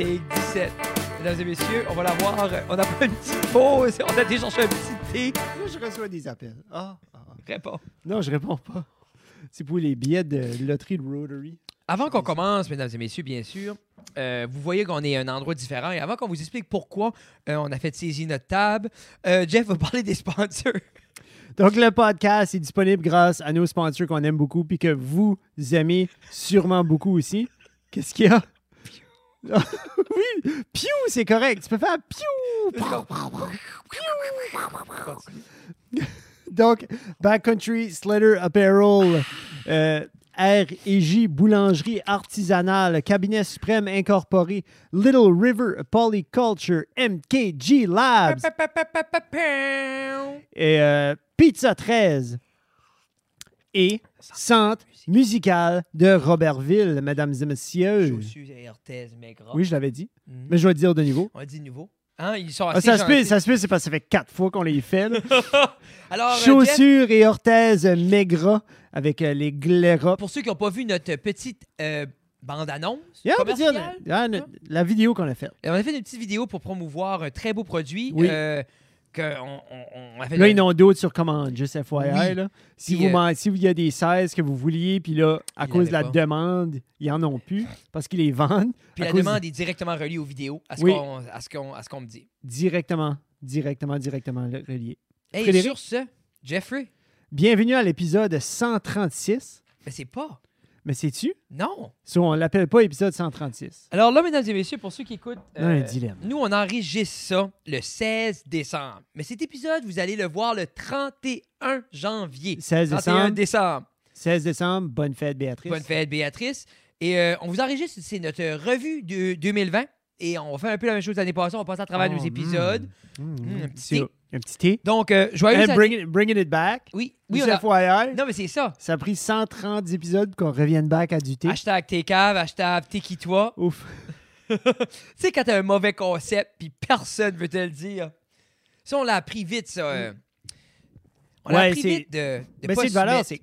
et 17. Mesdames et messieurs, on va l'avoir. On a pas une petite pause. On a été chercher un petit thé. Là, je reçois des appels. Ah, ah, ah. Réponds. Non, je réponds pas. C'est pour les billets de loterie de Rotary. Avant qu'on commence, mesdames et messieurs, bien sûr, euh, vous voyez qu'on est à un endroit différent. Et avant qu'on vous explique pourquoi euh, on a fait saisir notre table, euh, Jeff va parler des sponsors. Donc, le podcast est disponible grâce à nos sponsors qu'on aime beaucoup puis que vous aimez sûrement beaucoup aussi. Qu'est-ce qu'il y a? Ah, oui, piou, c'est correct. Tu peux faire piou. Donc, Backcountry, Slater Apparel, euh, R&J Boulangerie Artisanale, Cabinet Suprême Incorporé, Little River Polyculture, MKG Labs et euh, Pizza 13 et Centre musical de Robertville, mesdames et messieurs. Chaussures et orthèses, mais gras. Oui, je l'avais dit, Mhm. mais je vais le dire de nouveau. On a dit nouveau. Hein, ils sont Ah, assez ça, se peut, gentils. ça se peut, c'est parce que ça fait quatre fois qu'on les fait. là. Alors, euh, Jeff, Chaussures et orthèses Megra avec euh, les Glera. pour ceux qui n'ont pas vu notre petite euh, bande-annonce Yeah, on peut dire, commerciale, yeah, ne- la vidéo qu'on a faite. euh, on a fait une petite vidéo pour promouvoir un très beau produit. Oui. euh, que on, on- on a fait Là, le- ils en ont d'autres sur commande, juste FYI. Oui. là. Si, Puis, vous, euh, man- si vous- il y a des 16 que vous vouliez, puis là, à Ils cause de la l'avaient pas. demande, ils en ont plus parce qu'ils les vendent Puis à la cause- demande est directement reliée aux vidéos, à ce Oui. qu'on à ce qu'on- à ce qu'on me dit. directement, directement, directement le- reliés. Hey, Frédéric? sur ce, Jeffrey, Bienvenue à l'épisode 136. mais c'est pas. Mais sais-tu? Non. Ça, on l'appelle pas épisode 136. Alors là, mesdames et messieurs, pour ceux qui écoutent, On a euh, un dilemme. nous, on enregistre ça le 16 décembre. Mais cet épisode, vous allez le voir le 31 janvier. 16 31 décembre. décembre. 16 décembre, bonne fête, Béatrice. Bonne fête, Béatrice. Et euh, on vous enregistre, c'est notre revue de 2020. Et on fait un peu la même chose l'année passée. On passe à travers Oh, nos mm. épisodes. Mm, Mm, un, un petit petit thé. Un petit thé. Donc, euh, joyeuse And année- bringing, it, bringing it back. Oui, oui, Juste on a- FYI, Non, mais c'est ça. ça a pris 130 épisodes qu'on revienne back à du thé. Hashtag tes caves, hashtag t'es qui toi. Ouf. Tu sais, quand t'as un mauvais concept, puis personne veut te le dire. Ça, on l'a appris vite, ça. euh. On l'a Ouais, appris c'est- vite de, de Mais pas c'est de se valeur. mettre. c'est-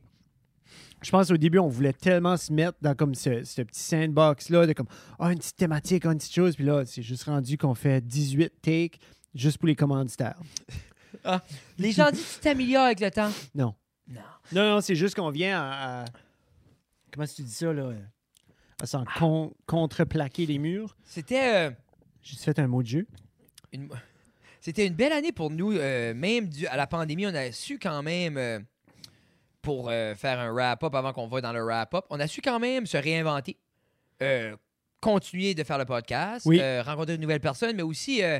Je pense au début, on voulait tellement se mettre dans comme ce, ce petit sandbox-là, de comme, ah, une petite thématique, ah, une petite chose. Puis là, c'est juste rendu qu'on fait 18 takes juste pour les commanditaires. Les gens disent que tu t'améliores avec le temps. Non. Non. Non, non, c'est juste qu'on vient à, à- Comment est-ce que tu dis ça, là? À s'en con- contreplaquer les murs. C'était euh, J'ai fait un mot de jeu. une... c'était une belle année pour nous. euh, même dû à la pandémie, on a su quand même, euh, pour euh, faire un wrap-up avant qu'on va dans le wrap-up, on a su quand même se réinventer, euh, continuer de faire le podcast, Oui. euh, rencontrer de nouvelles personnes, mais aussi, euh,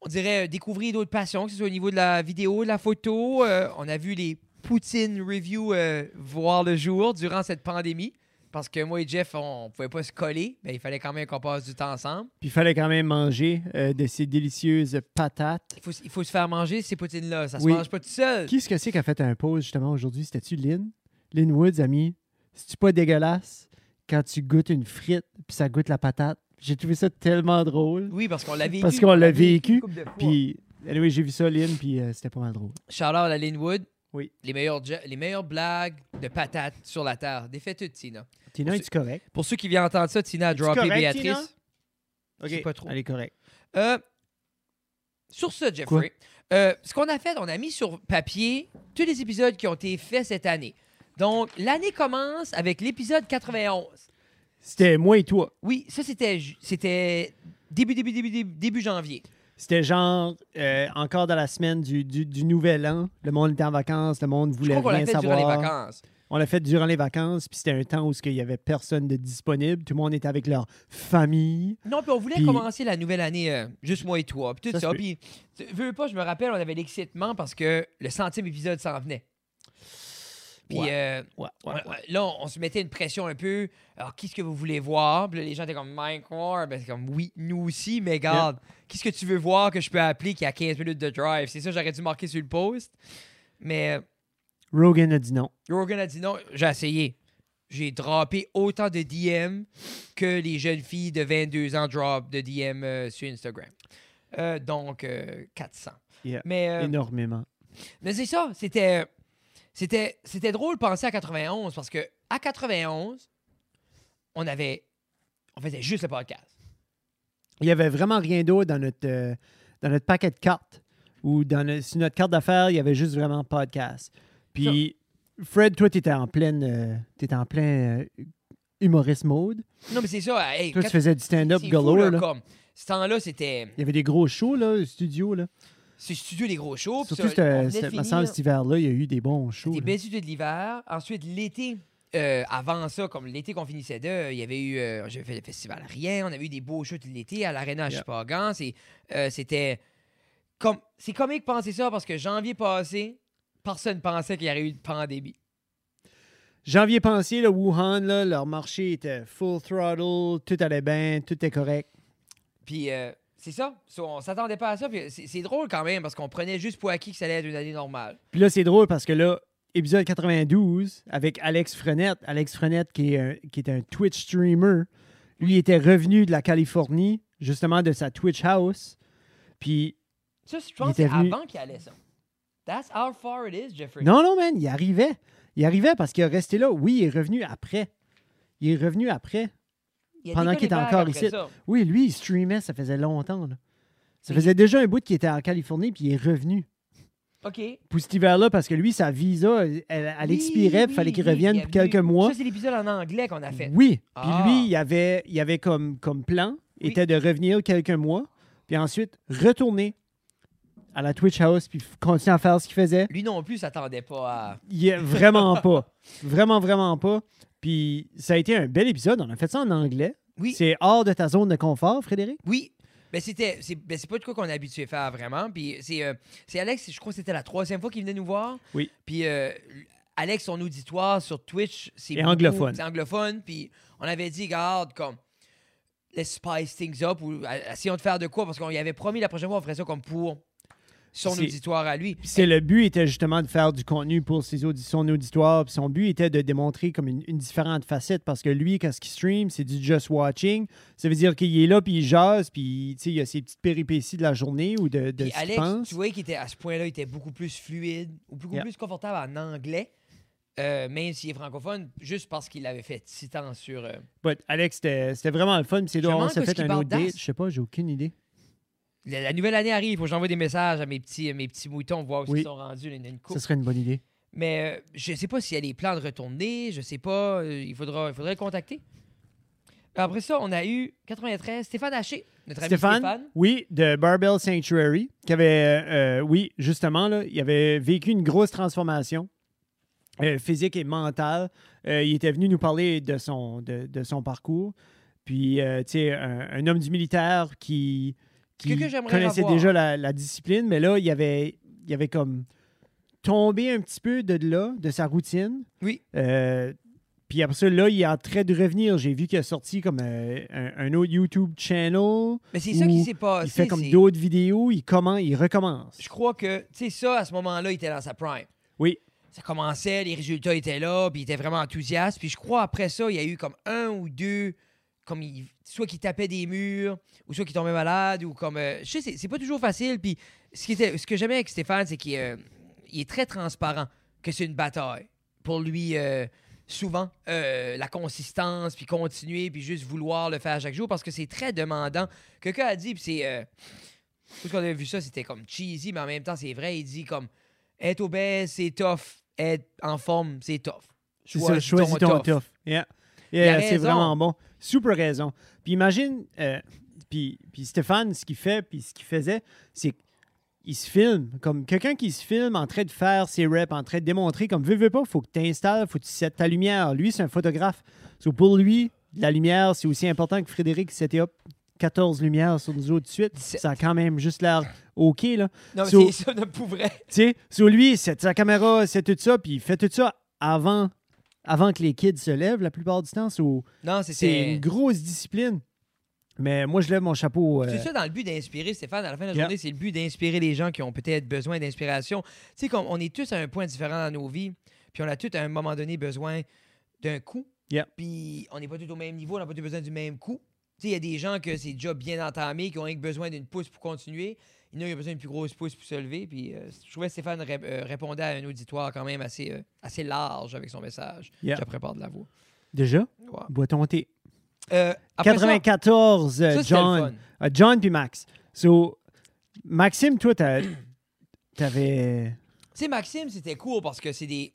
on dirait, euh, découvrir d'autres passions, que ce soit au niveau de la vidéo, de la photo. Euh, on a vu les Poutine Review euh, voir le jour durant cette pandémie. Parce que moi et Jeff, on pouvait pas se coller, mais il fallait quand même qu'on passe du temps ensemble. Puis il fallait quand même manger euh, de ces délicieuses patates. Il faut, il faut se faire manger ces poutines-là. Ça Oui. se mange pas tout seul. Qui est-ce que c'est qui a fait un pause justement aujourd'hui? C'était-tu Lynn? Lynn Woods, ami? C'est-tu pas dégueulasse quand tu goûtes une frite puis ça goûte la patate? J'ai trouvé ça tellement drôle. Oui, parce qu'on l'a vécu. Parce qu'on l'a vécu, Puis... Puis, anyway, j'ai vu ça, Lynn, puis euh, c'était pas mal drôle. Shout-out à Linwood. Oui. Les meilleures, je- les meilleures blagues de patates sur la terre. Des fait toutes, Tina. Tina, Pour es-tu correct? Pour ceux qui viennent entendre ça, Tina a Es-tu droppé correct, Béatrice. Tina? Je sais pas trop. Elle est correcte. Euh, sur ce, Jeffrey, euh, ce qu'on a fait, on a mis sur papier tous les épisodes qui ont été faits cette année. Donc, l'année commence avec l'épisode 91. C'était moi et toi. Oui, ça, c'était ju- c'était début, début, début, début, début janvier. C'était genre euh, encore dans la semaine du, du- du nouvel an. Le monde était en vacances, le monde Je voulait crois qu'on rien l'a fait savoir. durant les vacances. On l'a fait durant les vacances, puis c'était un temps où il n'y avait personne de disponible. Tout le monde était avec leur famille. Non, puis on voulait Puis- commencer la nouvelle année, euh, juste moi et toi, puis tout Ça se ça. peut. Puis, tu- veux veux pas, je me rappelle, on avait l'excitement parce que le centième épisode s'en venait. Puis Ouais. euh, Ouais, on- là, on, on se mettait une pression un peu. Alors, qu'est-ce que vous voulez voir? Puis là, les gens étaient comme Mike Ward. Ben, c'est comme, oui, nous aussi, mais garde, qu'est-ce que tu veux voir que je peux appeler qui a 15 minutes de drive? C'est ça, j'aurais dû marquer sur le post. Mais euh, Rogan a dit non. Rogan a dit non, j'ai essayé. J'ai droppé autant de DM que les jeunes filles de 22 ans drop de DM euh, sur Instagram. Euh, donc, euh, 400. Yeah. Mais, euh, Énormément. mais c'est ça, c'était, c'était, c'était drôle de penser à 91 parce que à 91, on avait, on faisait juste le podcast. il n'y avait vraiment rien d'autre dans notre, euh, dans notre paquet de cartes ou dans no- sur notre carte d'affaires, il y avait juste vraiment podcast. Puis, Fred, toi, tu étais en plein, euh, t'étais en plein euh, humoriste mode. Non, mais c'est ça. hey, Toi, quand- tu faisais du stand-up c'est fou, galore. là, là. comme, ce temps-là, c'était. Il y avait des gros shows, là, au studio. Là. C'est studio des gros shows. puis Surtout, ça, on c'était- venait de c'était- me finir. semble, cet hiver-là, il y a eu des bons shows. C'était là. bien studio de l'hiver. Ensuite, l'été. euh, avant ça, comme l'été qu'on finissait de, il y avait eu, euh, j'avais fait le festival Rien, on avait eu des beaux shows de l'été à l'Arena à Yeah. Chipagan. C'est, euh, c'était comme, c'est comique de penser ça parce que janvier passé, personne pensait qu'il y aurait eu une pandémie. Janvier pensé, le Wuhan, là, leur marché était full throttle, tout allait bien, tout était correct. Puis euh, c'est ça, So, on s'attendait pas à ça. Puis c'est, c'est drôle quand même parce qu'on prenait juste pour acquis que ça allait être une année normale. Puis là, c'est drôle parce que là, épisode 92, avec Alex Frenette, Alex Frenette qui est un, qui est un Twitch streamer, lui il était revenu de la Californie, justement de sa Twitch house. Puis, Ça, je pense que était c'est venu- avant qu'il allait ça. That's how far it is, Jeffrey. non, non, man, il arrivait. Il arrivait parce qu'il est resté là. Oui, il est revenu après. Il est revenu après. Il a pendant décollé qu'il était back encore après ici. ça. Oui, lui, il streamait, ça faisait longtemps. là. Ça Mais- faisait déjà un bout qu'il était en Californie, puis il est revenu. OK. pour cet hiver-là parce que lui, sa visa, elle, elle Oui, expirait, il oui, fallait qu'il oui, revienne il est pour venu. quelques mois. Ça, c'est l'épisode en anglais qu'on a fait. Oui, Ah. puis lui, il avait, il avait comme, comme plan, Oui. était de revenir quelques mois, puis ensuite retourner à la Twitch House, puis f- continuer à faire ce qu'il faisait. Lui non plus s'attendait pas à. Il est vraiment pas. Vraiment, vraiment pas. Puis ça a été un bel épisode. On a fait ça en anglais. Oui. C'est hors de ta zone de confort, Frédéric. Oui. Ben c'était, c'est, ben, c'est pas de quoi qu'on est habitué à faire vraiment. Puis c'est, euh, c'est Alex, je crois que c'était la troisième fois qu'il venait nous voir. Oui. Puis euh, Alex, son auditoire sur Twitch, c'est Et beaucoup- anglophone. C'est anglophone. Puis on avait dit, garde, comme, let's spice things up ou euh, essayons de faire de quoi parce qu'on lui avait promis la prochaine fois on ferait ça comme pour son C'est- auditoire à lui. Puis c'est le but était justement de faire du contenu pour ses audi- son auditoire. Puis son but était de démontrer comme une, une différente facette parce que lui, quand il stream, c'est du just watching. Ça veut dire qu'il est là, puis il jase, puis tu sais, il y a ses petites péripéties de la journée ou de, de Puis ce qu'il Alex, pense. tu voyais qu'il était à ce point-là, il était beaucoup plus fluide ou beaucoup Yeah. plus confortable en anglais, euh, même s'il est francophone, juste parce qu'il avait fait six ans sur. euh, But Alex, c'était c'était vraiment le fun. Puis c'est Je drôle, on demande s'est qu'est-ce fait qu'il un parle autre date. d'as. Je sais pas, j'ai aucune idée. La, la nouvelle année arrive, faut que j'envoie des messages à mes petits, mes petits moutons, voir où Oui. ils sont rendus, une, une coupe. Ça serait une bonne idée. Mais euh, je sais pas s'il y a des plans de retourner, je sais pas, euh, il faudra, il faudrait le contacter. Après ça, on a eu 93, Stéphane Haché, notre ami Stéphane. Stéphane, oui, de Barbell Sanctuary, qui avait, euh, euh, oui, justement, là, il avait vécu une grosse transformation euh, physique et mentale. Euh, il était venu nous parler de son, de, de son parcours. Puis, euh, tu sais, un, un homme du militaire qui, Ce qui que- que j'aimerais connaissait avoir. déjà la, la discipline, mais là, il avait, il avait comme tombé un petit peu de là, de sa routine. Oui. Euh, puis après ça, là, il est en train de revenir. J'ai vu qu'il a sorti comme euh, un, un autre YouTube channel. Mais c'est ça qui Ou s'est passé. Il fait comme c'est- d'autres vidéos, il commence, il recommence. Ah, Je crois que, tu sais, ça, à ce moment-là, il était dans sa prime. Oui. Ça commençait, les résultats étaient là, puis il était vraiment enthousiaste. Puis je crois, après ça, il y a eu comme un ou deux, comme il- soit qu'il tapait des murs, ou soit qu'il tombait malade, ou comme. euh, je sais, c'est- c'est pas toujours facile. Puis ce, qui était- ce que j'aimais avec Stéphane, c'est qu'il euh, il est très transparent, que c'est une bataille. Pour lui, euh, souvent, euh, la consistance, puis continuer, puis juste vouloir le faire chaque jour, parce que c'est très demandant. Quelqu'un a dit, puis c'est. euh, tout ce qu'on avait vu ça, c'était comme cheesy, mais en même temps, c'est vrai. Il dit comme être obèse, c'est tough. Être en forme, c'est tough. C'est ça, choisis ton tough. Yeah. Yeah, Il a c'est raison. vraiment bon. Super raison. Puis imagine, euh, puis, puis Stéphane, ce qu'il fait, puis ce qu'il faisait, c'est qu'il se filme. Comme quelqu'un qui se filme en train de faire ses reps, en train de démontrer, comme veux, veux pas, faut que tu t'installes, faut que tu settes ta lumière. Lui, c'est un photographe. So, pour lui, la lumière, c'est aussi important que Frédéric c'était up 14 lumières sur nous autres de suite. 17. Ça a quand même juste l'air OK, là. Non, mais So- c'est ça, de pour vrai. Tu sais, sur lui, c'est sa caméra, c'est tout ça, puis il fait tout ça avant, avant que les kids se lèvent la plupart du temps. So, Non, c'est c'était. une grosse discipline. Mais moi, je lève mon chapeau. euh, C'est ça dans le but d'inspirer, Stéphane. À la fin de la Yeah. journée, c'est le but d'inspirer les gens qui ont peut-être besoin d'inspiration. Tu sais, comme on est tous à un point différent dans nos vies, puis on a tous à un moment donné besoin d'un coup. Yeah. Puis on n'est pas tous au même niveau, on n'a pas tous besoin du même coup. Tu sais, il y a des gens que c'est déjà bien entamé, qui ont rien que besoin d'une pousse pour continuer. Il y en a qui ont besoin d'une plus grosse pousse pour se lever. Puis euh, je trouvais que Stéphane ré- euh, répondait à un auditoire quand même assez, euh, assez large avec son message. Yeah. Je prépare de la voix. Déjà, Ouais. bois ton thé. Euh, après ça- 94, euh, ça, c'était le John. fun. Euh, John puis Max. So, Maxime, toi, t'as- t'avais. Tu sais, Maxime, c'était cool parce que c'est des.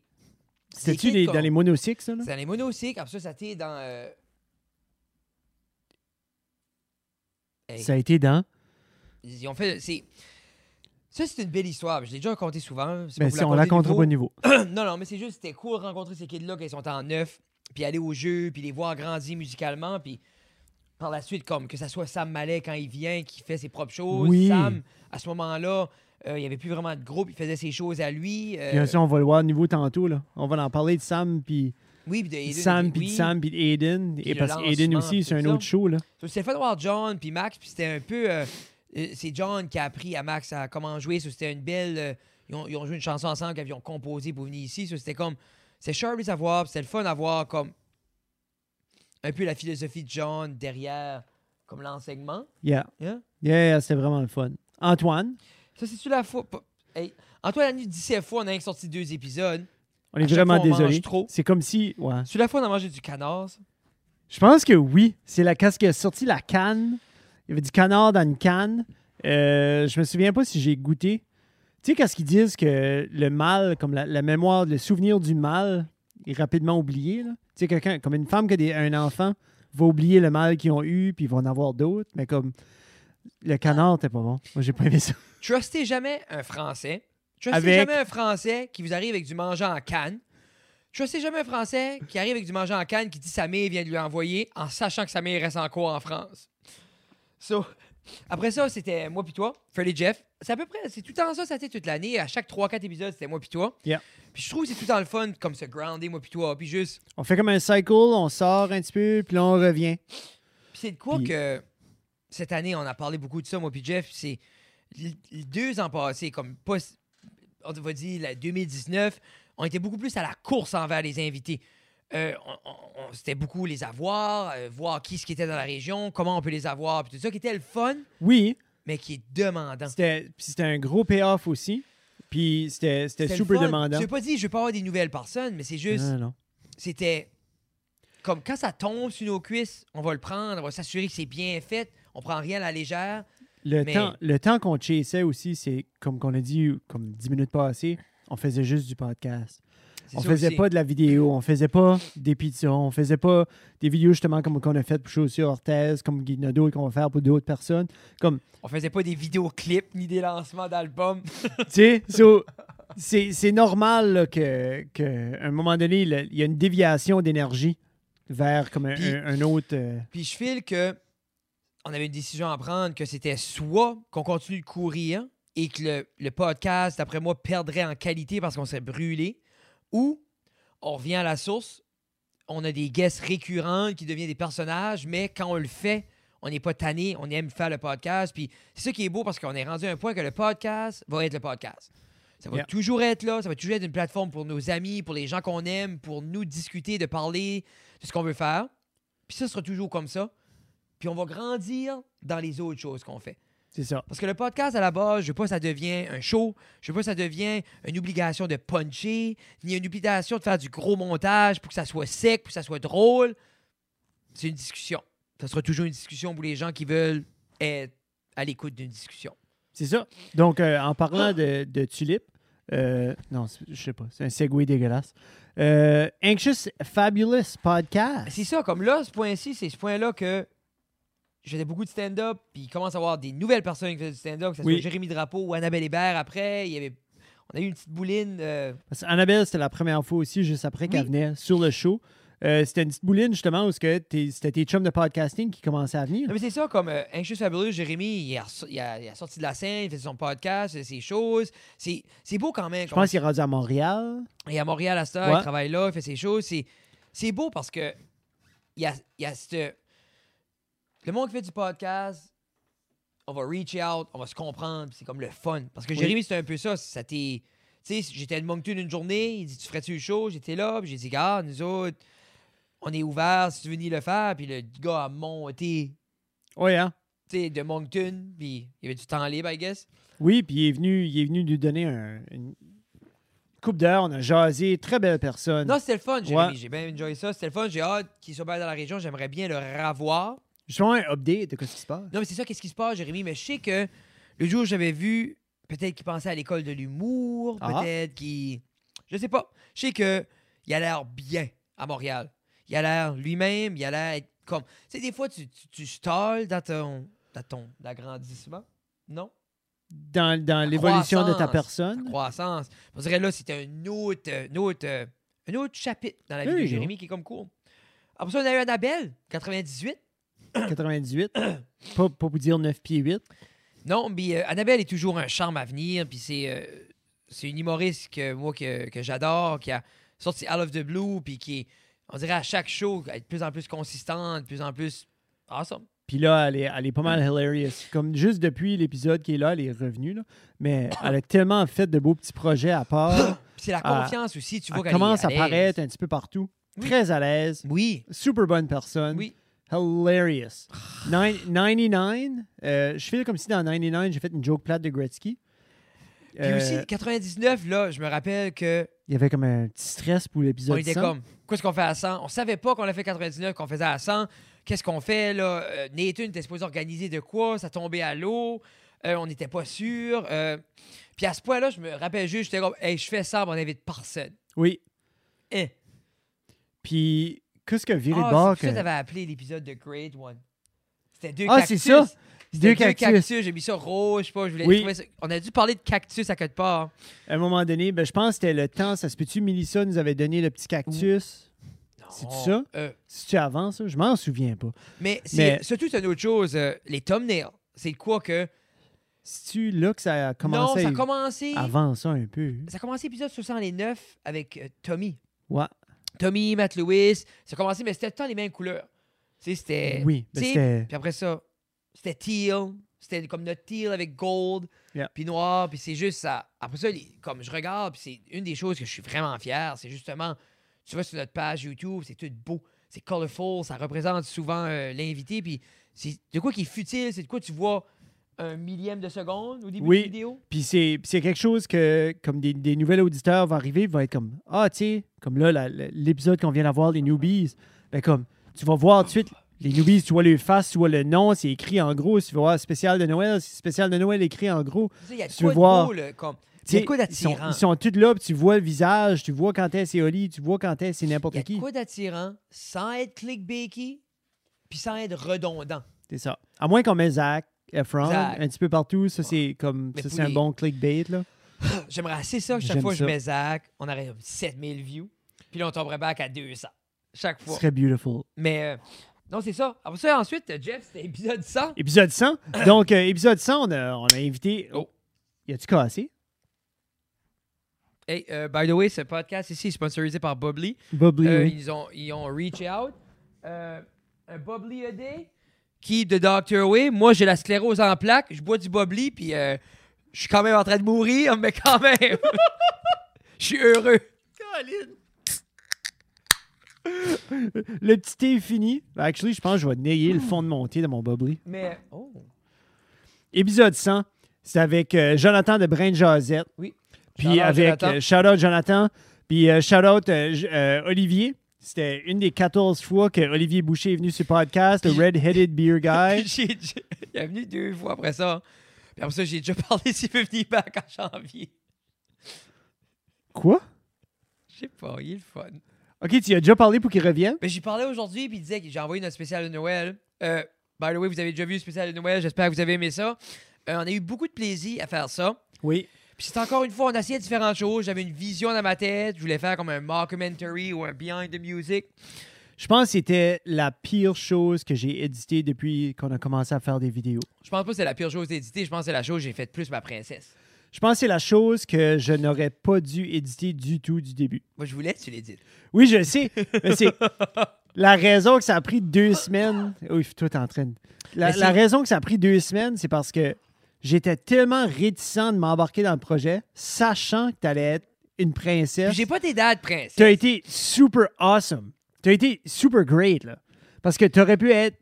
c'est des C'était-tu kids des- qu'on- dans les monocycles, ça? Là? C'est dans les monocycles. Après ça, ça t'est dans. euh, Hey. Ça a été dans. Ils ont fait. C'est... Ça, c'est une belle histoire. Je l'ai déjà raconté souvent. C'est Ben, pas si on pour la la compte au bon conter niveau. de nouveau. non, non, mais c'est juste, c'était cool de rencontrer ces kids-là quand ils sont en neuf, puis aller au jeu, puis les voir grandir musicalement, puis par la suite, comme que ça soit Sam Mallet quand il vient, qui fait ses propres choses. Oui. Sam, à ce moment-là, euh, il n'y avait plus vraiment de groupe, il faisait ses choses à lui. euh, Bien sûr, on va le voir au niveau tantôt. Là. On va en parler de Sam, puis oui, puis de Aiden, Sam, oui. puis de Sam, puis d'Aiden. Et le parce qu'Aiden lancement, aussi, puis c'est un tout ça. autre show. Là. So, C'était fait de voir John puis Max, puis c'était un peu. euh, euh, c'est John qui a appris à Max à comment jouer. so, c'était une belle. euh, ils, ont, ils ont joué une chanson ensemble qu'ils ont composée pour venir ici. so, c'était comme. C'est Sharpie à voir, puis c'était le fun à voir comme. Un peu la philosophie de John derrière comme l'enseignement. Yeah. hein. Yeah, yeah, c'était vraiment le fun. Antoine, Ça, c'est-tu la fois. pas- Hey, Antoine a mis 17 fois, on a rien que sorti deux épisodes. on est À chaque vraiment fois, on mange désolé. trop. C'est comme si. Ouais. C'est la fois, on a mangé du canard. ça. Je pense que oui. C'est la casque qui a sorti la canne. Il y avait du canard dans une canne. Euh, je me souviens pas si j'ai goûté. Tu sais, quand ce qu'ils disent que le mal, comme la, la mémoire, le souvenir du mal est rapidement oublié. là. Tu sais, quelqu'un, comme une femme qui a des- un enfant, va oublier le mal qu'ils ont eu, puis ils vont en avoir d'autres. Mais comme le canard, t'es pas bon. Moi, j'ai pas aimé ça. Trustez jamais un Français. Trustez Avec- jamais un Français qui vous arrive avec du mangeant en canne. Trustez jamais un Français qui arrive avec du mangeant en canne qui dit sa mère vient de lui envoyer en sachant que sa mère reste en cours en France. So, après ça, c'était moi puis toi, Freddy Jeff. C'est à peu près, c'est tout le temps ça, ça a été toute l'année. À chaque 3-4 épisodes, c'était moi puis toi. Yeah. Puis je trouve que c'est tout le temps le fun, comme se grounder, moi puis toi. Puis juste, On fait comme un cycle, on sort un petit peu, puis là, on revient. Puis c'est de quoi Puis- que cette année, on a parlé beaucoup de ça, moi puis Jeff. puis C'est l- les deux ans passés, comme pas, on va dire la 2019, on était beaucoup plus à la course envers les invités. Euh, on- on- on- C'était beaucoup les avoir, euh, voir qui ce qui était dans la région, comment on peut les avoir, puis tout ça qui était le fun, Oui, mais qui est demandant. c'était puis c'était un gros payoff aussi. Puis c'était C'était c'était le super fun. demandant. Ah, Je veux pas dire je veux pas avoir des nouvelles personnes, mais c'est juste Non, non. c'était comme quand ça tombe sur nos cuisses, on va le prendre, on va s'assurer que c'est bien fait, on prend rien à la légère. Le Mais- temps, le temps qu'on chassait aussi, c'est comme qu'on a dit, comme 10 minutes passées, on faisait juste du podcast. C'est On ça faisait aussi. pas de la vidéo, on faisait pas des pizzas, on faisait pas des vidéos justement comme qu'on a fait pour Chaussures Orthez, comme Guy Nadeau et qu'on va faire pour d'autres personnes. Comme, On faisait pas des vidéoclips ni des lancements d'albums. tu sais, so, c'est c'est normal là, que, que, à un moment donné, le- il y a une déviation d'énergie vers comme un, Puis- un- un autre. euh, Puis je file que on avait une décision à prendre que c'était soit qu'on continue de courir et que le, le podcast, d'après moi, perdrait en qualité parce qu'on serait brûlé, ou on revient à la source, on a des guests récurrents qui deviennent des personnages, mais quand on le fait, on n'est pas tanné, on aime faire le podcast. Puis c'est ça qui est beau parce qu'on est rendu à un point que le podcast va être le podcast. Ça va Yeah. toujours être là, ça va toujours être une plateforme pour nos amis, pour les gens qu'on aime, pour nous discuter, de parler de ce qu'on veut faire. Puis ça sera toujours comme ça. Puis on va grandir dans les autres choses qu'on fait. c'est ça. Parce que le podcast, à la base, je veux pas que ça devient un show. Je veux pas que ça devient une obligation de puncher, ni une obligation de faire du gros montage pour que ça soit sec, pour que ça soit drôle. C'est une discussion. Ça sera toujours une discussion pour les gens qui veulent être à l'écoute d'une discussion. C'est ça. Donc, euh, en parlant de, de Tulip, euh, non, c'est- je sais pas, c'est un segway dégueulasse. Euh, Anxious Fabulous Podcast. C'est ça, comme là, ce point-ci, c'est ce point-là que j'avais beaucoup de stand-up, puis il commence à avoir des nouvelles personnes qui faisaient du stand-up, que ce Oui. soit Jérémy Drapeau ou Annabelle Hébert après. Il y avait... On a eu une petite bouline. euh, Parce qu'Annabelle, c'était la première fois aussi, juste après qu'elle Oui. venait sur le show. Euh, c'était une petite bouline, justement, où ce que t'es- c'était tes chums de podcasting qui commençaient à venir. Non, mais c'est ça, comme euh, Anxious Fabulous, Jérémy, il a, reço- il a- il a sorti de la scène, il faisait son podcast, il faisait ses choses. C'est c'est beau quand même. Je pense qu'il est rendu à Montréal. Et à Montréal, à cette heure, Ouais. il travaille là, il fait ses choses. C'est, c'est beau parce que il y a, il y a cette- le monde qui fait du podcast, on va reach out, on va se comprendre, puis c'est comme le fun. Parce que Oui. Jérémy, c'était un peu ça. ça t'est- tu sais, j'étais à Moncton une journée, il dit Tu ferais-tu le show J'étais là, puis j'ai dit Garde, nous autres, on est ouverts si tu veux venir le faire. Puis le gars a monté Oui, hein? tu sais, de Moncton, puis il y avait du temps libre, I guess. Oui, puis il est venu, il est venu nous donner un, une- coupe d'heure, on a jasé, très belle personne. Non, c'était le fun, Jérémy. Ouais. J'ai bien enjoyé ça. C'était le fun. J'ai hâte qu'il soit bien dans la région. J'aimerais bien le revoir. Je veux un update de ce qui se passe. Non, mais c'est ça, qu'est-ce qui se passe, Jérémy? Mais je sais que le jour où j'avais vu, peut-être qu'il pensait à l'école de l'humour, Ah. peut-être qu'il. Je sais pas. Je sais que il a l'air bien à Montréal. Il a l'air lui-même, il a l'air être comme. Tu sais, des fois, tu, tu, tu stalles dans ton, dans ton agrandissement. Non? Dans, dans l'évolution de ta croissance. personne. Croissance. On dirait là, c'était un autre, euh, un autre, euh, un autre chapitre dans la vie Oui, de oui. Jérémy qui est comme court. Après ça, on a eu Annabelle, 98. 98. pas, pas pour dire 9 pieds 8. Non, mais euh, Annabelle est toujours un charme à venir. Puis c'est euh, c'est une humoriste que moi que, que j'adore, qui a sorti Out of the Blue, puis qui est, on dirait à chaque show, elle est de plus en plus consistante, de plus en plus awesome. Puis là, elle est, elle est pas mal hilarious. Comme juste depuis l'épisode qui est là, elle est revenue. Là. Mais elle a tellement fait de beaux petits projets à part. Puis c'est la Ah, confiance aussi, tu vois elle qu'elle commence est à l'aise. paraître un petit peu partout. Oui. Très à l'aise. Oui, Super bonne personne. oui. Hilarious. Nine- 99. euh, je fais comme si dans 99, j'ai fait une joke plate de Gretzky. Puis Euh, aussi, 99, là, je me rappelle que Il y avait comme un petit stress pour on l'épisode était 100. comme, qu'est-ce qu'on fait à 100? On savait pas qu'on a fait 99, qu'on faisait à 100. Qu'est-ce qu'on fait, là? Euh, Nathan était supposé organiser de quoi? Ça tombait à l'eau. Euh, on n'était pas sûr. Euh, Puis à ce point-là, je me rappelle juste, j'étais comme, hey, je fais ça, mais on invite personne. Oui. Hein? Puis, qu'est-ce que viré de Ah, bord? c'est pour ça que- que t'avais appelé l'épisode de Great One. C'était deux Ah, c'est cactus. ça? C'était Deux cactus. J'ai mis ça rouge, je sais pas, je voulais Oui. trouver ça- On a dû parler de cactus à quelque part. À un moment donné, ben, je pense que c'était le temps. Ça se peut-tu, Mélissa nous avait donné le petit cactus? C'est-tu Non, ça? euh, Si tu avances, ça, je m'en souviens pas. mais c'est Mais- surtout, c'est une autre chose. euh, les thumbnails, c'est quoi que... C'est-tu là que ça a non, commencé ça a commencé... avant ça un peu? Ça a commencé l'épisode 69 avec euh, Tommy. Ouais. Tommy, Matt Lewis. Ça a commencé, mais c'était tout le temps les mêmes couleurs. Tu sais, c'était. oui, Euh, tu ben, sais, c'était Puis après ça, c'était teal. C'était comme notre teal avec gold, Yeah. puis noir, puis c'est juste ça. Après ça, les- comme je regarde, puis c'est une des choses que je suis vraiment fier, c'est justement, tu vas sur notre page YouTube, c'est tout beau, c'est colorful, ça représente souvent euh, l'invité, puis c'est de quoi qui est futile, c'est de quoi tu vois un millième de seconde au début Oui. de la vidéo. Puis c'est puis c'est quelque chose que, comme des, des nouvelles auditeurs vont arriver, vont être comme Ah, tu sais, comme là, la- la- l'épisode qu'on vient d'avoir, les newbies. Ben, comme, tu vas voir tout de suite, les newbies, tu vois les faces, tu vois le nom, c'est écrit en gros. Tu vas voir spécial de Noël, c'est spécial de Noël écrit en gros. Tu sais, Il y a de Tu quoi veux de voir- beau, là, comme, il y a Tu sais, de quoi ils sont, d'attirant. ils sont tous là, puis tu vois le visage, tu vois quand est-ce c'est Oli, tu vois quand est-ce c'est Il y n'importe a de qui. quoi d'attirant sans être clickbaity puis sans être redondant. C'est ça. À moins qu'on met Zach Efron Zach. un petit peu partout, ça c'est comme Mais ça, pour c'est un les- bon clickbait là. J'aimerais assez ça que chaque J'aime fois que je ça. mets Zach, on aurait comme 7000 views. Puis là, on tomberait back à 200. Chaque Ce fois. serait beautiful. Mais euh, non, c'est ça. Après ça, ensuite, euh, Jeff, c'était épisode 100. Épisode 100. Donc euh, épisode 100, on a, on a invité Oh. Y a-tu cassé Hey, euh, by the way, ce podcast ici est sponsorisé par Bubbly. Bubbly. Euh, oui. ils, ont, ils ont reach out. Euh, un Bubbly a day qui de Dr. Way. Moi, j'ai la sclérose en plaques. Je bois du Bubbly, puis euh, je suis quand même en train de mourir, mais quand même. Je suis heureux. Le petit thé est fini. Ben, Actually, je pense que je vais nayer le fond de mon thé de mon Bubbly. Mais. Oh. Épisode 100, c'est avec euh, Jonathan de Brain Josette. Oui. Puis Shout-out, avec Jonathan. euh, shout-out Jonathan, puis euh, shout-out euh, J- euh, Olivier. C'était une des 14 fois que Olivier Boucher est venu sur le podcast, le Puis- Red-Headed Beer Puis Guy. j'ai- j'ai- il est venu deux fois après ça. Puis après ça, j'ai déjà parlé s'il veut venir back en janvier. Quoi? Je sais pas, il est le fun. OK, tu y as déjà parlé pour qu'il revienne? Mais Ben, j'y parlais aujourd'hui, puis il disait que j'ai envoyé notre spécial de Noël. Euh, by the way, vous avez déjà vu le spécial de Noël, j'espère que vous avez aimé ça. Euh, on a eu beaucoup de plaisir à faire ça. Oui. Puis c'est encore une fois, on essayait différentes choses. J'avais une vision dans ma tête. Je voulais faire comme un mockumentary ou un behind the music. Je pense que c'était la pire chose que j'ai éditée depuis qu'on a commencé à faire des vidéos. Je pense pas que c'est la pire chose d'éditer. Je pense que c'est la chose que j'ai faite plus ma princesse. Je pense que c'est la chose que je n'aurais pas dû éditer du tout du début. Moi, je voulais que tu l'édites. Oui, je sais, mais c'est la raison que ça a pris deux semaines. Oui, toi, t'es en train de- La, Mais c'est- la raison que ça a pris deux semaines, c'est parce que j'étais tellement réticent de m'embarquer dans le projet, sachant que t'allais être une Puis princesse. j'ai pas tes dates, princesse. T'as été super awesome. T'as été super great, là. Parce que t'aurais pu être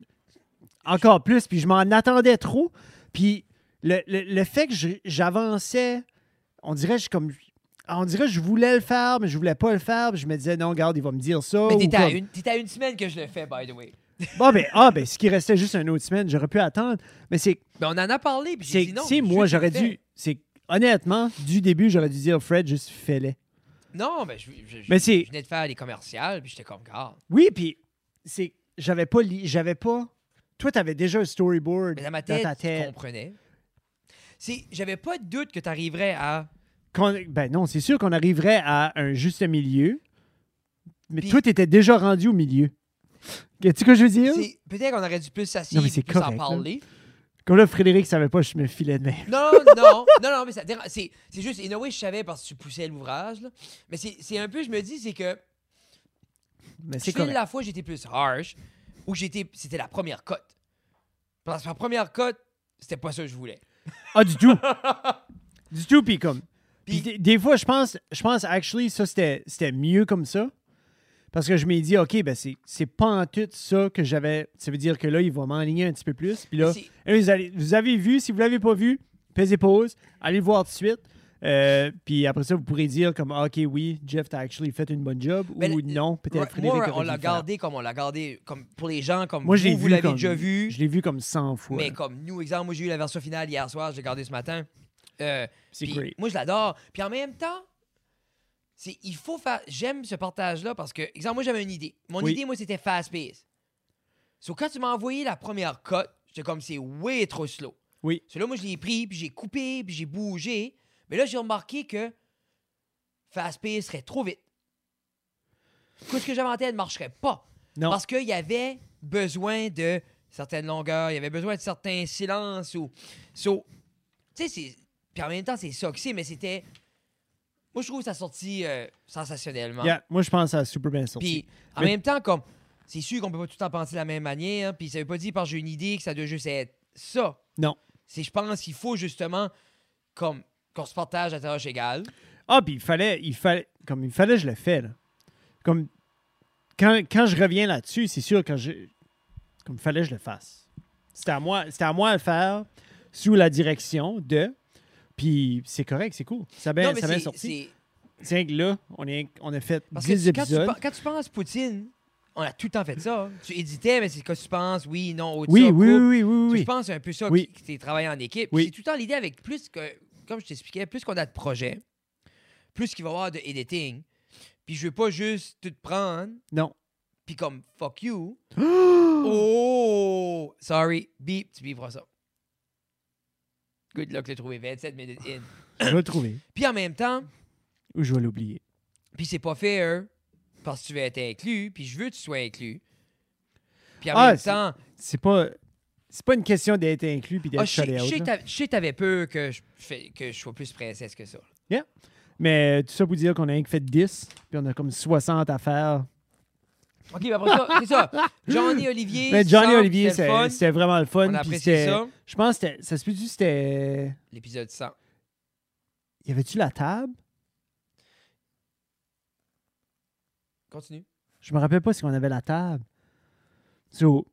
encore plus, puis je m'en attendais trop. Puis le, le- le fait que je- j'avançais, on dirait, je suis comme. on dirait que je voulais le faire, mais je voulais pas le faire. puis je me disais, non, regarde, il va me dire ça. Mais ou t'étais à, comme- une- t'étais à une semaine que je le fais, by the way. Bon, ben, ah, ben, ce qui restait juste une autre semaine, j'aurais pu attendre. Mais c'est, Mais Ben, on en a parlé, puis j'ai c'est, dit non. c'est juste moi, je le j'aurais fais. dû. C'est, honnêtement, du début, j'aurais dû dire, Fred, juste fais-le. Non, mais je, je- je- Mais c'est- je venais de faire les commerciales, puis j'étais comme, garde. Oui, puis, c'est, j'avais pas, li- j'avais pas. Toi, t'avais déjà un storyboard Mais dans ma tête, ta je tête. comprenais. C'est- J'avais pas de doute que t'arriverais à. Qu'on- ben non, c'est sûr qu'on arriverait à un juste milieu, mais Puis- toi, t'étais déjà rendu au milieu. Tu sais ce que je veux dire? C'est- Peut-être qu'on aurait dû plus Non, s'asseoir, mais c'est plus en correct, là. parler. Comme là, Frédéric savait pas, je me filais de mer. Non, non, non, non, mais ça dérange. C'est c'est juste, et oui, je savais parce que tu poussais l'ouvrage, là. Mais c'est c'est un peu, je me dis, c'est que. Mais c'est C'est correct. la fois j'étais plus harsh, où j'étais. C'était la première cote. Parce que ma première cote, c'était pas ça que je voulais. Ah, du tout! du tout, puis comme. Puis- Puis des, des fois, je pense, je pense, actually, ça, c'était c'était mieux comme ça. Parce que je m'ai dit, OK, ben c'est c'est pas en tout ça que j'avais. Ça veut dire que là, il va m'enligner un petit peu plus. Puis là, C'est- Eh, Vous, allez- vous avez vu, si vous l'avez pas vu, pesez pause, allez le voir tout de suite. Euh, puis après ça, vous pourrez dire comme ah, OK, oui, Jeff, t'as actually fait une bonne job Ben, ou non, peut-être Ra- Frédéric. Moi, aurait on dû l'a le faire. gardé comme on l'a gardé, comme pour les gens, comme Moi, je l'ai vous, vous vu l'avez comme- déjà vu. Je l'ai vu comme 100 fois. Mais comme nous, exemple, moi j'ai eu la version finale hier soir, j'ai gardé ce matin. Euh, C'est puis great. Moi je l'adore. Puis en même temps, c'est il faut faire. J'aime ce partage-là parce que, exemple, moi j'avais une idée. Mon Oui. idée, moi, c'était fast pace. So, quand tu m'as envoyé la première cote, j'étais comme c'est way trop slow. Oui. So, là, moi je l'ai pris, puis j'ai coupé, puis j'ai bougé. Mais là, j'ai remarqué que fast pace serait trop vite. Tout ce que j'avais en tête ne marcherait pas. Non. Parce qu'il y avait besoin de certaines longueurs, il y avait besoin de certains silences. Ou... So, tu sais, c'est- Puis en même temps, c'est ça que c'est, mais c'était. Moi, je trouve ça sorti euh, sensationnellement. Yeah, moi, je pense à super bien sorti. Puis en Mais- même temps, comme. C'est sûr qu'on peut pas tout en penser de la même manière, hein, puis ça veut pas dire parce que j'ai une idée que ça doit juste être ça. Non. C'est, je pense qu'il faut justement, comme, qu'on se partage à tâche égale. Ah, puis il fallait, il fallait, comme il fallait, je le fais. là. Comme quand, quand je reviens là-dessus, c'est sûr, quand je, comme il fallait, je le fasse. C'était à moi, c'était à moi à le faire sous la direction de. Puis c'est correct, c'est cool. Ça a bien, non, mais Ben, ça a bien c'est- sorti. c'est- Tiens, que là, on, est, on a fait Parce 10 que quand tu, épisodes. pen- quand tu penses Poutine, on a tout le temps fait ça. hein. Tu éditais, mais c'est que tu penses, oui, non, au Oui, oui, oui, oui, oui, Je oui. pense que c'est un peu ça, Oui. que tu travailles en équipe. Oui. C'est tout le temps l'idée avec plus que, comme je t'expliquais, plus qu'on a de projets, plus qu'il va y avoir de editing. Puis je veux pas juste tout prendre, Non. puis comme fuck you. oh, sorry, beep, tu vivras ça. Good luck, le trouver 27 minutes in. Je vais le trouver Puis en même temps, ou je vais l'oublier. puis c'est pas fair parce que tu veux être inclus, puis je veux que tu sois inclus. Puis en Ah, même c'est- temps, C'est pas, c'est pas une question d'être inclus puis d'être ah, je sais- shut je out, sais que là. t'avais- je sais que t'avais peur que je, fais- que je sois plus princesse que ça. Mais tout ça pour dire qu'on a rien que fait 10, puis on a comme 60 à faire. OK, mais après ça, c'est ça. Johnny Olivier. Mais Ben, Johnny Sam, Olivier, c'était le c'est- fun. c'était vraiment le fun. On a puis apprécié c'était- ça. Je pense que c'était- ça se peut-tu, c'était. L'épisode 100. Y avait-tu la table? Continue. Je me rappelle pas si on avait la table. So,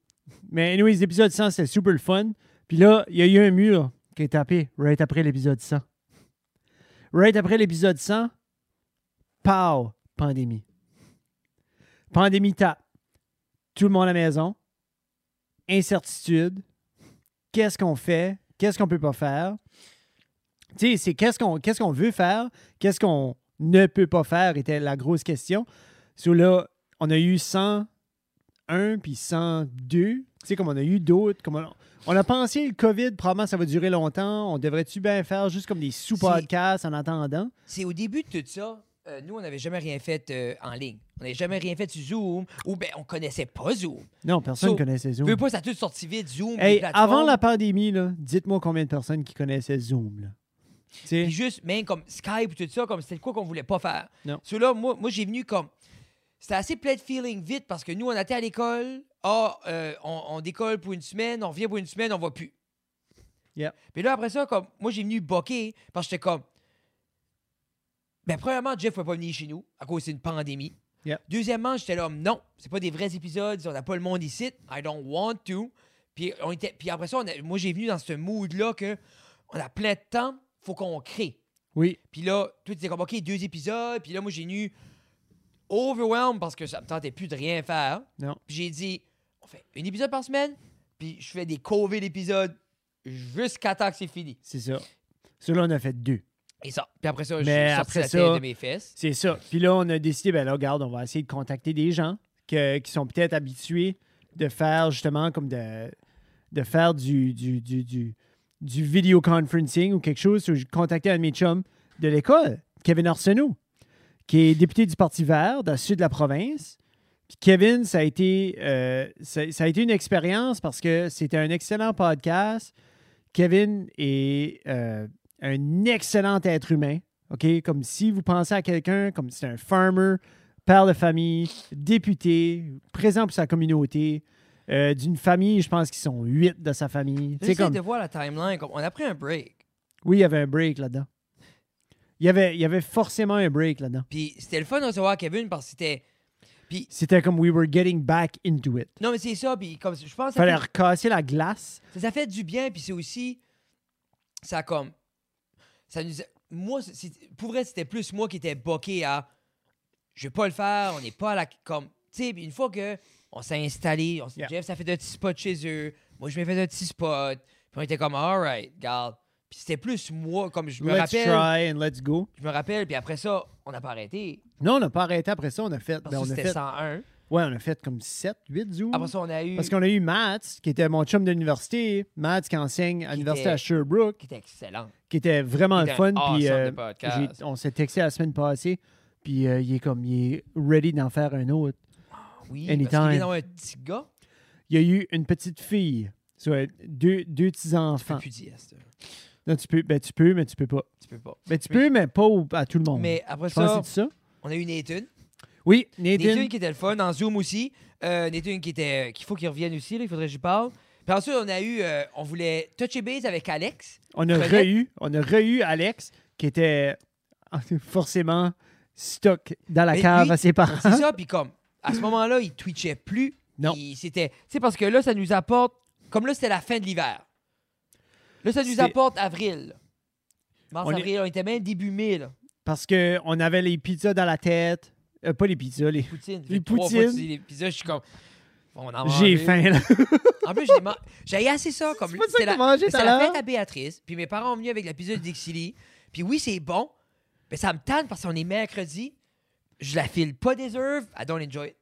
mais anyways, l'épisode 100, c'était super le fun. Puis là, il y a eu un mur qui est tapé right après l'épisode 100. Right après l'épisode 100, pow, pandémie. Pandémie tape. Tout le monde à la maison. Incertitude. Qu'est-ce qu'on fait? Qu'est-ce qu'on peut pas faire? Tu sais, c'est qu'est-ce qu'on qu'est-ce qu'on veut faire? Qu'est-ce qu'on ne peut pas faire? était la grosse question. So là, on a eu 101 puis 102. Tu sais, comme on a eu d'autres. Comme on, on a pensé le COVID, probablement ça va durer longtemps. On devrait-tu bien faire juste comme des sous-podcasts en attendant? C'est au début de tout ça. euh, nous, on n'avait jamais rien fait euh, en ligne. On n'avait jamais rien fait sur Zoom. Ou ben, on connaissait pas Zoom. Non, personne ne So, connaissait Zoom. Veux pas, ça a tout sorti vite, Zoom. les Hey, plateformes. avant la pandémie, là, dites-moi combien de personnes qui connaissaient Zoom. Là. Tu sais, Puis juste, même comme Skype tout ça, comme c'était quoi qu'on voulait pas faire. Non. Ceux-là, moi, moi j'ai venu comme. C'était assez plein de feeling vite parce que nous, on était à l'école. Ah, euh, on, on décolle pour une semaine, on revient pour une semaine, on va plus. Yep. Puis là, après ça, comme, moi, j'ai venu boquer parce que j'étais comme. Ben, premièrement, Jeff ne pouvait pas venir chez nous à cause d'une pandémie. Yep. Deuxièmement, j'étais là, non, c'est pas des vrais épisodes, on n'a pas le monde ici. I don't want to. Puis, on était, puis après ça, on a- moi, j'ai venu dans ce mood-là que on a plein de temps, faut qu'on crée. Oui. Puis là, tout était comme, OK, deux épisodes. Puis là, moi, j'ai eu overwhelmed parce que ça me tentait plus de rien faire. Non. Puis j'ai dit, on fait un épisode par semaine, puis je fais des COVID épisodes jusqu'à temps que c'est fini. C'est ça. Ceux-là, on a fait deux. Et ça. Puis après ça, je Mais suis sorti après la ça- tête de mes fesses. C'est ça. Puis là, on a décidé, ben là, regarde, on va essayer de contacter des gens que- qui sont peut-être habitués de faire justement comme de, de faire du, du, du, du, du video conferencing ou quelque chose. So, J'ai contacté un de mes chums de l'école, Kevin Arsenault, qui est député du Parti vert dans le sud de la province. Puis Kevin, ça a été, euh, ça, ça a été une expérience parce que c'était un excellent podcast. Kevin est euh, un excellent être humain. OK? Comme si vous pensez à quelqu'un, comme si c'est un farmer, père de famille, député, présent pour sa communauté, euh, d'une famille, je pense qu'ils sont huit de sa famille. Tu sais, J'essaie comme, de voir la timeline. Comme, on a pris un break. Oui, il y avait un break là-dedans. Il y avait, il y avait forcément un break là-dedans. Puis c'était le fun de recevoir Kevin parce que c'était. Puis, C'était comme we were getting back into it. non, mais c'est ça. Puis comme, je pense que Fallait ça recasser la glace. fait, ça fait du bien. Puis c'est aussi. Ça a comme. Ça nous. a- Moi, c'est- pour vrai, c'était plus moi qui étais boqué à. Je vais pas le faire. On n'est pas à la. Comme. Tu sais, puis une fois que on s'est installé, on s'est dit, Yeah. Jeff, ça fait de petits spots chez eux. Moi, je m'ai fait de petits spots. Puis on était comme, alright, regarde. Puis c'était plus moi, comme je me Let's rappelle. try and let's go. Je me rappelle, puis après ça, on n'a pas arrêté. Non, on n'a pas arrêté après ça. On a fait. Parce ben, que on a c'était fait 101. ouais, on a fait comme 7, 8 zooms. Après ça, on a eu. Parce qu'on a eu Matt, qui était mon chum de l'université. Matt qui enseigne à Qui l'université était- à Sherbrooke, qui était excellent. qui était vraiment qui le était fun. un puis, awesome euh, de podcast. j'ai- on s'est texté la semaine passée. Puis euh, il est comme, il est ready d'en faire un autre. Oui, Anytime. parce qu'il est dans un petit gars. il y a eu une petite fille, soit deux, deux Tu peux petits-enfants. plus dire ça. Non, tu peux, ben, tu peux, mais tu peux pas. Tu peux pas. Ben, tu Mais- peux, mais pas au- à tout le monde. Mais après je pense ça, que c'est ça. on a eu Nathan. Oui, Nathan. Nathan qui était le fun, dans Zoom aussi. Euh, Nathan qui était. qu'il faut qu'il revienne aussi, là, il faudrait que j'y parle. Puis ensuite, on a eu. euh, on voulait toucher base avec Alex. On a Fredette. re-eu, on a re-eu Alex, qui était ah, forcément stock dans la Mais cave lui, à ses parents. C'est ça, puis comme. À ce moment-là, il twitchait plus. Uh-huh. Non. Il- C'était. Tu sais, parce que là, ça nous apporte. Comme là, c'était la fin de l'hiver. Là, ça nous C'était- apporte avril. Mars, On est- avril, on était même début mai, là. Parce qu'on avait les pizzas dans la tête. Euh, pas les pizzas, les... Poutine. Les Fait trois fois que poutines. tu dis les pizzas, je suis comme. Bon, on en J'ai mange. faim, là. En plus, j'ai man- j'ai assez ça. comme C'est pas ça c'était que la... t'as mangé tout c'était à la l'heure? fête à Béatrice. Puis mes parents ont venu avec la pizza de Dixili. Puis oui, c'est bon. Mais ça me tanne parce qu'on est mercredi. Je la file pas des œufs. I don't enjoy it.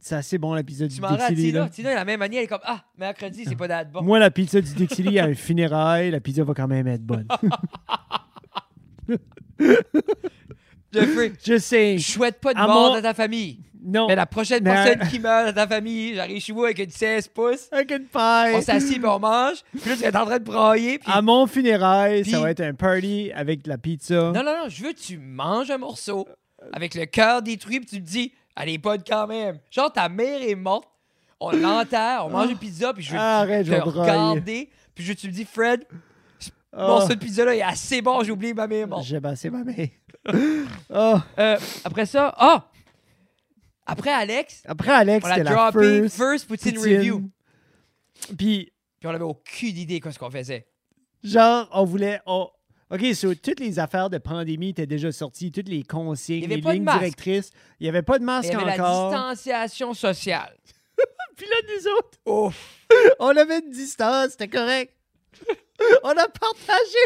C'est assez bon, la pizza Tu du m'en rends à Dixili, Tina. là. Tina, la même année, elle est comme Ah, mercredi, c'est pas date bon. Moi, la pizza du Dixili, à un funérail, la pizza va quand même être bonne. Jeffrey, Je sais. je souhaite pas de À mort mon- dans ta famille. Non. Mais la prochaine Mais- personne qui meurt dans ta famille, j'arrive chez vous avec une 16 pouces. Avec une paille. On s'assied et on mange. Puis là, tu es en train de brailler. Puis À mon funérail, ça Puis- va être un party avec de la pizza. Non, non, non, je veux que tu manges un morceau avec le cœur détruit, puis tu me dis, elle est bonne quand même. Genre, ta mère est morte, on l'enterre, on mange une pizza, puis je veux que tu Ah, Arrête, je te vais brailler. regarder, puis je veux que tu me dis, Fred, Oh, bon, cette pizza-là est assez bon, j'ai oublié ma mère est morte. J'ai bassé ma main. Oh, Euh, après ça, ah! Après Alex, Après, Alex, on c'était a la droppé first, First, Poutine, poutine. Review, Puis, puis on avait aucune idée de quoi ce qu'on faisait. genre, on voulait... on- OK, so, toutes les affaires de pandémie étaient déjà sorties, toutes les Il y consignes, avait les pas de lignes masque. directrices. Il n'y avait pas de Il masque y avait encore. la distanciation sociale. Puis là, nous autres, Ouf! on avait une distance, c'était correct. on a partagé,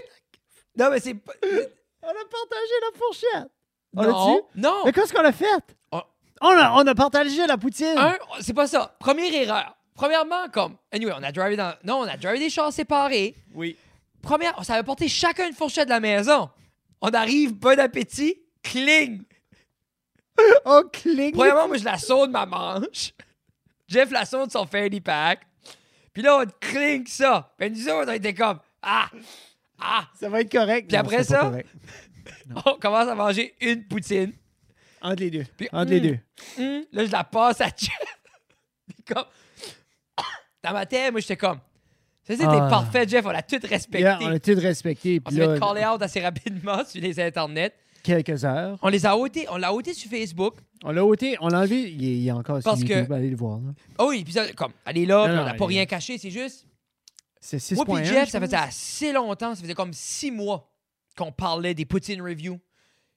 Non, mais c'est pas... on a partagé la fourchette. On a-tu? Non, non! Mais qu'est-ce qu'on a fait? On- On a, on a partagé la poutine. Un, c'est pas ça. Première erreur. Premièrement, comme, anyway, on a drivé dans. Non, on a drivé des chars séparés. Oui. Première, on s'avait porté chacun une fourchette de la maison. On arrive, bon appétit, cling. On cligne. Premièrement, moi, je la saute de ma manche. Jeff la saute de son fanny pack. Puis là, on cling ça. Ben, nous autres, on était comme, ah, ah. Ça va être correct. Puis Non, après c'est pas ça? correct. On commence à manger une poutine. Entre les deux. Puis, Entre les hmm. deux. Hum, là, je la passe à Jeff. Puis comme, dans ma tête, moi, j'étais comme, ça, c'était Ah. parfait, Jeff. On l'a tout respecté. Yeah, on a tout respecté. On Puis s'est fait là, caller out assez rapidement sur les internets. quelques heures. On les a ôtés, on l'a ôté sur Facebook. On l'a ôté, on l'a enlevé. Il est, il est encore Parce sur que- YouTube. Allez le voir. là. Oh oui, puis ça, comme, allez là, Non, puis on non, n'a pas allez. rien caché, c'est juste. C'est Moi 6.1. puis Jeff, je ça pense. faisait assez longtemps, ça faisait comme six mois qu'on parlait des poutine reviews.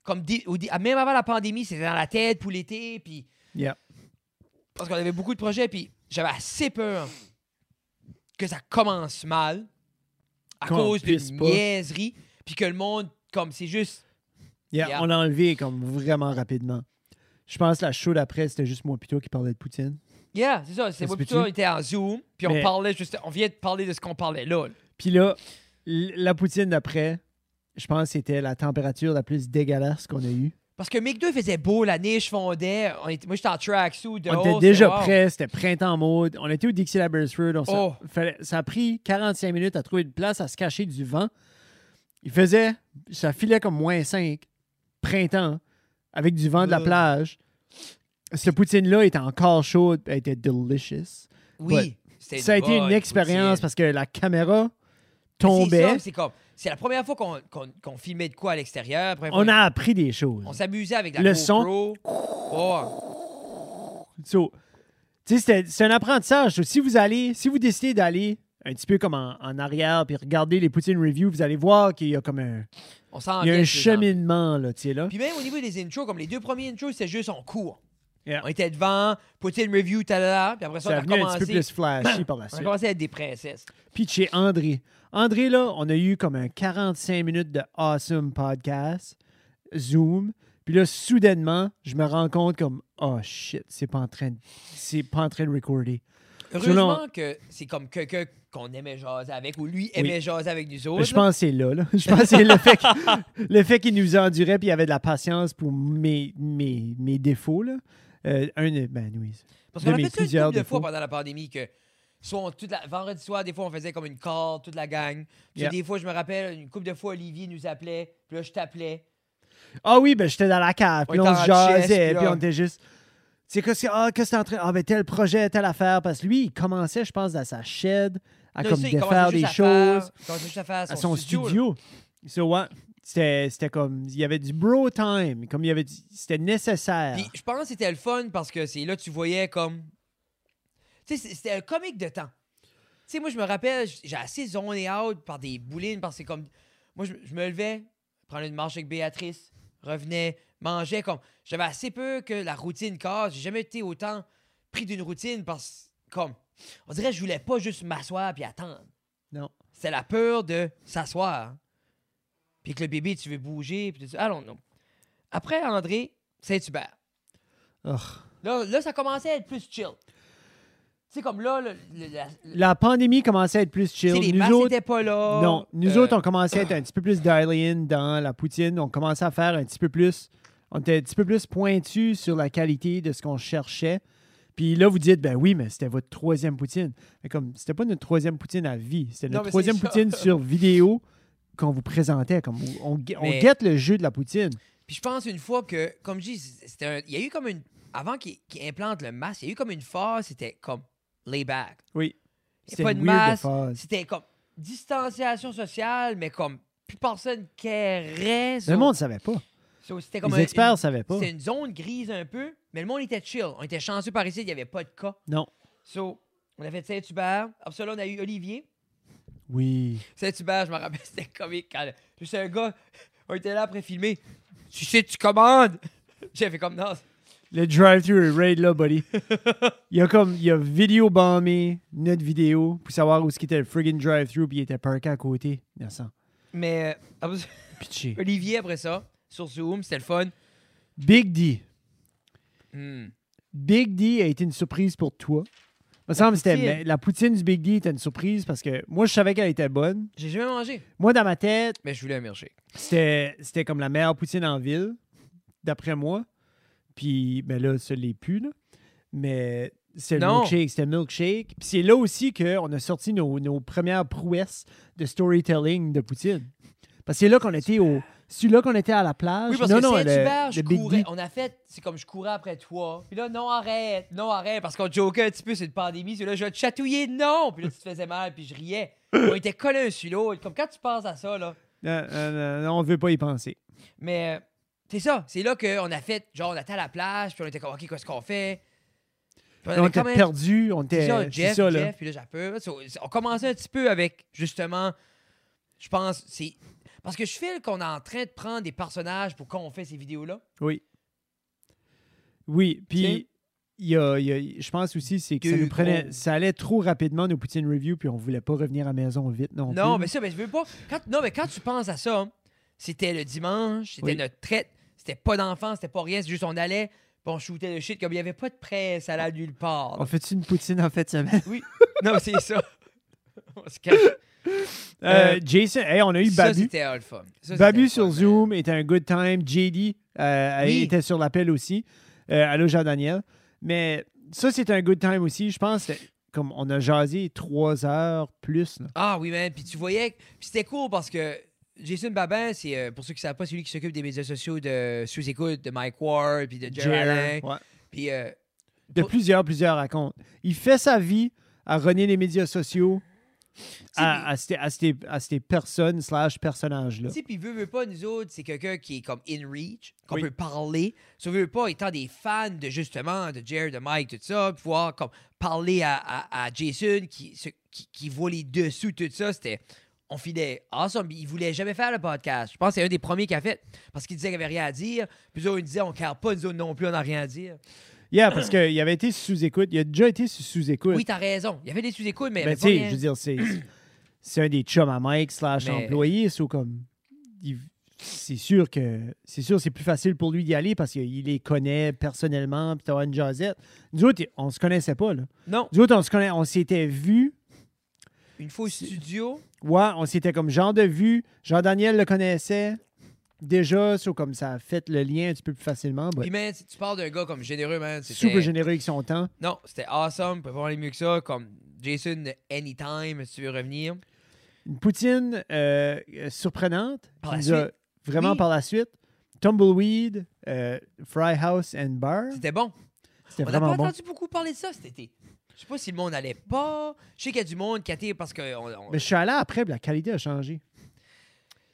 Comme des- au dé- même avant la pandémie, c'était dans la tête pour l'été, puis Yeah. parce qu'on avait beaucoup de projets, puis j'avais assez peur que ça commence mal à Qu'on cause puisse d'une pas. niaiserie, puis que le monde, comme c'est juste Yeah, Yeah. On l'a enlevé comme vraiment rapidement. Je pense que la show d'après, c'était juste moi plutôt qui parlait de Poutine. Yeah, c'est ça. C'est Ça se moi peut-tu? plutôt, on était en Zoom, puis on Mais- parlait juste, on vient de parler de ce qu'on parlait là. là. Puis là, l- la Poutine d'après, je pense que c'était la température la plus dégueulasse qu'on a eue. Parce que Mick 2 faisait beau, la neige fondait, on était- moi j'étais en tracksuit dehors. On était déjà c'est- wow. prêt, c'était printemps mode. On était au Dixie Labor's Road. on s'en- Oh. fallait- ça a pris 45 minutes à trouver une place, à se cacher du vent. Il faisait, ça filait comme moins 5, printemps, avec du vent de la Euh. plage. Cette poutine-là était encore chaude, elle était delicious. Oui, c'était Ça a été une bonne expérience poutine. parce que la caméra C'est tombait. ça, C'est comme, c'est la première fois qu'on qu'on- qu'on filmait de quoi à l'extérieur. la première On fois- a appris des choses. on s'amusait avec la Le GoPro. Oh, So, tu sais, c'était- c'est un apprentissage. So, si vous allez, si vous décidez d'aller un petit peu comme en, en arrière puis regarder les Poutine Review, vous allez voir qu'il y a comme un, on s'en il y a vient, un Ah, c'est ça. cheminement là, tu sais là. Puis même au niveau des intros, comme les deux premiers intros, c'était juste en cours. Yeah. On était devant, poutine review, talala, puis après ça, Ça on a venu un petit peu commencé, plus flashy par la on a suite. commencé à être des princesses. Puis chez André. André, là, on a eu comme un 45 minutes de awesome podcast, Zoom. Puis là, soudainement, je me rends compte comme Oh shit, c'est pas en train de. C'est pas en train de recorder. Heureusement que c'est comme quelqu'un qu'on aimait jaser avec ou lui aimait jaser avec nous autres. Je pense que c'est là, là. Je pense que c'est le fait que- le fait qu'il nous endurait puis il avait de la patience pour mes, mes, mes défauts, là. Euh, un, de- ben oui. Parce qu'on de a mes fait ça une plusieurs couple de fois défauts. pendant la pandémie que soit on- toute la, vendredi soir, des fois, on faisait comme une call, toute la gang. Puis Yeah. des fois, je me rappelle, une couple de fois, Olivier nous appelait, puis là, je t'appelais. Ah oui, ben j'étais dans la cave, puis On on, était en se chess, puis jasait, là- puis on était juste. Tu sais, qu'est-ce que ah, qu'est-ce que t'es en train. Ah, ben tel projet, telle affaire. Parce que lui, il commençait, je pense, dans sa shed à Là, comme ça, il défaire commençait des juste choses à faire- il commençait juste à faire à son studio. là. So, ouais, c'était c'était comme. Il y avait du bro time. Comme il y avait. du- C'était nécessaire. Puis je pense que c'était le fun parce que c'est là que tu voyais comme. Tu sais, c'est- c'était un comique de temps. Tu sais, moi, je me rappelle, j- j'ai assez zoné out par des boulines parce que c'est comme. Moi, je, je me levais, prenais une marche avec Béatrice, revenais, mangeais comme. J'avais assez peu que la routine casse. J'ai jamais été autant pris d'une routine parce comme. On dirait que je voulais pas juste m'asseoir puis attendre. Non. C'était la peur de s'asseoir. Puis que le bébé, tu veux bouger. Puis tout ça. I don't know. Après, André, Saint-Hubert. Ugh. Là, là, ça commençait à être plus chill. Tu sais, comme là, le- le- la- le- La pandémie commençait à être plus tu chill. sais, les Nous masques autres- n'étaient pas là. Non, nous Euh, autres, on commençait à être un petit peu plus dial in dans la poutine. On commençait à faire un petit peu plus. On était un petit peu plus pointu sur la qualité de ce qu'on cherchait. Puis là, vous dites, ben oui, mais c'était votre troisième poutine. Mais comme, c'était pas notre troisième poutine à vie. C'était Non, notre mais c'est troisième ça. poutine sur vidéo qu'on vous présentait. Comme, on, on, on Mais- guette le jeu de la poutine. Puis je pense une fois que, comme je dis, c'était un- il y a eu comme une. Avant qu'il qu'il implante le masque, il y a eu comme une phase, c'était comme lay back. Oui. Il y a C'était pas de weird masque. phase. C'était comme distanciation sociale, mais comme plus personne carait. Le monde savait pas. c'était comme Les un- experts une- savaient pas. C'était une zone grise un peu, mais le monde était chill. On était chanceux par ici, il n'y avait pas de cas. Non. So, on a fait Saint-Hubert. Après ça, là, on a eu Olivier. Oui. Saint-Hubert, je me rappelle, c'était comique quand juste un gars, on était là après filmer. Tu sais, tu commandes. J'ai fait comme non. Le drive-thru est raid là, buddy. il a comme, il a vidéo bombé notre vidéo pour savoir où ce était le friggin' drive-thru puis il était parké à côté. Innocent. Mais euh, après ça, Pitché. Olivier, après ça, sur Zoom, c'était le fun. Big D. Hmm. Big D a été une surprise pour toi. Il me semble que c'était poutine. mais la poutine du Big D était une surprise parce que moi, je savais qu'elle était bonne. J'ai jamais mangé, Moi, dans ma tête, mais je voulais un milkshake. c'était c'était comme la meilleure poutine en ville, d'après moi. Puis, ben là, ça l'est plus, là. Mais c'est le Non. milkshake, c'était milkshake. Puis c'est là aussi qu'on a sorti nos, nos premières prouesses de storytelling de poutine. Parce que c'est là qu'on était au... C'est là qu'on était à la plage. Oui, parce non, que non, le- Saint-Hubert, je le Big courais. D. On a fait, c'est comme je courais après toi. Puis là, non, arrête, non, arrête, parce qu'on jokait un petit peu sur une pandémie. Puis là, je vais te chatouiller, non. Puis là, tu te faisais mal, puis je riais. On était collés un sur l'autre. Comme quand tu penses à ça, là. Non, non, non, non, on veut pas y penser. Mais euh, c'est ça. C'est là qu'on a fait, genre, on était à la plage, puis on était comme, OK, qu'est-ce qu'on fait? Puis Puis on avait était Ben, quand même- perdu, on était. Déjà, c'est Jeff, ça, là. Jeff, puis là, j'ai peur. So, On commençait un petit peu avec, justement, je pense, c'est. Parce que je file qu'on est en train de prendre des personnages pour quand on fait ces vidéos-là. Oui. Oui, Tiens. puis il y a- il y a- je pense aussi c'est que ça Que nous prenait, gros. ça allait trop rapidement nos poutine review puis on voulait pas revenir à la maison vite non, Non, plus. mais ça, mais je veux pas. Quand, non, mais quand tu penses à ça, hein, c'était le dimanche, c'était Oui. notre traite, c'était pas d'enfant, c'était pas rien, c'est juste on allait, puis on shootait le shit comme il y avait pas de presse à la nulle part. on fait une poutine en fait semaine. non, mais c'est ça. On se cache. Euh, Jason, hey, on a eu Ça, Babu. c'était all fun. Ça, c'était le Babu fun, sur hein. man. Zoom était un good time. JD euh, Oui. était sur l'appel aussi. Euh, allô, Jean-Daniel. Mais ça, c'était un good time aussi. Je pense que comme on a jasé trois heures plus. là. Ah oui, man. Puis tu voyais. que- Puis c'était cool parce que Jason Babin, c'est euh, pour ceux qui ne savent pas, celui qui s'occupe des médias sociaux de Sous Écoute, de Mike Ward, puis de Jerry Alain. Ouais. Puis euh, De Pour- plusieurs, plusieurs racontes. Il fait sa vie à runner les médias sociaux à, puis- à, ces, à ces- à ces personnes slash personnages-là. tu sais, puis veut, veut pas, nous autres, c'est quelqu'un qui est comme in reach, qu'on Oui. peut parler. Si on veut pas, étant des fans de justement de Jerry, de Mike, tout ça, pouvoir comme parler à, à- à Jason qui, ce- qui, qui voit les dessous, tout ça, c'était. On filait awesome. Il voulait jamais faire le podcast. Je pense que c'est un des premiers qu'il a fait parce qu'il disait qu'il avait rien à dire. Puis nous autres, on disait on ne pas, nous autres non plus, on n'a rien à dire. Yeah, parce qu'il avait été sous-écoute. Il a déjà été sous- sous-écoute. Oui, t'as raison. Il y avait des sous-écoutes, mais. il y Ben, avait tu pas sais, rien. je veux dire, c'est, c'est un des chums à Mike slash Mais- employé, so comme, il- c'est sûr que c'est sûr c'est plus facile pour lui d'y aller parce qu'il les connaît personnellement, puis t'as une jasette. Nous autres, on se connaissait pas, là. Non, Nous autres, on se connaît, on s'était vus, une fois au studio. ouais, on s'était comme genre de vus. Jean-Daniel le connaissait déjà, so comme ça a fait le lien un petit peu plus facilement. but Puis, man, si tu parles d'un gars comme généreux, man. c'était- super généreux avec son temps. Non, c'était awesome. Peut pas aller mieux que ça. Comme Jason, anytime, si tu veux revenir. Une poutine euh, euh, surprenante. Par la qui nous a- suite. Vraiment Oui. par la suite. Tumbleweed, euh, Fry House and Bar. C'était bon. C'était On n'a vraiment pas bon. entendu beaucoup parler de ça cet été. Je sais pas si le monde allait pas. Je sais qu'il y a du monde qui a été parce que. on- on- Mais je suis allé après, puis la qualité a changé.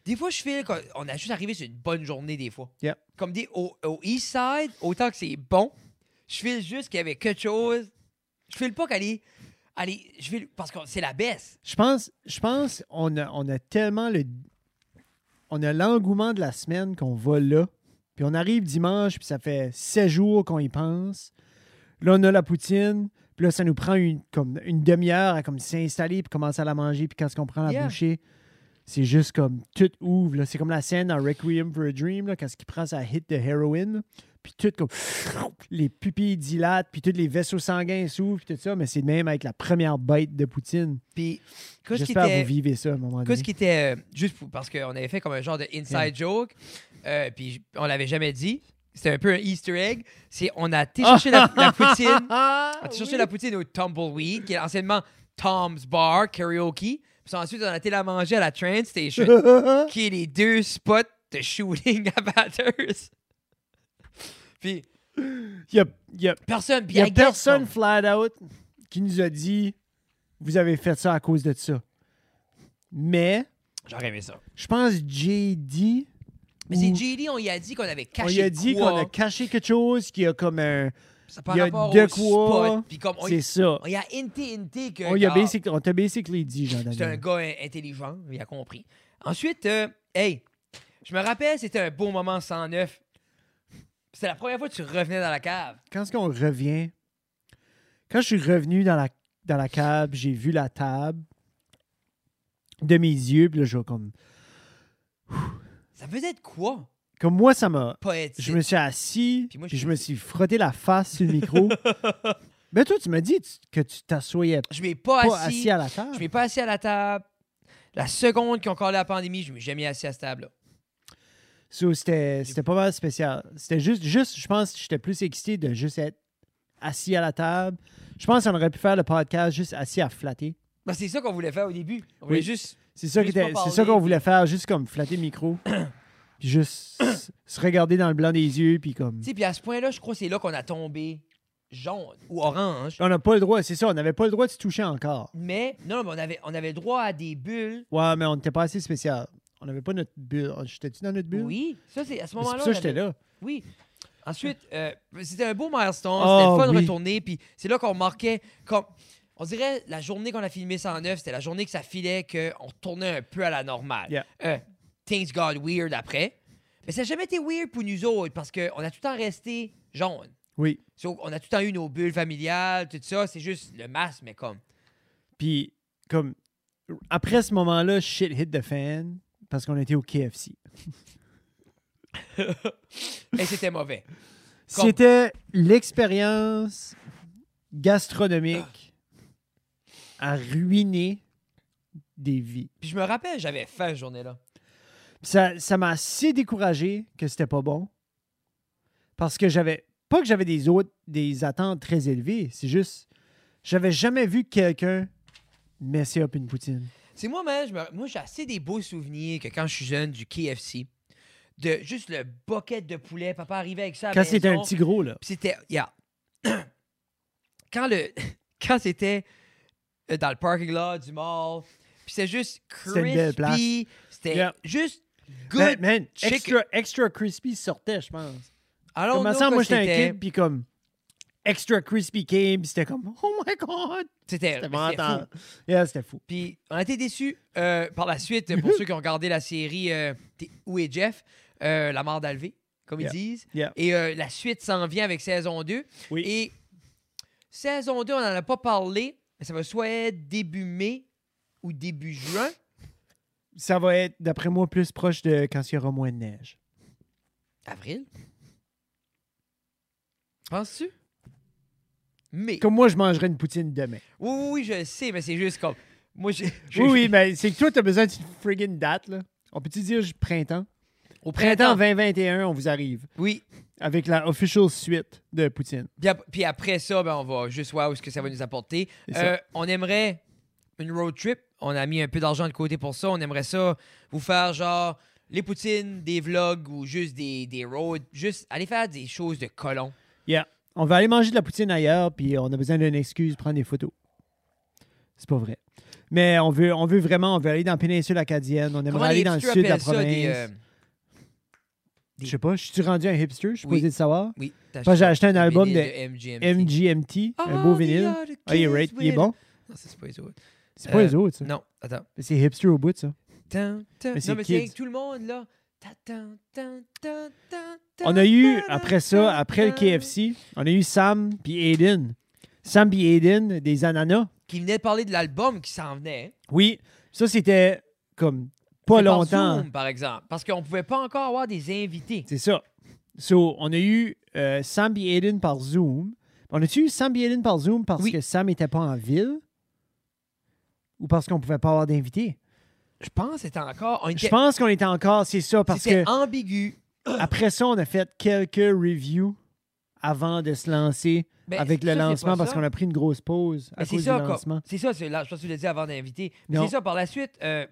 Des fois, je file qu'on a juste arrivé sur une bonne journée, des fois. Yep. Comme dit au, au East Side, autant que c'est bon, je file juste qu'il y avait quelque chose. Je file pas qu'aller. Allez, je file. Parce que c'est la baisse. Je pense, je pense on, a, on a tellement le. On a l'engouement de la semaine qu'on va là. Puis on arrive dimanche, puis ça fait 16 jours qu'on y pense. Là, on a la poutine. Puis là, ça nous prend une, comme une demi-heure à comme s'installer, puis commencer à la manger. Puis quand on prend la Yeah. bouchée, c'est juste comme tout ouvre. là. C'est comme la scène dans Requiem for a Dream, là, quand il prend sa hit de héroïne. Puis tout comme. Les pupilles dilatent, puis tous les vaisseaux sanguins s'ouvrent, puis tout ça. Mais c'est de même avec la première bite de poutine. Puis, qu'est-ce qui J'espère que était. vous vivez ça à un moment donné. Qu'est-ce qui était. euh, Juste pour- parce qu'on avait fait comme un genre de inside Yeah. joke, euh, puis j- on l'avait jamais dit. C'était un peu un Easter egg. C'est on a été Ah! chercher la, la poutine. Ah, On a été oui. chercher la poutine au Tumbleweed, qui est anciennement Tom's Bar, karaoke. Puis ensuite, on a été la manger à la Train Station, qui est les deux spots de shooting à Batters. Puis Il y a, il y a- personne. il Puis y a I guess, personne comme- flat out qui nous a dit vous avez fait ça à cause de ça. Mais J'aurais aimé ça. je pense JD. Mais ou- c'est JD, on y a dit qu'on avait on caché. lui a dit quoi. qu'on a caché quelque chose qui a comme un. Ça par il y a rapport de au quoi, spot, Puis comme on C'est ça. On y Oh, a hinté, hinté que. On lui Oh, a ah, basic- on t'a basically dit, Jean-Daniel. C'est un gars in- intelligent, il a compris. Ensuite, euh, hey, je me rappelle, c'était un beau moment 109. C'était la première fois que tu revenais dans la cave. quand est-ce qu'on revient, quand je suis revenu dans la, dans la cave, j'ai vu la table de mes yeux, puis là, je vois comme. Ça faisait de quoi, Comme moi, ça m'a. poétique? Je me suis assis, Puis moi, je puis je suis- me suis frotté la face sur le micro. Mais toi, tu m'as dit tu- que tu t'assoyais Je m'ai pas, pas assis. assis à la table. Je m'ai pas assis à la table. La seconde qui ont collé la pandémie, je m'ai jamais assis à cette table-là. So, c'était c'était pas mal spécial. C'était juste, juste, je pense que j'étais plus excité de juste être assis à la table. Je pense qu'on aurait pu faire le podcast juste assis à flatter. Ben, c'est ça qu'on voulait faire au début. On voulait Oui. juste. C'est ça qui Juste était- pas c'est ça parler, qu'on voulait faire, juste comme flatter le micro. puis juste s- se regarder dans le blanc des yeux, puis comme. Tu sais, puis à ce point-là, je crois que c'est là qu'on a tombé jaune ou orange. On n'a pas le droit, c'est ça, on n'avait pas le droit de se toucher encore. Mais non, mais on avait, on avait droit à des bulles. Ouais, mais on n'était pas assez spécial. On n'avait pas notre bulle. On- J'étais-tu dans notre bulle? Oui, ça c'est à ce Mais C'est moment-là. pour ça on que j'étais avait- là. Oui. Ensuite, euh, c'était un beau milestone. c'était Oh, le fun de oui. retourner. Puis c'est là qu'on marquait comme. On dirait la journée qu'on a filmé 109, c'était la journée que ça filait, qu'on tournait un peu à la normale. Yeah. Euh, things got weird après. Mais ça n'a jamais été weird pour nous autres parce qu'on a tout le temps resté jaune. Oui. So, on a tout le temps eu nos bulles familiales, tout ça. C'est juste le masque, mais comme. Puis, comme, après ce moment-là, shit hit the fan parce qu'on était au KFC. Et c'était mauvais. Comme- C'était l'expérience gastronomique à ruiner des vies. Puis je me rappelle, j'avais faim cette journée-là. Ça ça m'a assez découragé que c'était pas bon. Parce que j'avais. Pas que j'avais des autres des attentes très élevées, c'est juste. J'avais jamais vu quelqu'un messer up une poutine. C'est moi, man, je me- moi, j'ai assez des beaux souvenirs que quand je suis jeune du KFC, de juste le bucket de poulet, papa arrivait avec ça. à la Quand c'était un maison, petit gros, là. Puis c'était. Yeah. quand le. Quand c'était euh, dans le parking lot du mall, puis c'était juste C'était une belle place. crispy, c'était Yeah. juste Man, good. Ben, man, chicken. extra, extra crispy sortait, je pense. Alors, Comme ça, moi, j'étais un kid, puis comme extra crispy came, puis c'était comme oh my god, C'était c'était c'était fou. mental. Yeah, c'était fou. Puis on a été déçus euh, par la suite, pour ceux qui ont regardé la série euh, T'es- Où est Jeff? Euh, la mort d'Alvé, comme Yeah. ils disent. Yeah. Et euh, la suite s'en vient avec saison 2. Oui. Et saison 2, on n'en a pas parlé, mais ça va soit être début mai ou début juin. Ça va être, d'après moi, plus proche de quand il y aura moins de neige. Avril? Penses-tu? Mai. Comme moi, je mangerai une poutine demain. Oui, oui, oui, je sais, mais c'est juste comme. Moi, j'ai. j'ai- Oui, oui, mais c'est que toi, t'as besoin d'une friggin' date, là. On peut-tu dire je- printemps? Au printemps. Printemps 2021, on vous arrive Oui. avec la official suite de Poutine. Puis, ap- puis après ça, ben, on va juste voir où ce que ça va nous apporter. C'est ça. Euh, on aimerait une road trip. On a mis un peu d'argent de côté pour ça. On aimerait ça vous faire genre les poutines, des vlogs ou juste des, des roads. Juste aller faire des choses de colons. Yeah. On va aller manger de la poutine ailleurs, puis on a besoin d'une excuse, prendre des photos. C'est pas vrai. Mais on veut, on veut vraiment, on veut aller dans la péninsule acadienne, on aimerait aller dans le hipsters sud de la appellent ça, province. des, euh, Je sais pas, je suis rendu un hipster, je suis Oui. posé de savoir. oui, t'as Moi, j'ai acheté un album vinyle de MGMT. MGMT, un beau Oh, they vinyle. are the Ah, il est kids right, il est with- bon. Non, ça, c'est pas les autres. C'est pas Euh, les autres, ça. Non, attends. Mais C'est hipster au bout de ça. Tan, tan. Mais non, c'est mais c'est avec kids. tout le monde, là. Ta- tan, tan, tan, tan, On a tan, eu, tan, après tan, ça, après le tan. KFC, on a eu Sam puis Aiden. Sam puis Aiden, des ananas. Qui venait de parler de l'album qui s'en venait. hein. Oui, ça c'était comme pas C'est par longtemps. Zoom, par exemple. Parce qu'on pouvait pas encore avoir des invités. C'est ça. So, on a eu euh, Sam et Aiden par Zoom. On a-tu eu Sam et Aiden par Zoom parce Oui. que Sam n'était pas en ville? Ou parce qu'on pouvait pas avoir d'invité? Je pense que c'était encore. On Je était, pense qu'on était encore, c'est ça, parce que c'était ambigu. après ça, on a fait quelques reviews avant de se lancer Ben, avec le ça, c'est lancement pas parce ça. qu'on a pris une grosse pause à Mais c'est cause ça, du quoi. lancement. C'est ça, c'est là, je pense que tu l'as dit avant d'inviter. Mais Non. c'est ça, par la suite, euh,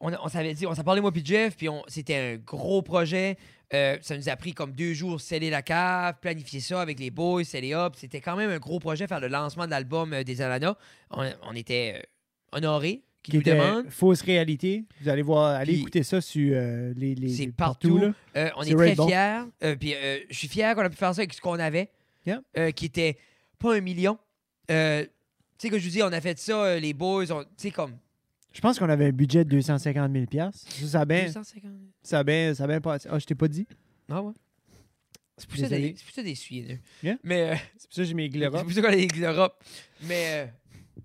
on, a- on s'avait dit, on s'en parlait moi puis Jeff, puis on- c'était un gros projet. Euh, ça nous a pris comme deux jours sceller la cave, planifier ça avec les boys, sceller up. C'était quand même un gros projet, faire le lancement de l'album euh, des Alana. On, on était euh, honorés qu'ils Qui nous était demandent. fausse réalité. Vous allez voir, allez Puis- écouter ça sur euh, les, les- C'est les- partout. là. Euh, on est, C'est très right, bon. fiers. Euh, puis euh, je suis fier qu'on a pu faire ça avec ce qu'on avait, Yeah. Euh, qui était pas un million. Euh, tu sais que je vous dis, on a fait ça, euh, les boys, on- tu sais comme Je pense qu'on avait un budget de 250 000 Ça, ça a bien, 250. ça a bien, ça a bien passé. Ah, je t'ai pas dit? Ah ouais. C'est pour, ça Désolé. des- c'est pour ça des souillés. Yeah. Mais euh, C'est pour ça que j'ai mes c'est gléras. pour ça qu'on a des l'Europe. Mais euh,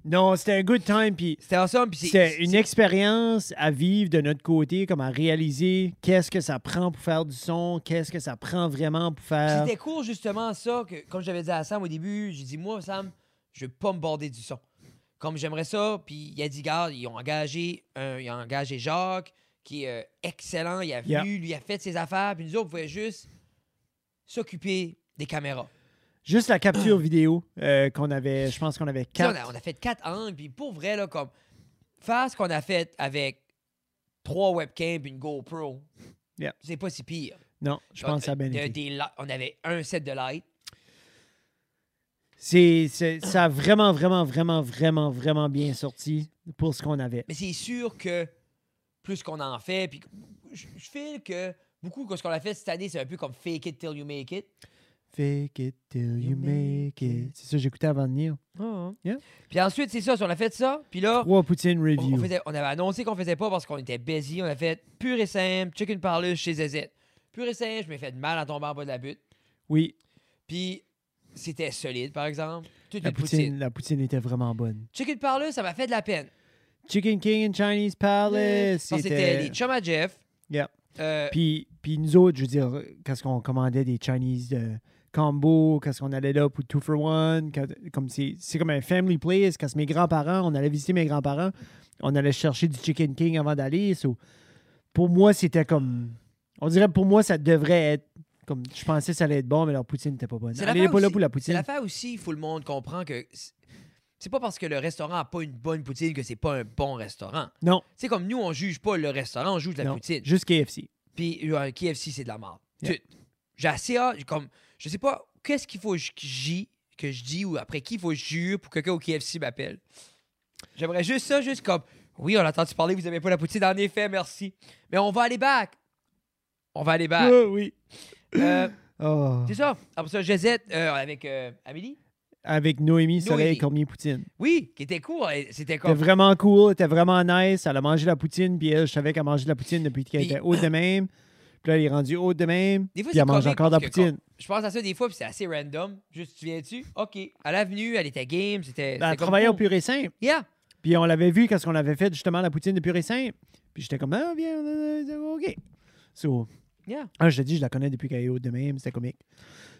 Non, c'était un good time, puis c'était ensemble. Puis c'était c'est une c'est- expérience à vivre de notre côté, comme à réaliser qu'est-ce que ça prend pour faire du son, qu'est-ce que ça prend vraiment pour faire. C'était court, justement, ça, que comme j'avais dit à Sam au début, j'ai dit, moi, Sam, je veux pas me border du son. Comme j'aimerais ça, puis il a dit, garde, ils ont engagé, un, ils ont engagé Jacques, qui est euh, excellent, il est venu, Yeah. lui a fait ses affaires, puis nous autres, on pouvait juste s'occuper des caméras. Juste la capture vidéo euh, qu'on avait, je pense qu'on avait Tu sais, quatre. On, a, on a fait quatre angles, puis pour vrai, là, comme, faire ce qu'on a fait avec trois webcams puis une GoPro, Yeah. c'est pas si pire. Non, je pense que ça a bien De- été. des li- On avait un set de light. C'est- c'est- ça a vraiment, vraiment, vraiment, vraiment, vraiment bien sorti pour ce qu'on avait. Mais c'est sûr que plus qu'on en fait, puis je, je file que beaucoup que ce qu'on a fait cette année, c'est un peu comme fake it till you make it. Fake it till you make it. C'est ça que j'écoutais avant de venir. Yeah. Puis ensuite, c'est ça, on a fait ça. Puis là, Trois poutine on, on review. faisait- on avait annoncé qu'on faisait pas parce qu'on était busy. On a fait pur et simple, chicken parlus chez Zezette. Pur et simple, je m'ai fait mal en tombant en bas de la butte. Oui, Puis c'était solide, par exemple. Toute la une poutine, poutine. la poutine était vraiment bonne. Chicken parlus, ça m'a fait de la peine. Chicken King and Chinese Palace. Parce que c'était les chums à Jeff. Yeah. Euh, Puis, puis nous autres, je veux dire, quand on commandait des Chinese euh, combos, quand on allait là pour two for one, quand- comme c'est c'est comme un family place, quand c'est mes grands-parents, on allait visiter mes grands-parents, on allait chercher du Chicken King avant d'aller. so, pour moi, c'était comme. On dirait pour moi, ça devrait être. Comme, je pensais que ça allait être bon, mais leur poutine n'était pas bonne. C'est Elle n'est l'affaire pas là aussi- pour la C'est poutine. l'affaire aussi, il faut le monde comprend que c'est- c'est pas parce que le restaurant a pas une bonne poutine que c'est pas un bon restaurant. Non. C'est comme nous, on juge pas le restaurant, on juge la non, poutine. Juste KFC. Puis euh, KFC, c'est de la merde. Yeah. Tu- J'ai assez hâte, j'ai comme, je sais pas, qu'est-ce qu'il faut que je- que j'y- que je dis ou après qui il faut que je jure pour que quelqu'un au KFC m'appelle. J'aimerais juste ça, juste comme, oui, on a entendu parler, vous aimez pas la poutine, en effet, merci. Mais on va aller back. On va aller back. Ah, oui. Euh, Ah. c'est ça. Après ça, Josette euh, avec euh, Amélie. Avec Noémie, Soleil Noémie. Cormier Poutine. Oui, qui était court. et C'était C'était comme. vraiment cool, c'était vraiment nice. Elle a mangé la poutine, puis elle, je savais qu'elle mangeait de la poutine depuis qu'elle Puis- était haute de même. Puis là, elle est rendue haute de même. Des fois, puis elle c'est mange comique encore de la parce que poutine. Je pense à ça des fois, puis c'est assez random. Juste, tu viens-tu? OK. À l'avenue, elle était game. C'était. Ben, c'était elle comme travaillait au cool. pur et simple. Yeah. Puis on l'avait vu quand on avait fait justement la poutine de pur et simple. Puis j'étais comme, ah, viens, euh, euh, OK. So, Yeah. ah, je te dis, je la connais depuis qu'elle est haute de même. C'était comique.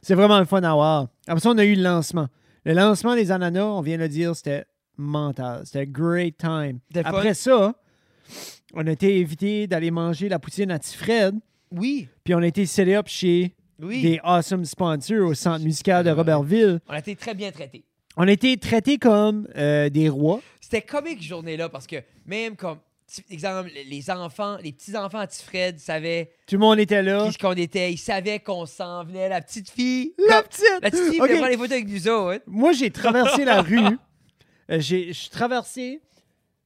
C'est vraiment le fun à avoir. Après ça, on a eu le lancement. Le lancement des ananas, on vient de le dire, c'était mental. C'était great time. C'était fun. Après ça, on a été évité d'aller manger la poutine à Tifred. Oui. Puis on a été set up chez Oui. des awesome sponsors au centre musical de Robertville. On a été très bien traités. On a été traités comme euh, des rois. C'était comique, cette journée-là, parce que même comme. tu- Exemple, les enfants, les petits-enfants à Tifred savaient Tout le monde était là. qui qu'on était. Ils savaient qu'on s'en venait. La petite fille. La comme- petite! la petite fille Ok. voulait prendre les photos avec nous autres. Moi, j'ai traversé la rue. Euh, j'ai je suis traversé.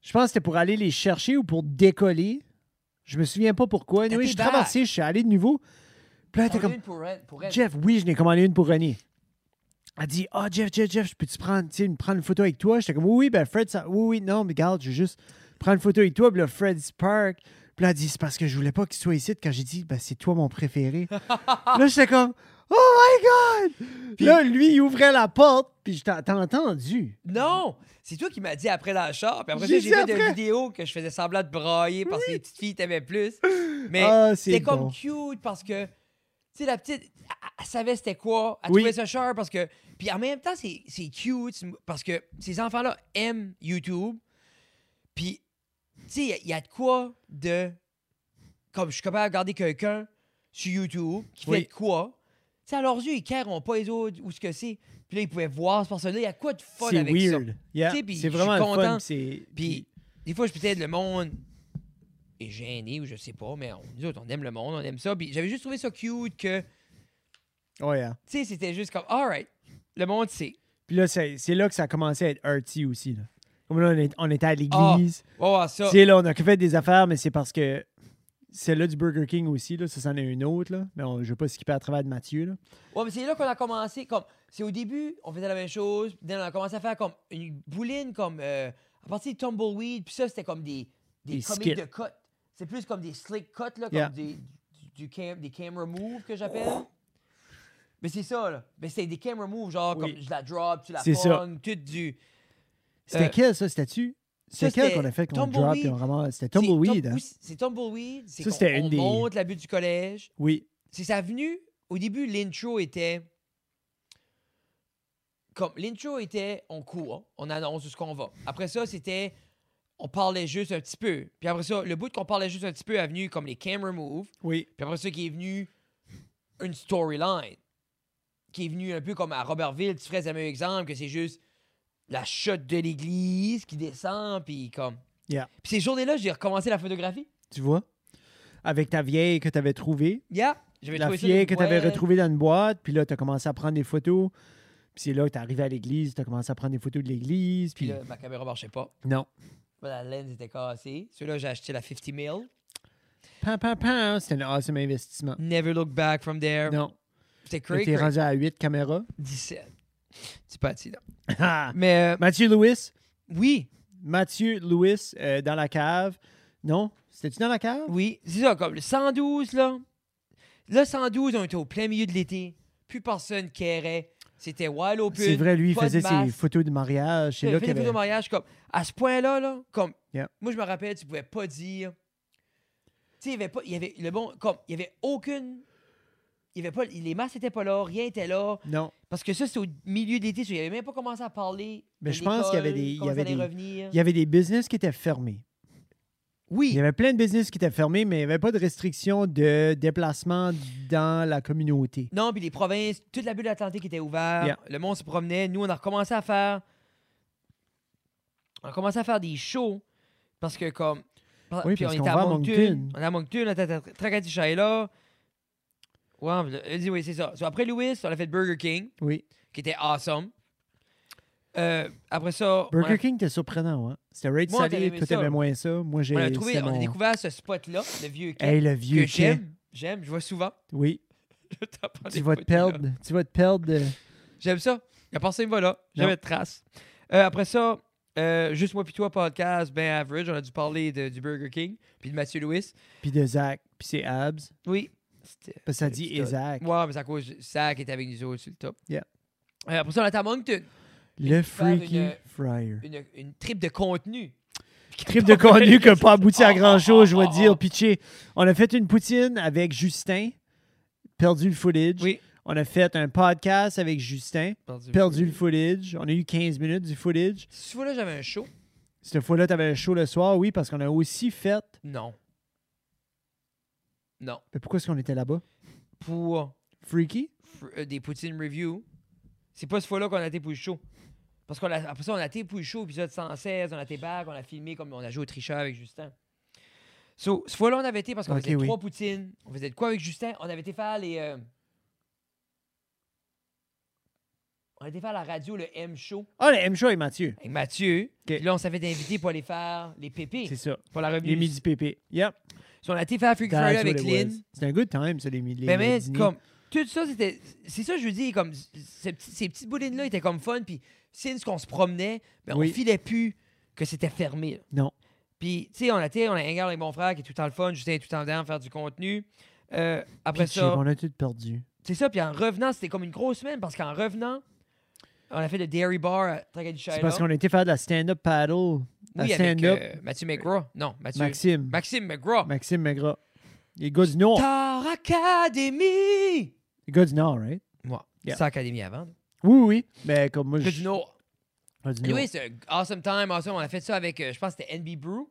Je pense que c'était pour aller les chercher ou pour décoller. Je me souviens pas pourquoi. T'as Anyway, je tes suis bagues. traversé, je suis allé de nouveau. Puis là, t'es On a comme, une pour elle. pour elle. Jeff, oui, je n'ai commandé une pour René. Elle dit, ah, Jeff, Jeff, Jeff, je peux-tu prendre, tu sais, me prendre une photo avec toi? J'étais comme, oui, oui, ben Fred, ça... oui, oui, non, mais regarde, je veux juste prendre une photo avec toi. Puis là, Fred Spark. Puis là, elle dit, c'est parce que je voulais pas qu'il soit ici. Quand j'ai dit, ben, c'est toi mon préféré. là, j'étais comme, oh my God! là, lui, il ouvrait la porte, puis je t'ai t'as entendu. Non! C'est toi qui m'as dit après dans le char. Puis après J'ai ça, j'ai dit fait après. une vidéo que je faisais semblant de brailler parce que les petites filles t'aimaient plus. Mais Ah, c'est c'était bon. comme cute parce que, tu sais, la petite, elle, elle savait c'était quoi. Elle Oui. trouvait ça cher parce que. Puis en même temps, c'est c'est cute c'est- parce que ces enfants-là aiment YouTube. Puis, tu sais, il y a- il y, a de quoi de. Comme je suis capable de regarder quelqu'un sur YouTube qui Oui. fait de quoi. Tu sais, à leurs yeux, ils ne pas les autres ou ce que c'est. Puis là, ils pouvaient voir ce personne-là. Il y a quoi de fun C'est avec ça? weird. Yeah, Tu sais, puis c'est je suis vraiment le content. fun. c'est- Puis, des fois, je peut-être le monde est gêné ou je sais pas, mais on, nous autres, on aime le monde, on aime ça. Puis j'avais juste trouvé ça cute que, tu Oh, yeah. sais, c'était juste comme, alright, le monde sait. Puis là, c'est c'est là que ça a commencé à être arty aussi. Là. Comme là, on, est- on était à Ah, l'église. oh, ça. Tu sais, là, on a fait des affaires, mais c'est parce que celle-là du Burger King aussi, là, ça, c'en est une autre, là. Mais on, je ne veux pas skipper à travers de Mathieu, là. Ouais, mais c'est là qu'on a commencé. Comme, c'est au début, on faisait la même chose. puis on a commencé à faire comme une bouline, comme, euh, à partir de Tumbleweed. Puis ça, c'était comme des, des, Des comiques skits. de cut. C'est plus comme des slick cuts, là, comme Yeah. des, du, du cam- des camera moves que j'appelle. Mais c'est ça, là. Mais c'est des camera moves, genre, Oui. comme je la drop, tu la C'est ça. pognes, tout du. C'était Euh, quel, ça? C'était-tu? C'était ça, quel c'était qu'on a fait qu'on drop Tumbleweed. et on ramasse? C'était C'est Tumbleweed, Tum- hein? oui, C'est Tumbleweed. C'est Ça, qu'on c'était une on des- monte la butte du collège. Oui. C'est ça venu. Au début, l'intro était. Comme l'intro était, on court, on annonce où ce qu'on va. Après ça, c'était, on parlait juste un petit peu. Puis après ça, le bout qu'on parlait juste un petit peu est venu comme les camera moves. Oui. Puis après ça, qui est venu une storyline. Qui est venu un peu comme à Robertville, tu ferais le même exemple, que c'est juste la chute de l'église qui descend, puis comme. Yeah. Puis ces journées-là, j'ai recommencé la photographie. Tu vois? Avec ta vieille que tu avais trouvée. Yeah. J'avais La trouvé ça vieille dans que une tu avais boîte. retrouvée dans une boîte. Puis là, tu as commencé à prendre des photos. Puis c'est là que tu arrivé à l'église. Tu as commencé à prendre des photos de l'église. Puis Puis là, ma caméra marchait pas. non. Moi, La lens était cassée. Celui-là, j'ai acheté la 50 000. Pam, pam, pam, C'était un awesome investissement. Never look back from there. Non. C'était Euh, cray, T'es cray. rendu à 8 caméras. 17. Tu pâtis, là. Ah! Mais euh, Mathieu Lewis. oui, Mathieu Lewis euh, dans la cave. Non? C'était-tu dans la cave? oui. C'est ça, comme le 112, là. Le 112, on était au plein milieu de l'été. Plus personne qui errait. C'était wild au C'est pub. vrai, lui, il pas de faisait ses masque. photos de mariage. C'est J'avais là fait qu'il des photos avait... de mariage comme à ce point-là là, comme Yeah. moi je me rappelle tu pouvais pas dire tu sais il y avait pas il y avait le bon comme il y avait aucune il y avait pas les masques n'étaient pas là, rien était là Non. parce que ça c'était au milieu d'été, so, il avait même pas commencé à parler. Mais de je pense qu'il y avait l'école, des- il y comment ça avait allait des- revenir. Il y avait des business qui étaient fermés. Il Oui, y avait plein de business qui étaient fermés, mais il n'y avait pas de restrictions de déplacement dans la communauté. non, puis les provinces, toute la bulle atlantique était ouverte, Yeah. le monde se promenait, nous on a recommencé à faire on a commencé à faire des shows parce que comme Oui, puis parce on qu'on était à va à Moncton. Moncton. On est à Moncton, on était à Tra- Tracadie là. Ouais, on l'a- elle dit oui, c'est ça. So, après Louis, on a fait Burger King, Oui. qui était awesome. Euh, après ça, on Burger a, King était surprenant, hein? C'était Raid Moi, Salé, t'avais aimé toi ça. t'aimais moins ça. Moi j'ai. on a trouvé, c'était on a mon- découvert ce spot-là, le vieux Ken, Hey, le que vieux chien. j'aime. J'aime, je vois souvent. Oui. Je t'en prends Tu des vas te photos, là. perdre. Tu vas te perdre. euh, de- J'aime ça. La pensée me va là. Non. J'avais de traces. Euh, après ça, euh, juste moi puis toi, podcast, ben average, on a dû parler de- du Burger King, puis de Mathieu Louis. Puis de Zach. Puis c'est Abs. Oui. C'était- Parce que ça dit C'était- Isaac. Ouais, mais c'est à cause de ça qui était avec nous autres sur le top. Yeah. Euh, pour ça, on a à Moncton Le faire une- euh, Freaky Fryer. une, une trip de contenu. Trip de contenu qui n'a pas abouti à Oh, grand oh, chose, je oh, vais oh, oh. dire. Pitché. On a fait une poutine avec Justin. Perdu le footage. Oui. On a fait un podcast avec Justin. Perdu, Perdu le footage. On a eu 15 minutes du footage. Cette fois-là, j'avais un show. Cette fois-là, tu avais un show le soir, oui, parce qu'on a aussi fait. Non. Non. Mais pourquoi est-ce qu'on était là-bas? Pour Freaky? fr- euh, des poutines review, c'est pas cette fois-là qu'on a été pour le show. Parce qu'on a- après ça, on a été pour le show, épisode 116, on a été back, on a filmé comme on a joué au tricheur avec Justin. So, cette fois-là, on avait été parce qu'on Ok, faisait oui. trois poutines. On faisait de quoi avec Justin? On avait été faire les. euh, On a été faire la radio, le M Show, Ah, le M-Show et Mathieu. avec Mathieu. Puis là, on s'avait invité pour aller faire les pépés, C'est ça. pour la Les revue. midi pépé. Yep. So, on a été faire Freak Dans Friday la avec Tour des Lynn. Ben, West. C'est un good time, ça, les midi Mais, mais comme tout ça, c'était. C'est ça, je veux dire, comme ces, petits- ces petites boulines-là étaient comme fun. Puis, since qu'on se promenait, ben, Oui. on filait plus que c'était fermé. là. Non. Puis, tu sais, on était, on a hangar avec mon frère qui est tout le temps le fun, Justin est tout le temps dedans, faire du contenu. Euh, après Pitché, ça, Ben, On a tout perdu. c'est ça. Puis en revenant, c'était comme une grosse semaine parce qu'en revenant, on a fait le Dairy Bar à Tracadie C'est parce qu'on a été faire de la stand-up Ben, paddle à Oui, avec stand-up. euh, Mathieu McGraw. Non, Mathieu. Maxime. Maxime McGraw. Maxime Magra. Les gars du Nord. Star Academy! Les gars du Nord, right? Moi, Yeah. Star Academy avant. Oui, oui. Mais comme moi, Que je. du Nord. gars du Et Nord. oui, c'est un awesome time, awesome. On a fait ça avec, euh, je pense que c'était NB Brew.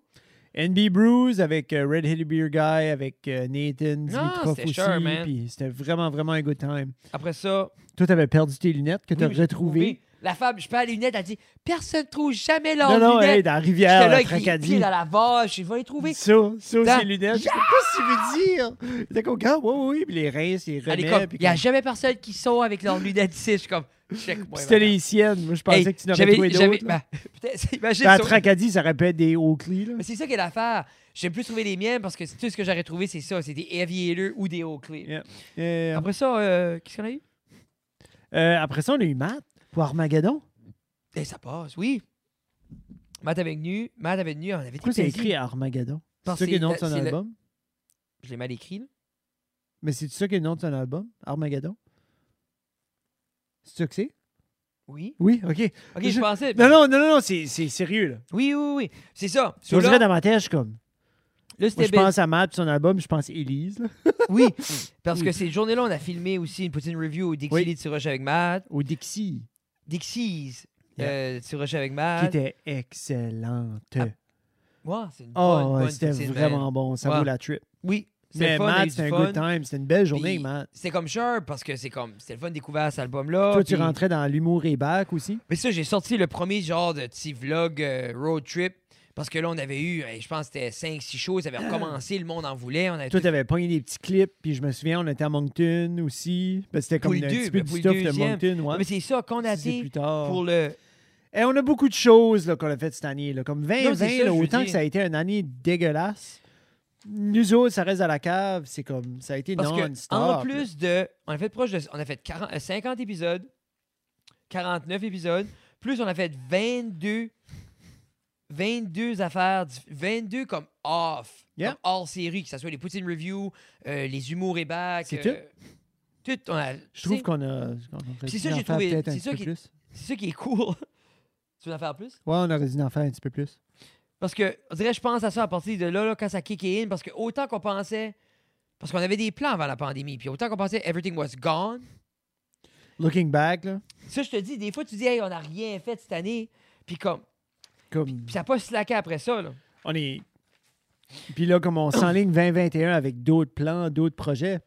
NB Brews avec euh, Red Hill Beer Guy, avec euh, Nathan, Dimitrov c'était aussi. sure, man. puis c'était vraiment, vraiment un good time. Après ça, Toi, t'avais perdu tes lunettes que t'as oui, j'ai retrouvées. trouvé. La femme, je perds les lunettes, elle dit Personne ne trouve jamais leurs Non, non, hey, lunettes. dans la J'étais rivière, là la avec les pieds Tracadie. dans la vache, je vais les trouver. Ça, ça, Dans- ses lunettes. Je sais pas si tu veux dire. T'es comme, Ah, gars, oui, oui, puis les reins, c'est Elle est remet. comme, puis il n'y a comme- jamais personne qui sort avec leurs lunettes ici. Je suis comme, check-moi. C'était madame. les siennes. Moi, je pensais Hey, que tu n'aurais j'avais- trouvé j'avais- d'autres. là. bah, putain, c'est- imagine Dans la ça. Tracadie, ça répète des Oakley, là. Mais c'est ça qui est l'affaire. J'ai plus trouvé les miennes parce que c'est tout ce que j'aurais trouvé, c'est ça. C'est des Aviator ou des Oakley. Yeah. Euh, Après ça, euh, qu'est-ce qu'on a eu euh, après ça, on a eu Matt pour Armageddon. Eh, Ça passe, oui. Matt avait venu, Matt avait venu, on avait Pourquoi été c'est busy. écrit hein? Armageddon? C'est Parce ça qui est que le nom de c'est- son c'est le- album? Je l'ai mal écrit, là. Mais c'est ça qui est le nom de son album? Armageddon? C'est ça que c'est? Oui. Oui, OK. Ok, Je- je, pensais. Non, non, non, non, non, c'est c'est sérieux, là. Oui, oui, oui. C'est ça. Je So, dirais là, dans ma tête, je suis comme... là, Moi, c'était je bien. pense à Matt, son album, je pense Elise, là, Oui, parce Oui. que ces journées-là, on a filmé aussi une petite review au Dixie Oui. de Tiroche avec Matt. au Dixie, Dixie's Yeah. euh, Tiroche avec qui Matt. était excellente. Ouais, c'est une bonne, oh, ouais, Ah, bonne c'était poutine, man. vraiment bon, ça Ouais. vaut la trip. Oui, c'était Mais le fun. on a eu Matt, du c'était un fun. good time, c'était une belle journée, Puis, Matt. C'était comme sure parce que c'est comme c'était le fun de découvrir cet album-là. Toi, tu Ah, puis- Ah, rentrais dans l'humour et back aussi? Mais ça, j'ai sorti le premier genre de petit vlog euh, road trip parce que là, on avait eu, euh, je pense, que c'était 5-6 shows, ça avait Ah. recommencé, le monde en voulait. On avait Toi, t'avais pogné des petits clips, puis je me souviens, on était à Moncton aussi. Ben, c'était comme Pour le un deux, petit peu ben, du pour le stuff de deuxième. Moncton, ouais. Mais c'est ça, qu'on a Ça, c'est été plus tard. pour le, Et Eh, on a beaucoup de choses là, qu'on a faites cette année, là, comme 2020, Non, c'est ça, là, je veux autant dire. que ça a été une année dégueulasse. nous autres, ça reste à la cave. C'est comme, ça a été Parce que, non-stop. en là. plus de. On a fait proche de. On a fait 40 euh, 50 épisodes, 49 épisodes, plus on a fait 22. 22 affaires, dif- 22 comme off, Yeah. comme hors série, que ce soit les Poutine Review, euh, les Humour et Back. C'est euh, tout. on a- je trouve c'est- qu'on a. qu'on aurait C'est dû ça en que j'ai faire trouvé- peut-être un c'est petit ça peu qui- plus. C'est ça qui est cool. tu veux en faire plus? Ouais, on aurait dû en faire un petit peu plus. Parce que, on dirait, je pense à ça à partir de là, là, quand ça kick in, parce que autant qu'on pensait. Parce qu'on avait des plans avant la pandémie, puis autant qu'on pensait everything was gone. Looking back, là, Ça, je te dis, des fois, tu dis, hey, on n'a rien fait cette année, puis comme. comme. Puis ça n'a pas slacké après ça, là. On est. Puis là, comme on s'enligne 2021 avec d'autres plans, d'autres projets,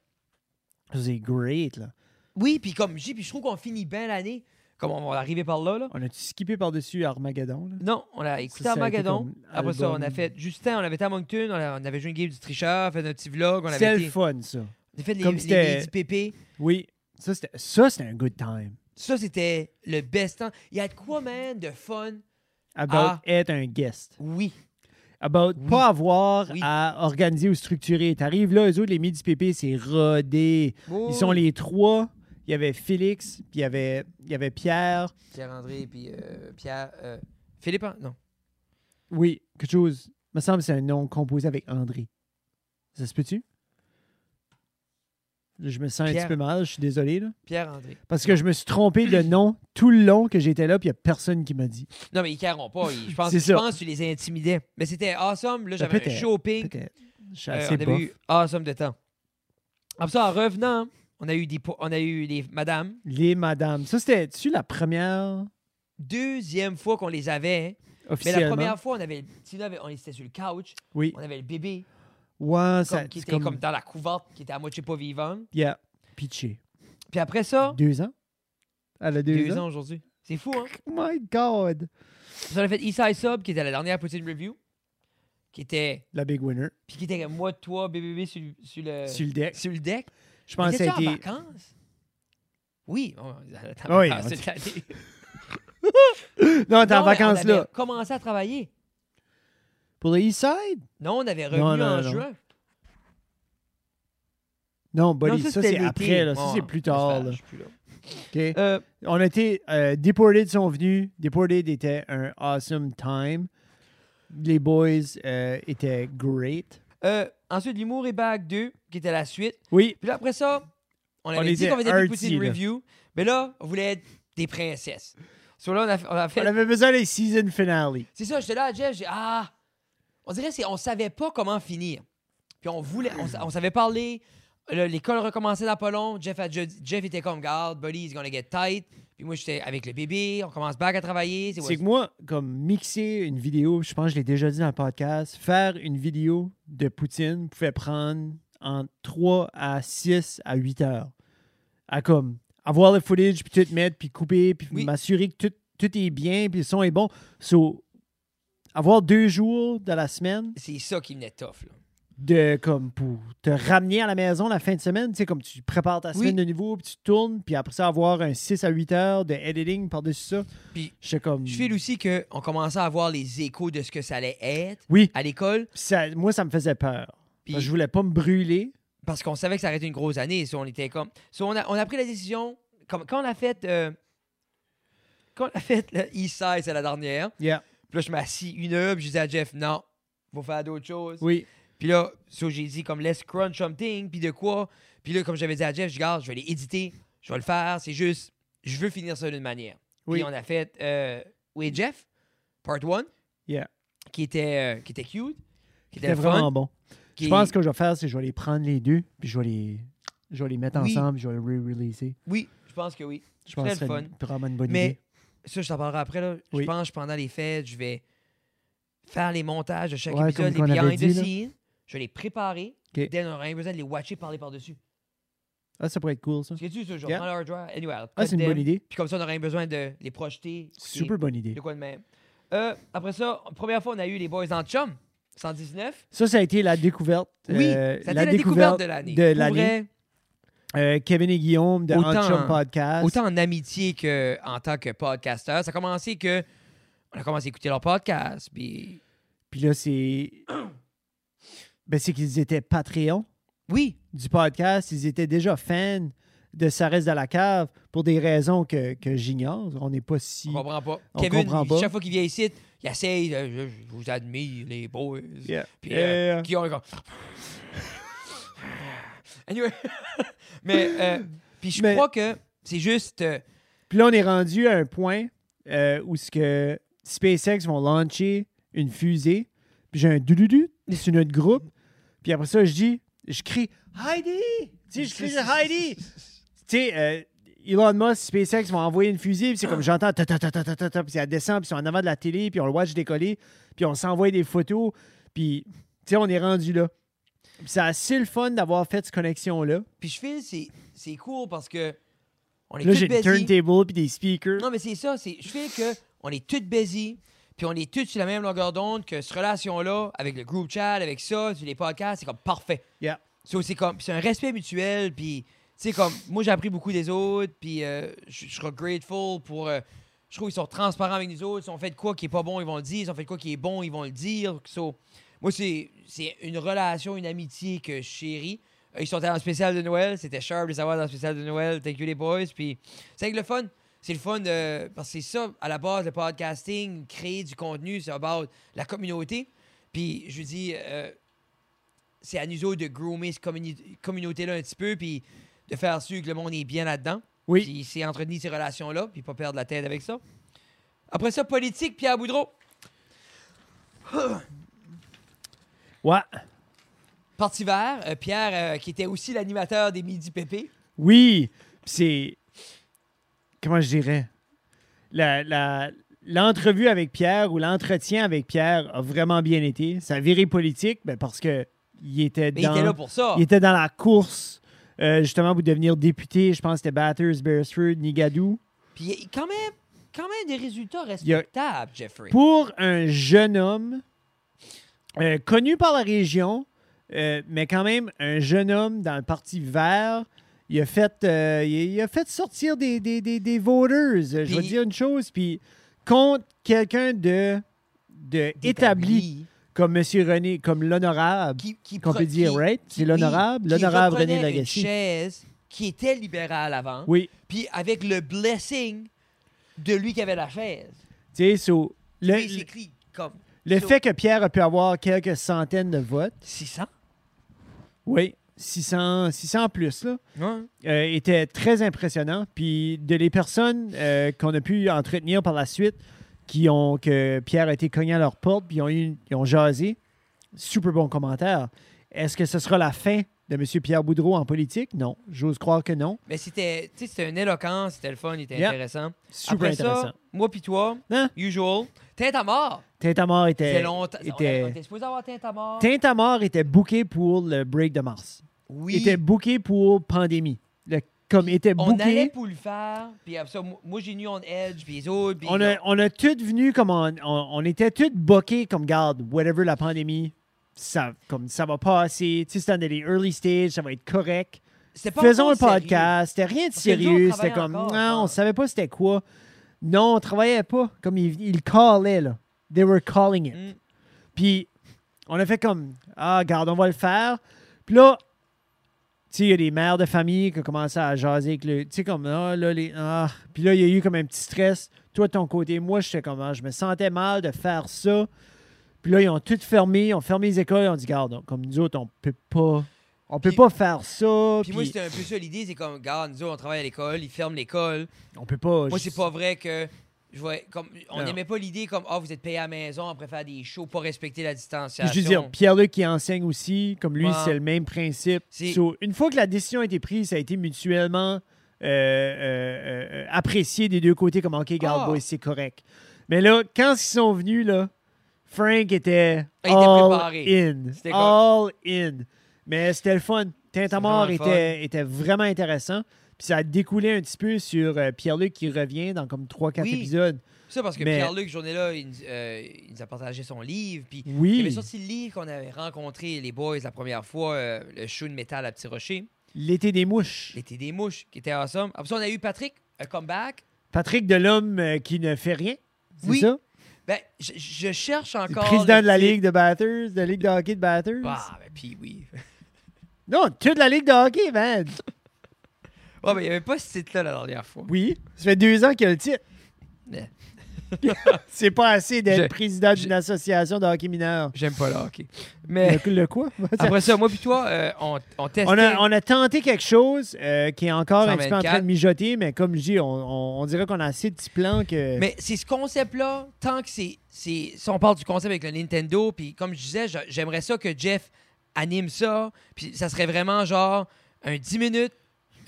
c'est great, là. Oui, puis comme je dis, puis je trouve qu'on finit bien l'année, comme on va arriver par là, là. On a-tu skippé par-dessus Armageddon, là? Non, on a écouté Ça, ça a été Armageddon. comme Après ça, on album. a fait Justin, on avait été à Moncton, on, a- on avait joué une game du tricheur, fait notre petit vlog, on C'était avait le été- fun, ça. on a fait les, Comme les, c'était- les petits pépés. Oui. Ça, c'était ça, c'était un good time. Ça, c'était le best temps. Il y a de quoi, man, de fun? About Ah. être un guest. Oui. About Oui. pas avoir Oui. à organiser ou structurer. T'arrives là, eux autres, les midi pépé, c'est rodé. Ils sont les trois. Il y avait Félix, puis il y avait, il y avait Pierre. Pierre-André, puis euh, Pierre. euh, Philippe, hein? non. Oui, quelque chose. me semble que c'est un nom composé avec André. Ça se peut-tu? Là, Je me sens un Pierre. petit peu mal, je suis désolé. Là, Pierre-André. parce que je me suis trompé de nom tout le long que j'étais là, puis il n'y a personne qui m'a dit. Non, mais ils carront pas. ils- je, pense, C'est je ça. pense que tu les intimidais. Mais c'était awesome. Là, Ben, j'avais un peut-être, shopping. Peut-être. Je suis Euh, assez on avait bof. eu awesome de temps. Après ça, en revenant, on a eu des, po- on a eu les madames. Les madames. Ça, c'était-tu la première Deuxième fois qu'on les avait. hein. Mais officiellement? la première fois, on avait, le petit- là, on était sur le couch, Oui. on avait le bébé Ouais, comme- ça, qui c'est était comme... comme... dans la couverte, qui était à moitié pas vivante. Yeah. Pitché. Puis après ça, Deux ans? Elle a deux, Ah. deux, ans. ans aujourd'hui. C'est fou, hein? Oh my God! Puis on a fait Eastside Sub, qui était la dernière petite review, qui était La big winner. Puis qui était comme moi, toi, bébé, bébé, sur, le- sur le, Sur le deck. sur le deck. Je pense que Étais-tu ça a Euh. en été... Ah vacances? Oui. Oh, On, Oui, on- Non, t'es en vacances, On là. avait commencé à travailler. Pour le East Side? Non, on avait revenu Non, non, en non. juin. Non, buddy, non, ça, c'était c'est l'été. Ah, après, là. Ça, Bon, c'est plus j'espère, tard, je là. suis plus là. OK? Euh, On a été... euh, Deported sont venus. Deported était un awesome time. Les boys euh, étaient great. euh, ensuite, l'humour et back 2, qui était la suite. Oui. Puis là, après ça, on On avait dit était qu'on faisait des arty, petites là. reviews. Mais là, on voulait être des princesses. So là, on a, on a fait... On avait besoin des season finale. C'est ça, j'étais là à Jeff, j'ai ah, on dirait c'est on savait pas comment finir. Puis on voulait on, sa- on savait parler, Le- l'école recommençait dans pas long, Jeff, a- Je- Jeff était comme garde, buddy, he's gonna get tight. Puis moi j'étais avec le bébé, on commence back à travailler, c'est C'est que moi, comme mixer une vidéo, je pense que je l'ai déjà dit dans le podcast, faire une vidéo de Poutine pouvait prendre entre 3 à 6 à 8 heures. À comme avoir le footage, puis tout mettre, puis couper, puis Oui. m'assurer que tout, tout est bien, puis le son est bon. So, avoir deux jours de la semaine c'est ça qui venait tough Mm. là. de comme pour te ramener à la maison la fin de semaine, tu sais, comme tu prépares ta Oui. semaine de nouveau, puis tu tournes, puis après ça, avoir un 6 à 8 heures de editing par-dessus ça. Puis, j'étais comme... Je file aussi que on commençait à avoir les échos de ce que ça allait être Oui. à l'école Puis ça- moi, ça me faisait peur. Puis- Parce que je voulais pas me brûler. parce qu'on savait que ça allait être une grosse année, so on était comme so on a, on a pris la décision comme quand on a fait euh, quand on a fait le East Side, c'est la dernière. Yeah. Puis là, je m'assis une heure, puis je disais à Jeff, non, faut faire d'autres choses. Oui. Puis là, so, j'ai dit, comme, let's crunch something, puis de quoi. Puis là, comme j'avais dit à Jeff, je dis, garde, je vais les éditer, je vais le faire, c'est juste, je veux finir ça d'une manière. Oui. Puis on a fait, euh, oui, Jeff, part 1, Yeah. qui, était, euh, qui était cute, qui était C'était le fun. vraiment bon. qui- Je pense que ce que je vais faire, c'est que je vais les prendre les deux, puis je vais les, je vais les mettre Oui. ensemble, puis je vais les re-releaser. Oui, je pense que oui. Je pense Très que c'est le une- vraiment une bonne Mais idée. ça, je t'en parlerai après. Là. Oui. Je pense que pendant les fêtes, je vais faire les montages de chaque Ouais, épisode, les comme qu'on avait behind the dit, là. scenes. Je vais les préparer. OK. Dès on aura rien besoin de les watcher parler par-dessus. Ah, ça pourrait être cool, ça. Parce que tu sais, je Yeah. prends leur drive. Anyway, I'll Ah, cut c'est une them. bonne idée. Puis comme ça, on n'aurait rien besoin de les projeter. écouter, Super bonne idée. De quoi de même. Euh, après ça, première fois, on a eu les Boys dans le Chum, 119. Ça, ça a été la découverte. oui, ça a euh, été la découverte de l'année. de Pour l'année. vrai, Euh, Kevin et Guillaume de Autant- Hot Chum Podcast. Autant en amitié qu'en tant que podcasteur. Ça a commencé que. On a commencé à écouter leur podcast. Puis Puis là, c'est. Ben, c'est qu'ils étaient Patreon Oui, du podcast. Ils étaient déjà fans de Ça reste à la cave pour des raisons que, que j'ignore. On n'est pas si. on comprend pas. On Kevin, comprend pas. chaque fois qu'il vient ici, il essaye, euh, je, je vous admire, les boys. Yeah. Puis, euh, Yeah. qui ont comme. anyway. Mais, euh, puis je Mais- crois que c'est juste. euh, Puis là, on est rendu à un point euh, où ce que SpaceX vont lancer une fusée. Puis j'ai un doudoudou sur notre groupe. Puis après ça, je dis, je crie Heidi! Tu sais, je crie Heidi! tu sais, euh, Elon Musk, SpaceX vont envoyer une fusée. Puis c'est comme j'entends ta ta ta ta ta ta ta. Puis ça descend. Puis ils sont en avant de la télé. Puis on le watch décoller. Puis on s'envoie des photos. Puis, tu sais, on est rendu là. Puis c'est assez le fun d'avoir fait cette connexion-là. puis je file, c'est, c'est cool parce que. On est Là, tous j'ai des busy. turntables puis des speakers. Non, mais c'est ça. C'est, je file que on est toutes busy, puis on est toutes sur la même longueur d'onde que cette relation-là, avec le group chat, avec ça, sur les podcasts, c'est comme parfait. Yeah. So, c'est comme, c'est un respect mutuel, puis tu sais comme, moi j'ai appris beaucoup des autres, puis euh, je je serai grateful pour. euh, je trouve qu'ils sont transparents avec nous autres. Ils ont fait de quoi qui est pas bon, ils vont le dire. Ils ont fait de quoi qui est bon, ils vont le dire. So, moi, c'est, c'est une relation, une amitié que je chéris. Euh, Ils sont allés en spécial de Noël. C'était sharp de savoir dans le spécial de Noël. Thank you, les boys. Puis, c'est avec le fun. C'est le fun de- parce que c'est ça, à la base, le podcasting, créer du contenu, c'est about la communauté. Puis, je vous dis, euh, c'est à nous autres de groomer cette communi- communauté-là un petit peu, puis de faire sûr que le monde est bien là-dedans. Oui. Puis, c'est entretenir ces relations-là, puis pas perdre la tête avec ça. Après ça, politique, Pierre Boudreau. Ouais. Parti vert, euh, Pierre, euh, qui était aussi l'animateur des Midi Pépé. Oui, pis c'est. Comment je dirais? La- la- L'entrevue avec Pierre ou l'entretien avec Pierre a vraiment bien été. Ça a viré politique ben, parce que il était, Mais dans, ben, il était là pour ça. il était dans la course, euh, justement, pour devenir député. Je pense que c'était Bathurst, Beresford, Nigadou. Puis, il y a quand même, quand même des résultats y a- respectables, Jeffrey. Pour un jeune homme euh, connu par la région, euh, mais quand même un jeune homme dans le Parti vert, il a fait, euh, il a- il a fait sortir des, des, des, des voters. Je vais Puis- dire une chose, puis contre quelqu'un de, de établi comme M. René, comme l'honorable, Qui, qui qu'on pro- peut dire, qui- right? qui- C'est l'honorable, qui l'honorable René reprenait une Lagacé. chaise qui était libérale avant, Oui. puis avec le blessing de lui qui avait la chaise. Tu sais, so, le, Lui, c'est écrit comme le so- fait que Pierre a pu avoir quelques centaines de votes, 600. oui, 600, 600 plus, là. euh, était très impressionnant. Puis de les personnes euh, qu'on a pu entretenir par la suite, qui ont que Pierre a été cogné à leur porte, puis ils ont, eu- ils ont jasé, super bon commentaire. Est-ce que ce sera la fin de M. Pierre Boudreau en politique? Non, j'ose croire que non. Mais c'était, tu sais, c'était un éloquent, c'était le fun, il était Yeah. intéressant. Super Après intéressant. ça, moi puis toi, Hein? usual, Tête à mort. Tintamarre C'était était, longtemps. on était- a- On était supposé avoir Tête à mort. Tintamarre était booké pour le break de mars. Oui. était booké pour pandémie. Le- comme était on booké. allait pour le faire, puis après ça, moi moi, j'ai nu on edge, puis les autres, puis On a, on a tous venu comme on, on- on était tous boqués comme garde, whatever la pandémie, ça, comme ça va passer. Tu sais, c'était dans les early stages, ça va être correct. C'était pas Faisons un encore sérieux. podcast, c'était rien de Parce que nous, on sérieux, c'était travaillait comme, encore, je non, on pense. savait pas c'était quoi. Non, on travaillait pas, comme ils il callaient, là. They were calling it. Mm. Puis, on a fait comme, ah, garde, on va le faire. Puis là, tu sais, il y a des mères de famille qui ont commencé à jaser avec le. Tu sais, comme, ah, là, les. Ah. Puis là, il y a eu comme un petit stress. Toi, de ton côté, moi, j'étais comme, ah, je me sentais mal de faire ça. Puis là, ils ont tout fermé, ils ont fermé les écoles, ils ont dit, garde, comme nous autres, on peut pas. On peut Puis- pas faire ça. Puis moi, puis c'était un peu ça l'idée, c'est comme, regarde, nous autres, on travaille à l'école, ils ferment l'école. on peut pas. Moi, je- c'est pas vrai que. Je vois, comme, on Non. n'aimait pas l'idée comme, ah, vous êtes payé à la maison, on préfère des shows, pas respecter la distanciation. Je veux dire, Pierre-Luc qui enseigne aussi, comme lui, Ouais. c'est le même principe. C'est- So, une fois que la décision a été prise, ça a été mutuellement euh, euh, euh, apprécié des deux côtés, comme OK, garde Ah. boy, c'est correct. Mais là, quand ils sont venus, là, Frank était Il était all préparé. in. C'était comme- All in. Mais c'était le fun. vraiment Tintamarre le était, était vraiment intéressant. Puis ça a découlé un petit peu sur euh, Pierre-Luc qui revient dans comme 3-4 Oui. épisodes. Ça, parce que Mais- Pierre-Luc, journée-là, il, nous- euh, il nous a partagé son livre, puis il avait Oui, sorti le livre qu'on avait rencontré, les boys, la première fois, euh, le show de métal à Petit Rocher, l'été des mouches. l'été des mouches, qui était awesome. Après ça, on a eu Patrick, un comeback. Patrick Delhomme euh, qui ne fait rien. C'est Oui. ça? Ben, je, je cherche C'est encore. président le de la titre. Ligue de Batters, de la Ligue de hockey de Batters. Ah, ben, puis oui. Non, tu es de la Ligue de hockey, man. Ouais, ben, il n'y avait pas ce titre-là la dernière fois. Oui, ça fait deux ans qu'il a le titre. Mais C'est pas assez d'être Je- président je- d'une association de hockey mineur. J'aime pas le hockey. Mais Le, le quoi? après ça, moi puis toi, euh, on, on testait. On a, on a tenté quelque chose euh, qui est encore un petit peu en 124. train de mijoter, mais comme je dis, on, on- on dirait qu'on a assez de petits plans que. Mais c'est ce concept-là, tant que c'est. c'est- Si on parle du concept avec le Nintendo, puis comme je disais, j'a- j'aimerais ça que Jeff anime ça, puis ça serait vraiment genre un 10 minutes,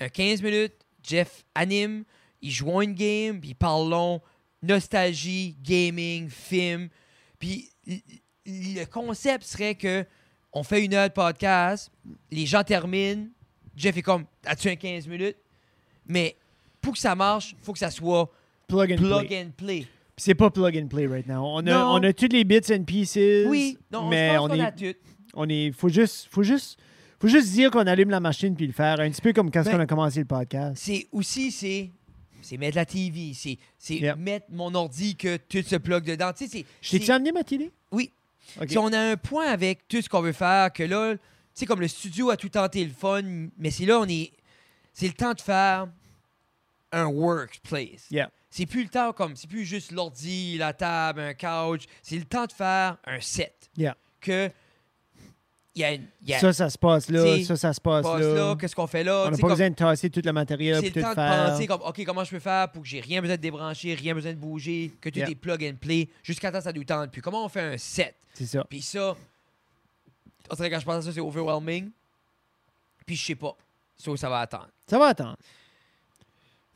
un 15 minutes, Jeff anime, il joue à une game, puis parlons nostalgie, gaming, film. Puis l- l- le concept serait que on fait une heure de podcast, les gens terminent, Jeff est comme, as-tu un 15 minutes? Mais pour que ça marche, faut que ça soit plug and plug play. and play. Puis C'est pas plug and play right now. On a, Non. on a toutes les bits and pieces. Oui, non, mais je pense on qu'on est, a tout. on est, faut juste, faut juste, faut juste dire qu'on allume la machine puis le faire. Un petit peu comme quand Ben- on a commencé le podcast. C'est aussi, c'est, c'est mettre la TV, c'est, c'est Yep. mettre mon ordi que tout se plug dedans. Tu sais, c'est, Je t'ai-tu c'est- amené ma télé? Oui. Ok. Si on a un point avec tout ce qu'on veut faire, que là, tu sais, comme le studio a tout tenté le fun, mais c'est là, on est, c'est le temps de faire un workplace. Yeah. C'est plus le temps comme, c'est plus juste l'ordi, la table, un couch. C'est le temps de faire un set. Yeah. Que, il y a, une- il y a Ça, ça se passe là. T'sais, Ça, ça se passe passe là. là, qu'est-ce qu'on fait là. tu on n'a pas sais, comme- besoin de tasser tout le matériel C'est le puis temps tout de faire. penser comme, OK, comment je peux faire pour que j'ai rien besoin de débrancher, rien besoin de bouger, que tu Yeah. des plug and play jusqu'à temps que ça nous tente. Puis comment on fait un set? C'est ça. Puis ça, on dirait que quand je pense à ça, c'est overwhelming. Puis je sais pas. So, ça va attendre. Ça va attendre.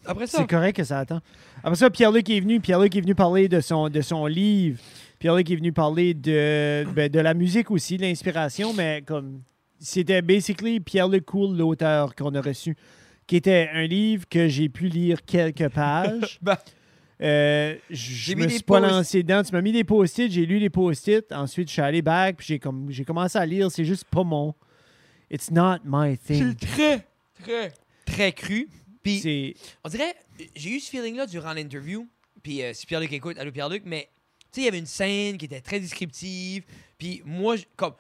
Après ça, C'est correct que ça attend. Après ça, Pierre-Luc est venu. Pierre-Luc est venu parler de son, de son livre. Pierre-Luc est venu parler de, ben, de la musique aussi, de l'inspiration, mais comme c'était basically Pierre-Luc Cool, l'auteur qu'on a reçu, qui était un livre que j'ai pu lire quelques pages. Ben. Euh, je J'ai me mis des suis pas post- lancé dedans. Tu m'as mis des post-it, j'ai lu les post-it. Ensuite, je suis allé back, puis j'ai comme j'ai commencé à lire. C'est juste pas mon. It's not my thing. c'est très, très, très cru. Puis C'est On dirait, j'ai eu ce feeling-là durant l'interview. Puis euh, si Pierre-Luc écoute, allô Pierre-Luc, mais tu sais, il y avait une scène qui était très descriptive. Puis moi, je- comme,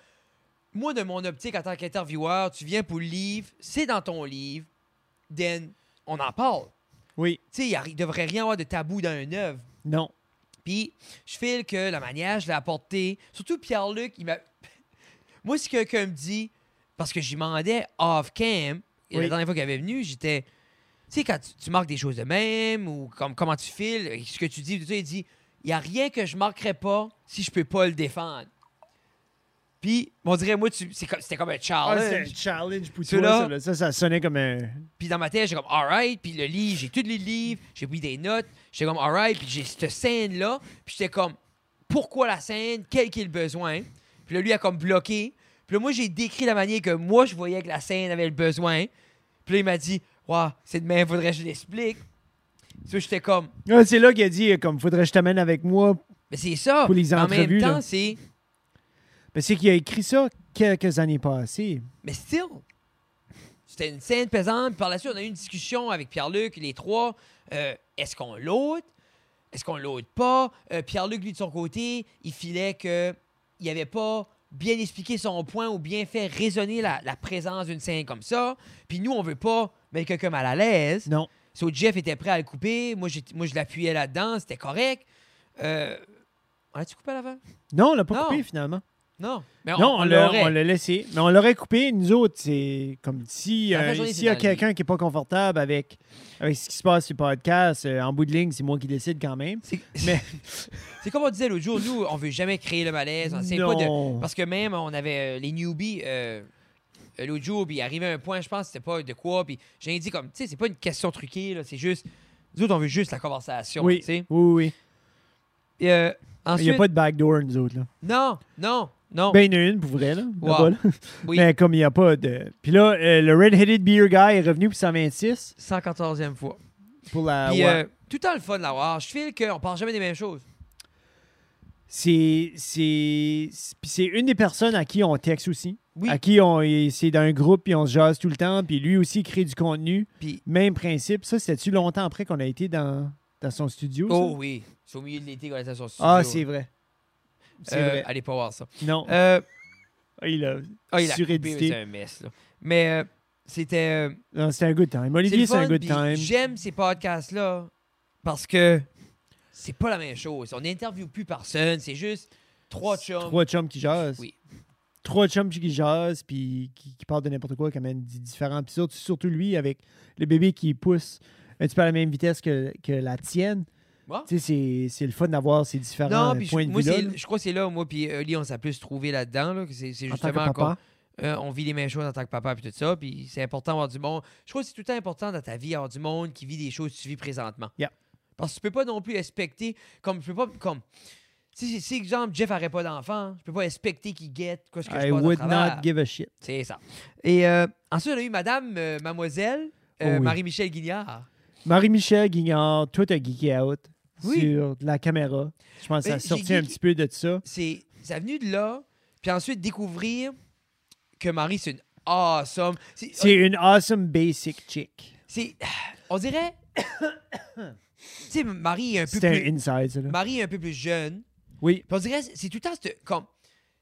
moi, de mon optique en tant qu'intervieweur, tu viens pour le livre, c'est dans ton livre, then on en parle. oui, Tu sais, il y a- il devrait rien avoir de tabou dans une œuvre. non. Puis je file que la manière, je l'ai apporté. Surtout Pierre-Luc, il m'a. Moi, si quelqu'un me dit, parce que j'y demandais off-cam, et Oui. la dernière fois qu'il avait venu, j'étais. Tu sais, quand tu, tu marques des choses de même, ou comme comment tu files, et ce que tu dis, tout ça, il dit, il n'y a rien que je marquerai pas si je peux pas le défendre. Puis, on dirait, moi, tu- c'est comme- c'était comme un Ah, c'est un challenge. challenge pour toi, Celui-là- ça, là. ça, ça sonnait comme un... Puis dans ma tête, j'ai comme alright, puis le livre, j'ai tout lu le livre, j'ai pris des notes, j'étais comme alright, puis j'ai cette scène là, puis j'étais comme pourquoi la scène, quel qu'est le besoin. Puis là lui a comme bloqué. Puis là, moi j'ai décrit la manière que moi je voyais que la scène avait le besoin. Puis là il m'a dit "Waouh, c'est de même, faudrait que je l'explique." Ça j'étais comme Ah, c'est là qu'il a dit, euh, comme, faudrait que je t'amène avec moi. mais c'est ça. Pour les en même entrevues, là. temps, c'est Ben, c'est qu'il a écrit ça quelques années passées. Mais still, c'était une scène pesante. Puis Par la suite, on a eu une discussion avec Pierre-Luc, les trois. Euh, Est-ce qu'on l'ôte? Est-ce qu'on l'ôte pas? Euh, Pierre-Luc, lui, de son côté, il filait que il avait pas bien expliqué son point ou bien fait résonner la, la présence d'une scène comme ça. Puis nous, on veut pas mettre quelqu'un mal à l'aise. Non. So, Jeff était prêt à le couper. Moi, j'ai- moi je l'appuyais là-dedans. C'était correct. Euh, on a-tu coupé à l'avant? Non, on l'a pas Non. coupé, finalement. Non. Mais non, on, l'a, l'aurait. on l'a laissé. Mais on l'aurait coupé, nous autres, c'est comme si La vraie euh, journée, s'il c'est y dans a le lit. quelqu'un qui est pas confortable avec, avec ce qui se passe sur le podcast, euh, en bout de ligne, c'est moi qui décide quand même. C'est Mais- c'est comme on disait l'autre jour, nous, on veut jamais créer le malaise. On essaie pas de- Non. Parce que même, on avait euh, les newbies euh, euh, l'autre jour, puis arrivé à un point, je pense, c'était pas de quoi. Puis j'ai dit, comme, tu sais, c'est pas une question truquée, là, c'est juste. Nous autres, on veut juste la conversation. oui. tu sais. oui, oui. Et, euh, Il n'y ensuite. a pas de backdoor, nous autres. Là. Non, non, non. Ben, il y en a une, pour vrai, là, Wow. là-bas, là. oui, Mais comme il n'y a pas de... Puis là, euh, le Red-Headed Beer Guy est revenu pour 126 114e fois. pour la... Puis Ah euh, ouais. tout le temps le fun de l'avoir. Je file qu'on parle jamais des mêmes choses. C'est c'est c'est- puis c'est une des personnes à qui on texte aussi, Oui, à qui on et c'est dans un groupe puis on se jase tout le temps, puis lui aussi crée du contenu, puis même principe. Ça c'était tu longtemps après qu'on a été dans dans son studio. ça? Oh oui, c'est au milieu de l'été quand elle était sur son ah, c'est studio. vrai. C'est Euh, vrai. Allez pas voir ça. Non. Euh, Ah, il a ah, il a coupé, surédité. mais c'est un mess. là. Mais euh, c'était... euh, Non, c'était un good time. C'est le Olivier, c'est un fun, good puis time. J'aime ces podcasts-là parce que c'est pas la même chose. On n'interviewe plus personne. C'est juste trois chums. Trois chums qui jasent. Oui. Trois chums qui jasent, puis qui, qui parlent de n'importe quoi, qui amènent des différents. Puis surtout, surtout lui, avec le bébé qui pousse un petit peu à la même vitesse que, que la tienne. Moi? Tu sais, c'est- c'est le fun d'avoir ces différents Non, euh, puis points je, de moi, vue. c'est- je crois que c'est là, moi, puis Oli, on s'est plus trouvé là-dedans. Là, que c'est c'est En tant que justement papa. encore. euh, on vit les mêmes choses en tant que papa, puis tout ça. Puis c'est important d'avoir du monde. Je crois que c'est tout le temps important dans ta vie, avoir du monde qui vit des choses que tu vis présentement. Yeah. Parce que tu peux pas non plus expecter. Comme, je peux pas. Comme. Si, si, si, exemple, Jeff n'aurait pas d'enfant, je peux pas expecter qu'il guette quoi ce que je I passe à would travers. not give a shit. C'est ça. Et euh, ensuite, on a eu Madame, euh, Mademoiselle, euh, Oh oui. Marie-Michel Guignard. Marie-Michel Guignard, tout a geeké out Oui. sur la caméra. Je pense que ça Mais a j'ai sorti un geeké- petit peu de ça. C'est ça venu de là, puis ensuite découvrir que Marie, c'est une awesome. C'est, C'est une awesome basic chick. c'est- on dirait. tu sais, Marie est un peu C'était un plus. inside, ça. là. Marie est un peu plus jeune. Oui. Puis on dirait, c'est c'est tout le temps, ce- comme,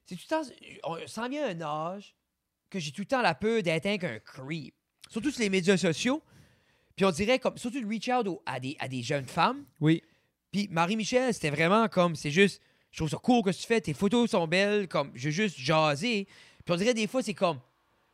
c'est tout le temps, ce- on s'en vient à un âge que j'ai tout le temps la peur d'être un qu'un creep. Surtout sur les médias sociaux. Puis on dirait, comme, surtout de reach out au- à, des, à des jeunes femmes. Oui. Puis Marie-Michel, c'était vraiment comme, c'est juste, je trouve ça cool que tu fais, tes photos sont belles, comme, je veux juste jaser. Puis on dirait des fois, c'est comme, tu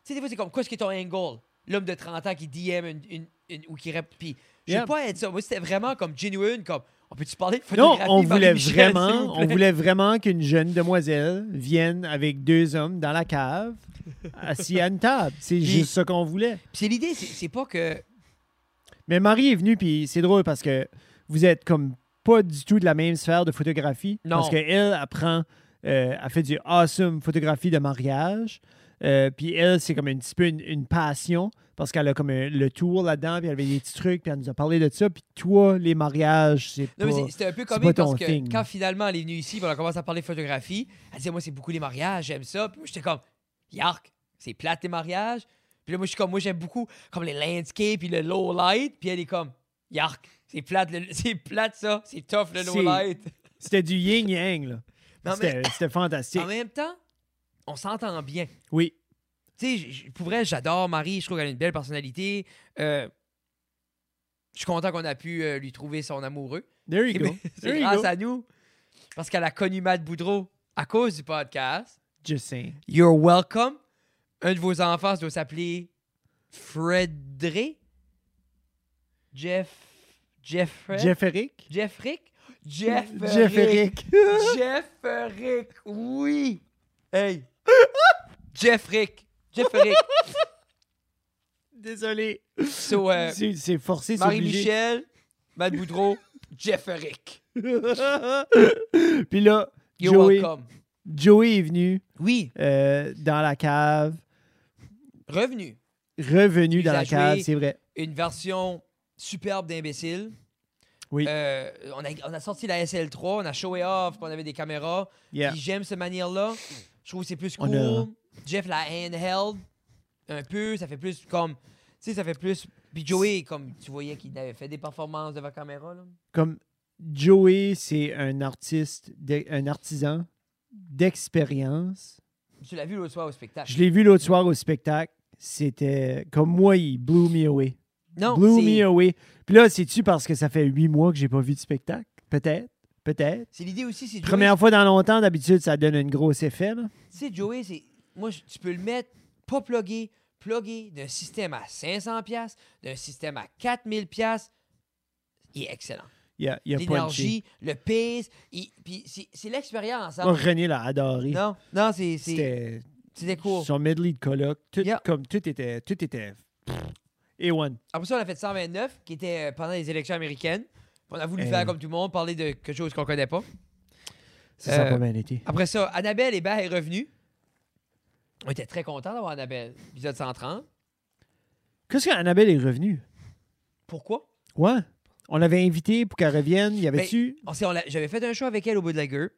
sais, des fois, c'est comme, qu'est-ce qui est ton angle? L'homme de 30 ans qui DM une, une- une- ou qui rep. Puis je Yeah. veux pas être ça. Moi, c'était vraiment comme genuine, comme, on peut-tu parler de Non, photographie? on voulait Marie-Michel, s'il vous vraiment, plaît? on voulait vraiment qu'une jeune demoiselle vienne avec deux hommes dans la cave, assis à une table. C'est juste ce qu'on voulait. Puis c'est l'idée, c'est, c'est pas que. Mais Marie est venue, puis c'est drôle parce que vous êtes comme pas du tout de la même sphère de photographie. Non. Parce qu'elle apprend, euh, elle fait du awesome photographie de mariage. Euh, puis elle, c'est comme un petit peu une, une passion parce qu'elle a comme un- le tour là-dedans, puis elle avait des petits trucs, puis elle nous a parlé de ça. Puis toi, les mariages, c'est pas... Non, mais c'est- c'était un peu c'est comique pas ton parce que thing. quand finalement elle est venue ici, puis on a commencé à parler photographie, elle disait Moi, c'est beaucoup les mariages, j'aime ça. Puis moi, j'étais comme Yark, c'est plate les mariages. Puis là, moi, je suis comme Moi, j'aime beaucoup comme les landscapes, puis le low light. Puis elle est comme Yark, c'est plate, le- c'est plate ça, c'est tough le low C'est- light. C'était du yin-yang, là. Non, mais- C'était c'était fantastique. En même temps, on s'entend bien. Oui. tu sais, j- j- pour vrai, j'adore Marie. Je trouve qu'elle a une belle personnalité. Euh, je suis content qu'on a pu euh, lui trouver son amoureux. There you go. Mais There C'est you grâce go. à nous, parce qu'elle a connu Matt Boudreau à cause du podcast. Just saying. You're welcome. Un de vos enfants doit s'appeler Fredré. Jeff. Jeff. Jeff Eric. Jeff Rick. Jeff. Jeff Rick. Eric. Jeff Rick. Oui. Hey. Jeff Rick. Jeff Rick. Désolé. So, euh, C'est c'est forcé, c'est obligé. Marie-Michel, Matt Boudreau, Jeff Rick. Puis là, You're Joey, welcome. Joey est venu Oui, euh, dans la cave, revenu. revenu Il dans a la joué. cave, c'est vrai. Une version superbe d'imbécile. Oui. Euh, on, a, on a sorti la SL3, on a showé off qu'on avait des caméras. Yeah. Puis j'aime cette manière-là. Je trouve que c'est plus On cool. a- Jeff la handheld un peu. Ça fait plus comme. Tu sais, ça fait plus. Puis Joey, comme tu voyais qu'il avait fait des performances devant la caméra. Là. Comme Joey, c'est un artiste, de- un artisan d'expérience. Tu l'as vu l'autre soir au spectacle. Je l'ai vu l'autre soir au spectacle. C'était comme moi, il blew me away. Non, blew c'est- me away. Puis là, c'est-tu parce que ça fait huit mois que j'ai pas vu de spectacle? Peut-être, peut-être. c'est l'idée aussi. c'est Joey, Première fois dans longtemps, d'habitude, ça donne un gros effet. là. Tu sais, Joey, c'est. Moi, je- tu peux le mettre, pas plugué, plugué d'un système à 500$, d'un système à 4000$. Il est excellent. Il a, il a punché. L'énergie, le pace, il- puis c'est- c'est l'expérience. hein. Oh, René l'a adoré. Non, non, c'est- c'est- C'était c'était cool. son medley de colloque. Tout, Yeah. comme, tout était... Tout était et one. Après ça, on a fait 129, qui était euh, pendant les élections américaines. On a voulu Hey. faire comme tout le monde, parler de quelque chose qu'on connaît pas. Ça, ça a Euh, pas bien été. Après ça, Annabelle et est revenue. On était très contents d'avoir Annabelle, épisode 130. Qu'est-ce qu'Annabelle est revenue? Pourquoi? Ouais. On l'avait invitée pour qu'elle revienne. Y avait-tu... Ben, On s'est- on l'a- J'avais fait un show avec elle au bout de la gueule.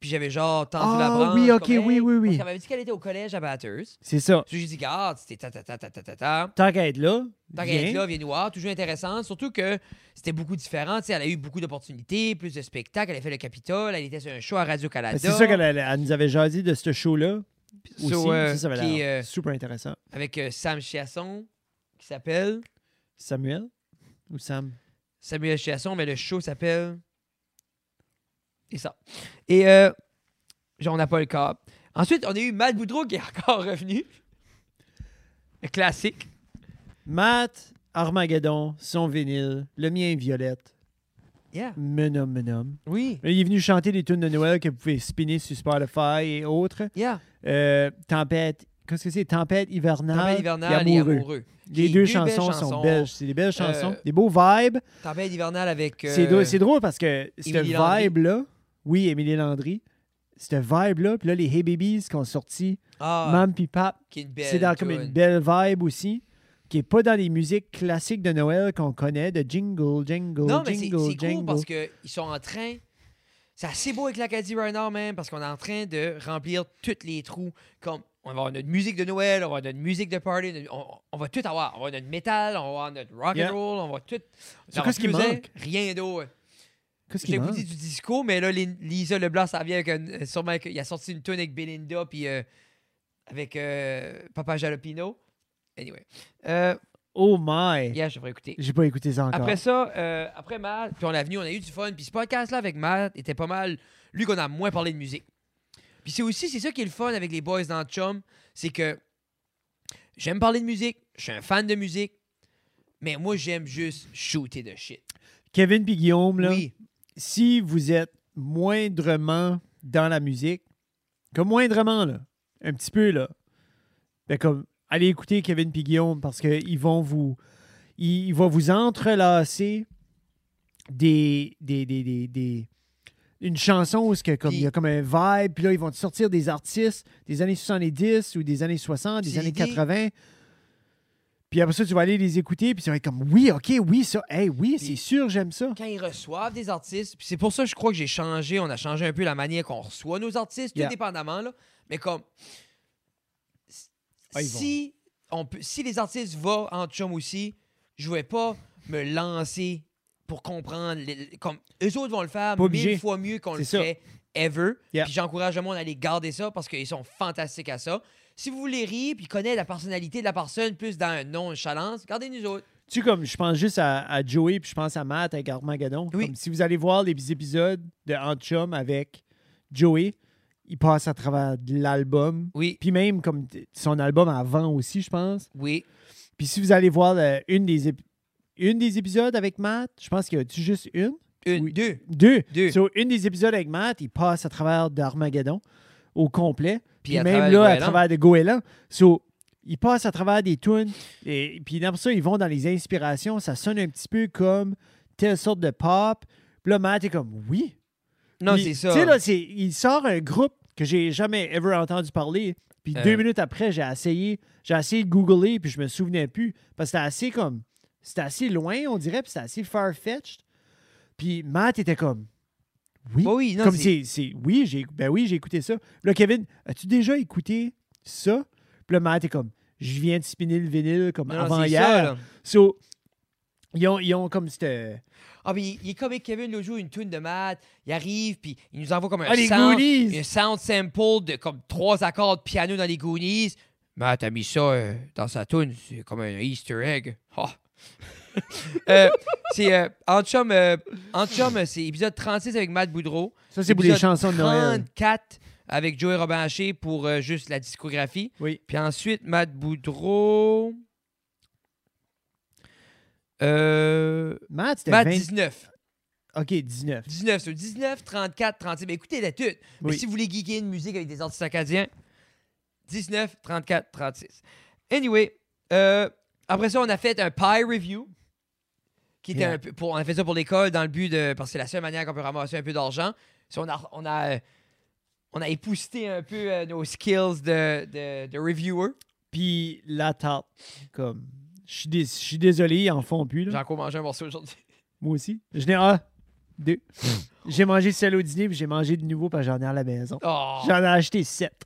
Puis j'avais genre tendu Ah, la branche. oui, ok, comme, oui, oui, oui. Parce qu'elle m'avait dit qu'elle était au collège à Batters. C'est ça. Puis j'ai dit, garde, c'était ta ta ta ta ta ta ta. Tant qu'à être là, Tant viens. qu'elle est là, viens nous voir. Toujours intéressante. Surtout que c'était beaucoup différent. Tu sais, elle a eu beaucoup d'opportunités, plus de spectacles. Elle a fait le Capitole. Elle était sur un show à Radio-Canada. Parce que C'est sûr qu'elle elle- elle nous avait jasé de ce show-là aussi. So, euh, ça, ça avait qui, l'air euh, super intéressant. Avec euh, Sam Chiasson, qui s'appelle Samuel ou Sam? Samuel Chiasson, mais le show s'appelle. Et ça. Et euh, genre, on n'a pas le câble. Ensuite, on a eu Matt Boudreau qui est encore revenu. Le classique. Matt, Armageddon, son vinyle, le mien Violette, Yeah. Menom Menom. Oui. Il est venu chanter des tunes de Noël que vous pouvez spinner sur Spotify et autres. Yeah. Euh, tempête, qu'est-ce que c'est? Tempête hivernale, Tempête hivernale et amoureux. Les Qui- deux deux chansons belles sont chansons. belles. C'est des belles chansons, Euh, des beaux vibes. Tempête hivernale avec. euh, C'est drôle, c'est drôle parce que ce Émilie Landry. vibe-là, oui, Émilie Landry, ce vibe-là, puis là, les Hey Babies qui ont sorti, Ah, Mam puis Pap, qui est une belle. c'est dans comme une toune. belle vibe aussi, qui est pas dans les musiques classiques de Noël qu'on connaît, de Jingle, Jingle, Non, mais c'est Jingle, c'est cool Jingle. parce qu'ils sont en train. C'est assez beau avec l'Acadie Runner, même, parce qu'on est en train de remplir tous les trous. Comme on va avoir notre musique de Noël, on va avoir notre musique de party, notre- on, on va tout avoir. On va avoir notre métal, on va avoir notre rock and Yeah. roll, on va tout. C'est Alors, qu'est-ce qui excusez, manque? Rien d'autre. Qu'est-ce Je qui t'ai vous manque? dit du disco, mais là, Lin- Lisa Leblanc, ça vient avec un. euh, Sûrement, avec- il a sorti une tune avec Belinda, puis euh, avec euh, Papa Jalapino. Anyway. Euh, Oh my! yeah, je devrais écouter. J'ai pas écouté ça encore. Après ça, euh, après Matt, puis on l'a venu, on a eu du fun. Puis ce podcast-là avec Matt était pas mal. Lui qu'on a moins parlé de musique. Puis c'est aussi, c'est ça qui est le fun avec les boys dans le Chum, c'est que j'aime parler de musique, je suis un fan de musique, mais moi j'aime juste shooter de shit. Kevin puis Guillaume, là, Oui, si vous êtes moindrement dans la musique, comme moindrement, là, un petit peu, là, ben comme, allez écouter Kevin puis Guillaume parce qu'ils vont vous. Ils, ils vont vous entrelacer des. des, des, des, des- une chanson où ce que, comme, Puis- il y a comme un vibe, puis là, ils vont te sortir des artistes des années 70 ou des années 60, des C'est années l'idée. 80. Puis après ça, tu vas aller les écouter, puis tu vas être comme, oui, OK, oui, ça, hey, oui, c'est sûr, j'aime ça. quand ils reçoivent des artistes, puis c'est pour ça que je crois que j'ai changé, on a changé un peu la manière qu'on reçoit nos artistes, Yeah. tout dépendamment, là. Mais comme. Ah, ils si, on peut, si les artistes vont en chum aussi, je vais pas me lancer pour comprendre. les- comme, eux autres vont le faire Pas obligé. mille fois mieux qu'on le C'est ça. fait ever. Yeah. Puis j'encourage le monde à aller garder ça parce qu'ils sont fantastiques à ça. Si vous voulez rire puis connaître la personnalité de la personne plus dans un nonchalance, gardez-nous autres. Tu sais, comme je pense juste à, à Joey puis je pense à Matt avec Armageddon. Oui. Comme si vous allez voir les épisodes de En Chum avec Joey, il passe à travers de l'album. Oui, Puis même comme t- son album avant aussi, je pense. oui. Puis si vous allez voir euh, une, des ép- une des épisodes avec Matt, je pense qu'il y a juste une. Une, Oui. deux. Deux. Deux. So, une des épisodes avec Matt, il passe à travers d'Armageddon au complet. Puis Puis à même travers là, à Goéland. travers de Goéland. So, ils passent à travers des tunes. Et puis dans ça, ils vont dans les inspirations. Ça sonne un petit peu comme telle sorte de pop. Puis là, Matt est comme oui. Non, Puis, c'est ça. Tu sais, là, c'est- il sort un groupe que j'ai jamais ever entendu parler. Puis Euh. deux minutes après, j'ai essayé, j'ai essayé de googler, puis je me souvenais plus. Parce que c'était assez comme. C'était assez loin, on dirait, puis c'était assez far-fetched. Puis Matt était comme. Oui. Bah Oui, oui, non, comme c'est- c'est. c'est- Oui, j'ai ben oui, j'ai écouté ça. Puis là, Kevin, as-tu déjà écouté ça? Puis là, Matt est comme. Je viens de spinner le vinyle comme Non, non, avant c'est hier. ça, là. So, ils ont, ils ont comme c'était. Ah, mais il, il est comme avec Kevin l'autre jour, une tune de maths. Il arrive, puis il nous envoie comme un Ah, les sound, Goonies! un sound sample de comme trois accords de piano dans les Goonies. Matt a mis ça euh, dans sa tune, c'est comme un Easter egg. Ah. Euh, c'est euh, En Chum, euh, En Chum, euh, c'est épisode 36 avec Matt Boudreau. Ça, c'est pour les Épisode chansons de Noël. 34 avec Joey Robin Haché pour euh, juste la discographie. Oui. Puis ensuite, Matt Boudreau. Euh, Matt, c'était Matt 20 19. OK, 19. 19, c'est 19, 34, 36. Mais écoutez la toute. Mais Oui. si vous voulez geeker une musique avec des artistes acadiens, 19, 34, 36. Anyway, euh, après ça, on a fait un pie review. Qui était Yeah. un peu pour, on a fait ça pour l'école dans le but de. Parce que c'est la seule manière qu'on peut ramasser un peu d'argent. Si on a, on a, euh, on a épousseté un peu euh, nos skills de, de, de reviewer. Puis la tarte, comme. Je suis dés- je suis désolé, ils en font plus. J'ai Là. encore mangé un morceau aujourd'hui. Moi aussi. Je n'ai ah, Deux. J'ai mangé celle au dîner, puis j'ai mangé de nouveau parce que j'en ai à la maison. Oh. J'en ai acheté sept.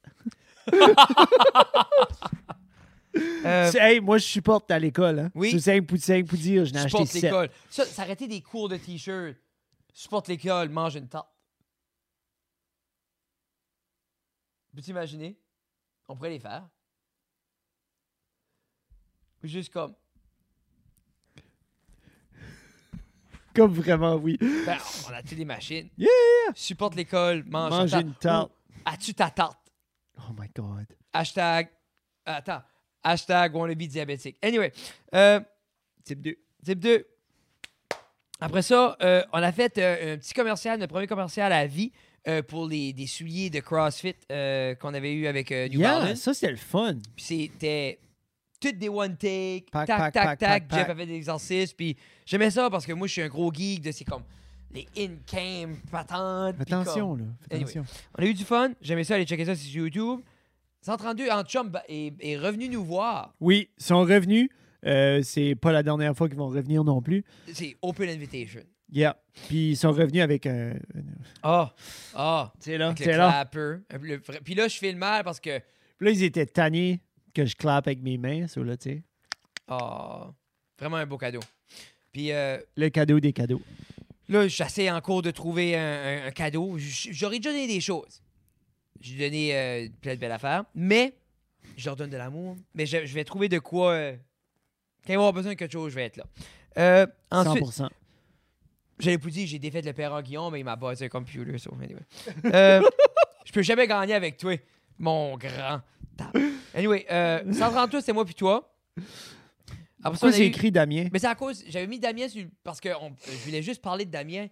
Euh, C'est- hey, moi, je supporte à l'école. Hein. Oui. C'est simple pour, c'est simple pour dire, je n'ai acheté supporte sept. l'école. Ça, s'arrêter des cours de t-shirt. Supporte l'école, mange une tarte. Peux-tu imaginer? On pourrait les faire. Juste comme. Comme vraiment, oui. Ben, on a toutes des machines. Yeah! Supporte l'école, mange, Mange ta- une tarte. Ou, As-tu ta tarte? Oh my God. Hashtag. Attends. Hashtag wannabe diabétique. Anyway. euh, Type 2. type 2. Après ça, euh, on a fait euh, un petit commercial, notre premier commercial à vie euh, pour les, des souliers de CrossFit euh, qu'on avait eu avec euh, New Yeah, Balance. ça, c'est le fun. Puis c'était toutes des one take, Pac, tac, pac, tac, pac, tac. pac, Jeff pac. avait des exercices. Puis j'aimais ça parce que moi, je suis un gros geek de c'est comme les in-cam, patentes. puis Attention, là. Fais Anyway. Attention. on a eu du fun. J'aimais ça aller checker ça sur YouTube. 132 en chum ben, est, est revenu nous voir. Oui, ils sont revenus. Euh, c'est pas la dernière fois qu'ils vont revenir non plus. C'est Open Invitation. Yeah. Puis ils sont revenus avec un. Ah, ah. C'est là. Avec le C'est là. clapper. Le vrai- Puis là, je fais le mal parce que. Puis là, ils étaient tannés que je clappe avec mes mains, ça, là, tu sais. ah, vraiment un beau cadeau. Puis euh, Le cadeau des cadeaux. là, j'essaie en cours de trouver un, un- un cadeau. J- J'aurais déjà donné des choses. J'ai donné euh, plein de belles affaires, mais je leur donne de l'amour. Mais je, je vais trouver de quoi. euh, quand ils vont avoir besoin de quelque chose, je vais être là. Euh, ensuite, 100%. j'allais vous dire, j'ai défait le père Guillaume, mais il m'a battu un computer. so anyway. Euh, je peux jamais gagner avec toi, mon grand. tab- Anyway, euh, 132, c'est moi puis toi. Après ça, on Pourquoi a c'est eu- écrit Damien? Mais c'est à cause, j'avais mis Damien sur- parce que on- je voulais juste parler de Damien,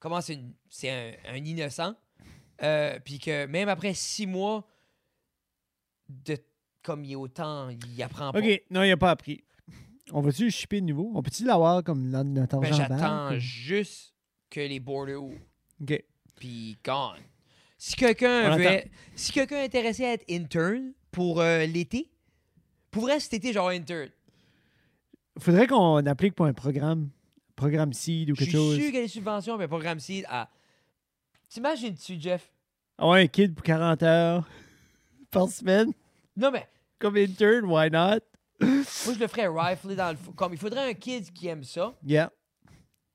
comment c'est, une- c'est un, un innocent, euh, puis que même après six mois, de, comme il est autant, il apprend pas. OK, non, il n'a pas appris. On va-tu le shipper de nouveau? On peut-tu l'avoir comme dans notre Ben, argent en j'attends banque? juste que les borders ouvrent, OK. puis gone. Si quelqu'un On veut attend. être- si quelqu'un est intéressé à être intern pour euh, l'été, pour vrai, cet été, genre intern, Faudrait qu'on applique pour un programme, programme seed ou je quelque suis chose. sûr que les subventions, mais programme seed à... T'imagines-tu, Jeff? Ah ouais, un kid pour 40 heures par semaine Non, mais comme intern, why not? Moi, je le ferais rifler dans le fou. Comme il faudrait un kid qui aime ça. Yeah.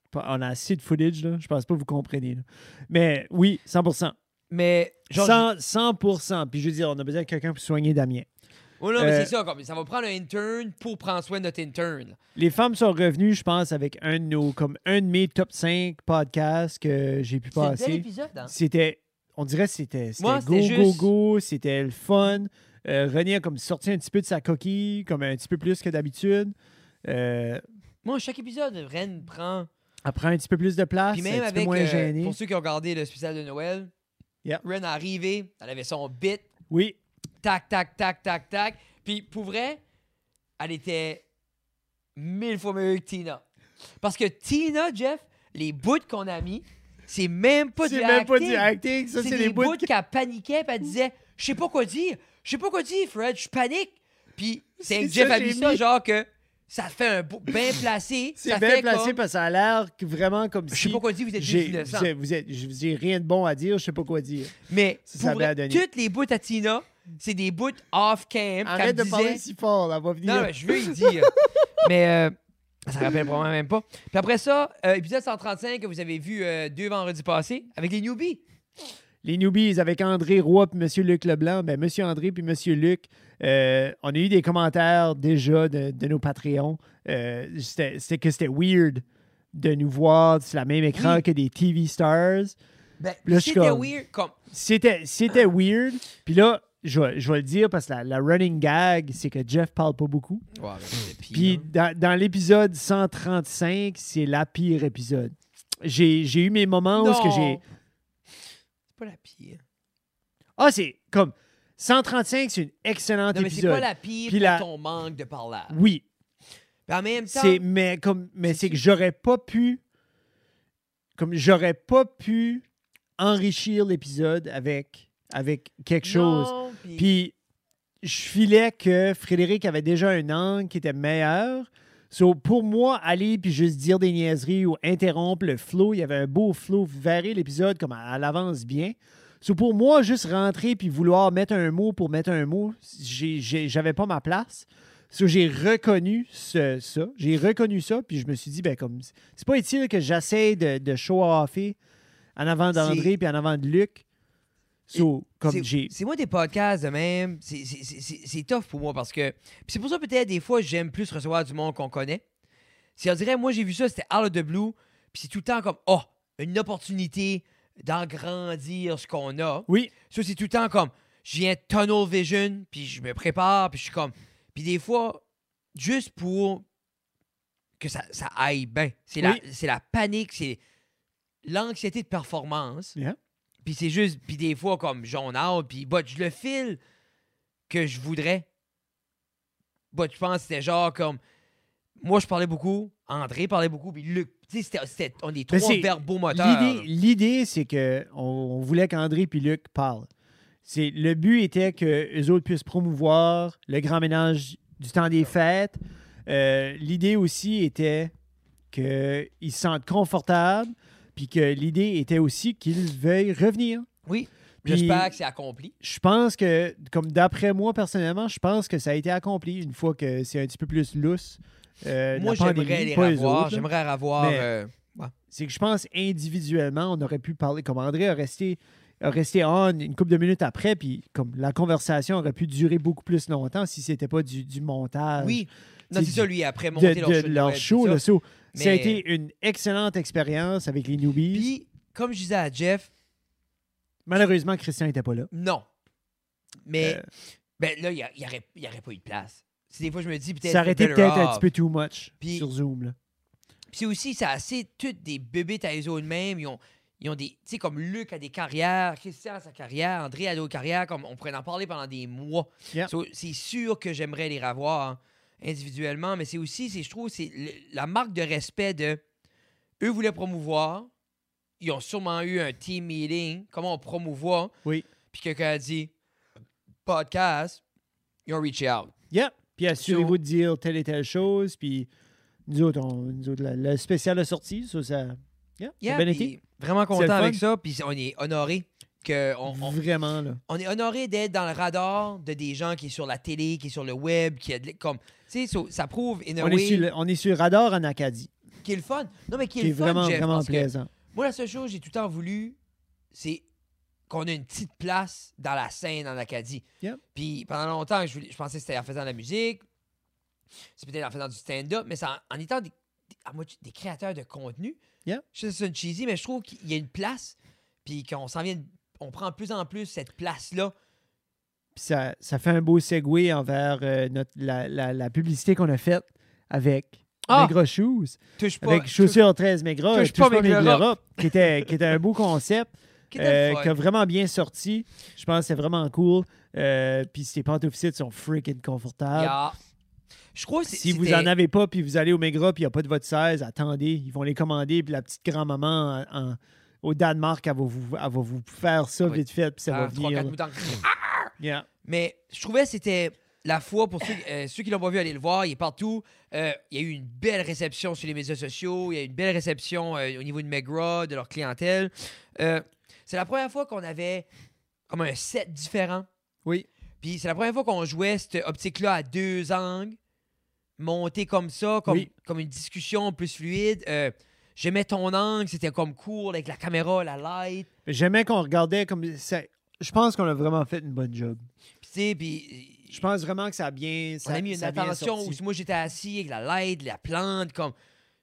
Pa- On a assez de footage, là. Je pense pas que vous compreniez. là. Mais oui, 100%. Mais genre. 100, 100%. Puis je veux dire, on a besoin de quelqu'un pour soigner Damien. Oh non, mais Euh, c'est ça. Comme, ça va prendre un intern pour prendre soin de notre intern. Les femmes sont revenues, je pense, avec un de nos, comme un de mes top 5 podcasts que j'ai pu C'est un bel passer. épisode, hein? C'était, on dirait que c'était, c'était Moi, go, c'était go, juste- go, c'était le fun. Euh, René a comme sorti un petit peu de sa coquille, comme un petit peu plus que d'habitude. Euh, Moi, chaque épisode, Ren prend. elle prend un petit peu plus de place, Puis Ah, c'est un même petit avec. peu moins euh, gêné. pour ceux qui ont regardé le spécial de Noël, Yeah. Ren est arrivée. Elle avait son bit. Oui, Tac, tac, tac, tac, tac. Puis pour vrai, elle était mille fois meilleure que Tina. Parce que Tina, Jeff, les bouts qu'on a mis, c'est même pas du c'est même pas du acting. acting, ça c'est c'est des les bouts bouts. qu'elle paniquait, puis elle disait Je sais pas quoi dire, je sais pas quoi dire, Fred, je panique. Puis c'est C'est que Jeff ça, a mis j'ai ça, mis. genre que ça fait un beau, bien placé. C'est ça bien fait placé comme, parce que ça a l'air que vraiment comme Je sais si pas quoi dire, vous êtes j'ai, juste vous innocent. êtes- vous êtes- je vous ai rien de bon à dire, je sais pas quoi dire. Mais Ça, ça pour avait à vrai, donner. toutes les bouts à Tina, c'est des bouts off-cam. qu'elle Arrête de disait- parler si fort, là, on va venir. Non, mais je veux y dire. mais euh, ça rappelle probablement même pas. Puis après ça, euh, épisode 135 que vous avez vu euh, deux vendredis passés avec les newbies. Les newbies avec André Roy puis M. Luc Leblanc. Ben, M. André puis M. Luc, euh, on a eu des commentaires déjà de, de nos Patreons. Euh, c'était c'était que c'était weird de nous voir sur la même écran Oui. que des TV stars. Ben, Là, je suis c'était comme- weird. Comme, C'était c'était weird. Puis là, je, vais- je vais le dire parce que la, la running gag, c'est que Jeff parle pas beaucoup. Ouais, mais c'était pire, Puis hein. dans, dans l'épisode 135, c'est la pire épisode. J'ai j'ai eu mes moments où ce que j'ai... Non. C'est pas la pire. Ah, c'est comme... 135, c'est une excellente Non, mais c'est épisode. pas la pire Puis pour la- ton manque de parlable. Oui, Puis en même temps, c'est mais comme mais c'est que j'aurais pas pu comme j'aurais pas pu enrichir l'épisode avec avec quelque chose. non, puis- Puis je filais que Frédéric avait déjà un angle qui était meilleur. So, pour moi, aller puis juste dire des niaiseries ou interrompre le flow, il y avait un beau flow, varie l'épisode comme à, à l'avance bien. So, pour moi, juste rentrer puis vouloir mettre un mot pour mettre un mot, j'ai- j'ai- j'avais pas ma place. So, j'ai reconnu ce- ça. J'ai reconnu ça, puis je me suis dit, ben comme c'est pas utile que j'essaie de, de show-offer en avant d'André puis en avant de Luc. So, comme C'est- j'ai. C'est moi des podcasts de même. C'est- c'est- C'est c'est- c'est tough pour moi parce que. puis c'est pour ça peut-être des fois j'aime plus recevoir du monde qu'on connaît. Si on dirait, moi j'ai vu ça, c'était out of the blue. Puis c'est tout le temps comme oh, une opportunité d'engrandir ce qu'on a. Oui, Ça, c'est tout le temps comme j'ai un tunnel vision, puis je me prépare, puis je suis comme. Puis des fois, juste pour que ça, ça aille bien. C'est la- Oui. c'est la, panique, c'est l'anxiété de performance. Yeah. Puis c'est juste, puis des fois, comme j'en out, puis bah, je le file que je voudrais. Bah, je pense que c'était genre comme. Moi, je parlais beaucoup, André parlait beaucoup, puis Luc. Tu sais, c'était- c'était- on est Ben, trois c'est verbomoteurs. L'idée, l'idée, c'est que on, on voulait qu'André puis Luc parlent. C'est, le but était que les autres puissent promouvoir le grand ménage du temps des fêtes. Euh, l'idée aussi était qu'ils se sentent confortables, puis que l'idée était aussi qu'ils veuillent revenir. Oui. Puis- J'espère que c'est accompli. Je pense que, comme d'après moi personnellement, je pense que ça a été accompli une fois que c'est un petit peu plus lousse. euh, Moi, la pandémie, j'aimerais les pas eux revoir. autres, là. J'aimerais revoir. Mais- euh, c'est que je pense individuellement, on aurait pu parler comme André a resté, a resté on une couple de minutes après, puis comme la conversation aurait pu durer beaucoup plus longtemps si c'était pas du, du montage. oui. Non, c'est c'est ça, lui, après ah, de, monter leur de- show. de de leur Noël, show. tout ça. là. So, Ça a Mais- été une excellente expérience avec les newbies. Puis, comme je disais à Jeff, Malheureusement, Christian n'était pas là. non. Mais Euh, ben, là, il n'y aurait, il y aurait pas eu de place. C'est des fois, je me dis peut-être. ça aurait été better peut-être un off. petit peu too much Puis- sur Zoom. là. Puis c'est aussi, ça a assez toutes des bébites à eux autres mêmes. Ils ont, ils ont des. Tu sais, comme Luc a des carrières, Christian a sa carrière, André a d'autres carrières. Comme on pourrait en parler pendant des mois. Yeah. So, c'est sûr que j'aimerais les revoir hein, individuellement, mais c'est aussi, c'est, je trouve, c'est le- la marque de respect de. Eux voulaient promouvoir. Ils ont sûrement eu un team meeting. Comment on promouvoit. Oui. Puis quelqu'un a dit podcast. Ils ont reaché out. Yeah. Puis assurez-vous de dire telle et telle chose. Puis nous autres, on- nous autres, la- le spécial a sorti. Ça, ça, yeah, ça a Yeah, bien puis été. Vraiment C'est content le fun. avec ça. Puis on est honoré que on- on, Vraiment, là. on est honoré d'être dans le radar de des gens qui est sur la télé, qui est sur le web, qui a de l- comme tu sais so- ça prouve in a On, est way sur le, on est sur le radar en Acadie, qui est le fun. Non mais qui est, qui est le fun, vraiment, Jeff, vraiment parce que plaisant. moi la seule chose que j'ai tout le temps voulu c'est qu'on ait une petite place dans la scène en Acadie. Yep. Puis pendant longtemps je, voulais- je pensais que c'était en faisant de la musique, c'est peut-être en faisant du stand-up, mais c'est en, en étant des, des- à moitié- des créateurs de contenu. Yep. Je sais que c'est une cheesy mais je trouve qu'il y a une place puis qu'on s'en vient on prend de plus en plus cette place là Puis ça, ça fait un beau segue envers euh, notre, la, la- la publicité qu'on a faite avec Ah! Maigre Shoes, touche pas avec Chaussures 13 Maigre, touche pas Maigre Europe. qui était, qui était un beau concept, Qui était le euh, fun. qui a vraiment bien sorti. Je pense que c'est vraiment cool. Euh, puis ces pantoufles sont freaking confortables. Yeah. Ah. Je crois que c'est- Ah. Si vous c'était- en avez pas, puis vous allez au Maigre, puis il n'y a pas de votre 16, attendez, ils vont les commander, puis la petite grand-maman en- en- au Danemark, elle va vous, elle va vous faire ça Oui. vite fait, puis ça Ah, va trois, venir. quatre là. boutons. Yeah. Mais je trouvais que c'était la foi pour ceux, euh, ceux qui l'ont pas vu aller le voir. Il est partout. Euh, il y a eu une belle réception sur les médias sociaux. Il y a eu une belle réception euh, au niveau de Megra, de leur clientèle. Euh, c'est la première fois qu'on avait comme un set différent. Oui. Puis c'est la première fois qu'on jouait cette optique-là à deux angles, monté comme ça, comme, Oui. comme une discussion plus fluide. Euh, J'aimais ton angle, c'était comme cool avec la caméra, la light. J'aimais qu'on regardait comme. ça- Je pense qu'on a vraiment fait une bonne job. Puis, tu sais, puis euh, Je pense vraiment que ça a bien. on Ça, a mis une ça a bien attention sorti. où moi j'étais assis avec la LED, la plante, comme.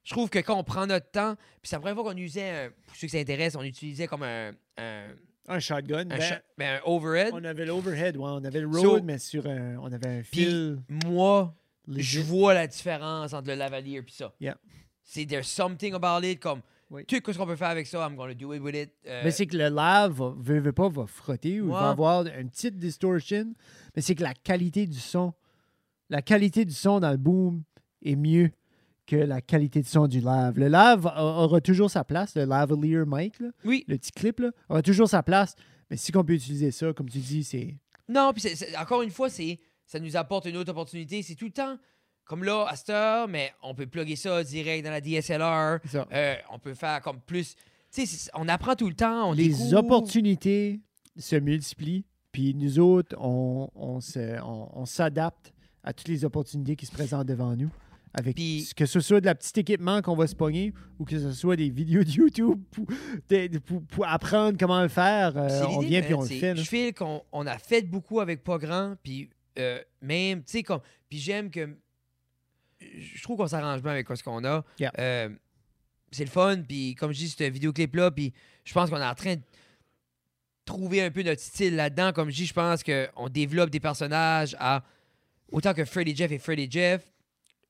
Je trouve que quand on prend notre temps, puis c'est la première fois qu'on usait, un- pour ceux qui s'intéressent, on utilisait comme un, un, Un shotgun. un ben, shot- ben, un overhead. on avait l'overhead, ouais, on avait le road, So- mais sur un, on avait un Puis fil. moi, je legit. vois la différence entre le lavalier puis ça. Yeah. C'est there's something about it, comme Oui. tu sais qu'est-ce qu'on peut faire avec ça, I'm gonna do it with it. Euh, Mais c'est que le lave, va- veut, veut pas, va frotter ou il Ouais. va avoir une petite distortion. Mais c'est que la qualité du son, la qualité du son dans le boom est mieux que la qualité du son du lave. Le lave a- aura toujours sa place, le lavalier mic, là, oui. le petit clip, là, aura toujours sa place. Mais si qu'on peut utiliser ça, comme tu dis, c'est Non, puis c'est- c'est- encore une fois, c'est ça nous apporte une autre opportunité. C'est tout le temps Comme là, à cette heure, mais on peut plugger ça direct dans la DSLR. C'est ça. Euh, on peut faire comme plus. Tu sais, c'est- on apprend tout le temps. On les découvre. opportunités se multiplient, puis nous autres, on, on se- on- on s'adapte à toutes les opportunités qui se présentent devant nous. Avec Puis- ce- que ce soit de la petite équipement qu'on va se pogner ou que ce soit des vidéos de YouTube pour, de- pour- pour apprendre comment le faire, euh, C'est on l'idée, vient man, puis on le c'est- fait. là. Je file qu'on on a fait beaucoup avec pas grand, puis euh, même, tu sais, comme. Puis j'aime que. Je trouve qu'on s'arrange bien avec ce qu'on a. Yeah. Euh, c'est le fun, puis comme je dis, ce vidéoclip-là, puis je pense qu'on est en train de trouver un peu notre style là-dedans. Comme je dis, je pense qu'on développe des personnages à. Autant que Freddy Jeff et Freddy Jeff,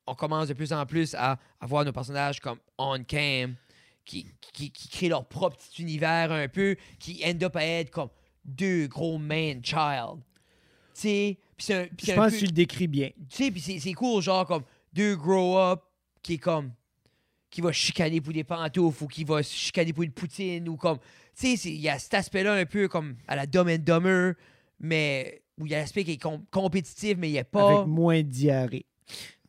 on commence de plus en plus à avoir nos personnages comme on-cam, qui, qui, qui créent leur propre petit univers un peu, qui end up à être comme deux gros man-child. Tu sais, puis c'est un, puis Je c'est un pense peu- que tu le décris bien. tu sais, puis c'est- c'est cool, genre, comme deux grow-up qui est comme. qui va chicaner pour des pantoufles ou qui va se chicaner pour une poutine ou comme. Tu sais, c'est- il y a cet aspect-là un peu comme à la Dumb and Dumber, mais. où il y a l'aspect qui est com- compétitif, mais il n'y a pas. Avec moins de diarrhée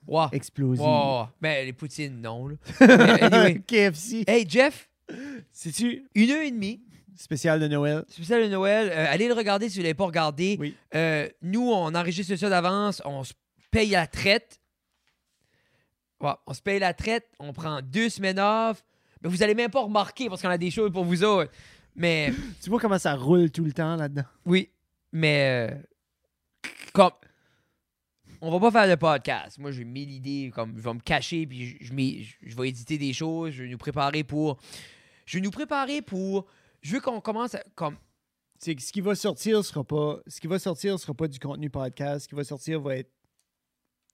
Ouah, explosive. ouah, Mais les poutines, non, là. Mais anyway. KFC. Hey, Jeff, C'est-tu une heure et demie. spécial de Noël? spécial de Noël. Euh, allez le regarder si vous ne l'avez pas regardé. Oui. Euh, nous, on enregistre ça d'avance. On se paye la traite. Ouais, on se paye la traite. On prend deux semaines off. Mais vous allez même pas remarquer parce qu'on a des choses pour vous autres. Mais Tu vois comment ça roule tout le temps là-dedans? oui, mais euh, comme on va pas faire de podcast. Moi, j'ai mille idées. Comme je vais me cacher, puis je, je m'y- je- je vais éditer des choses. Je vais nous préparer pour. Je vais nous préparer pour. Je veux qu'on commence à- comme c'est que ce qui va sortir sera pas ce qui va sortir sera pas du contenu podcast ce qui va sortir va être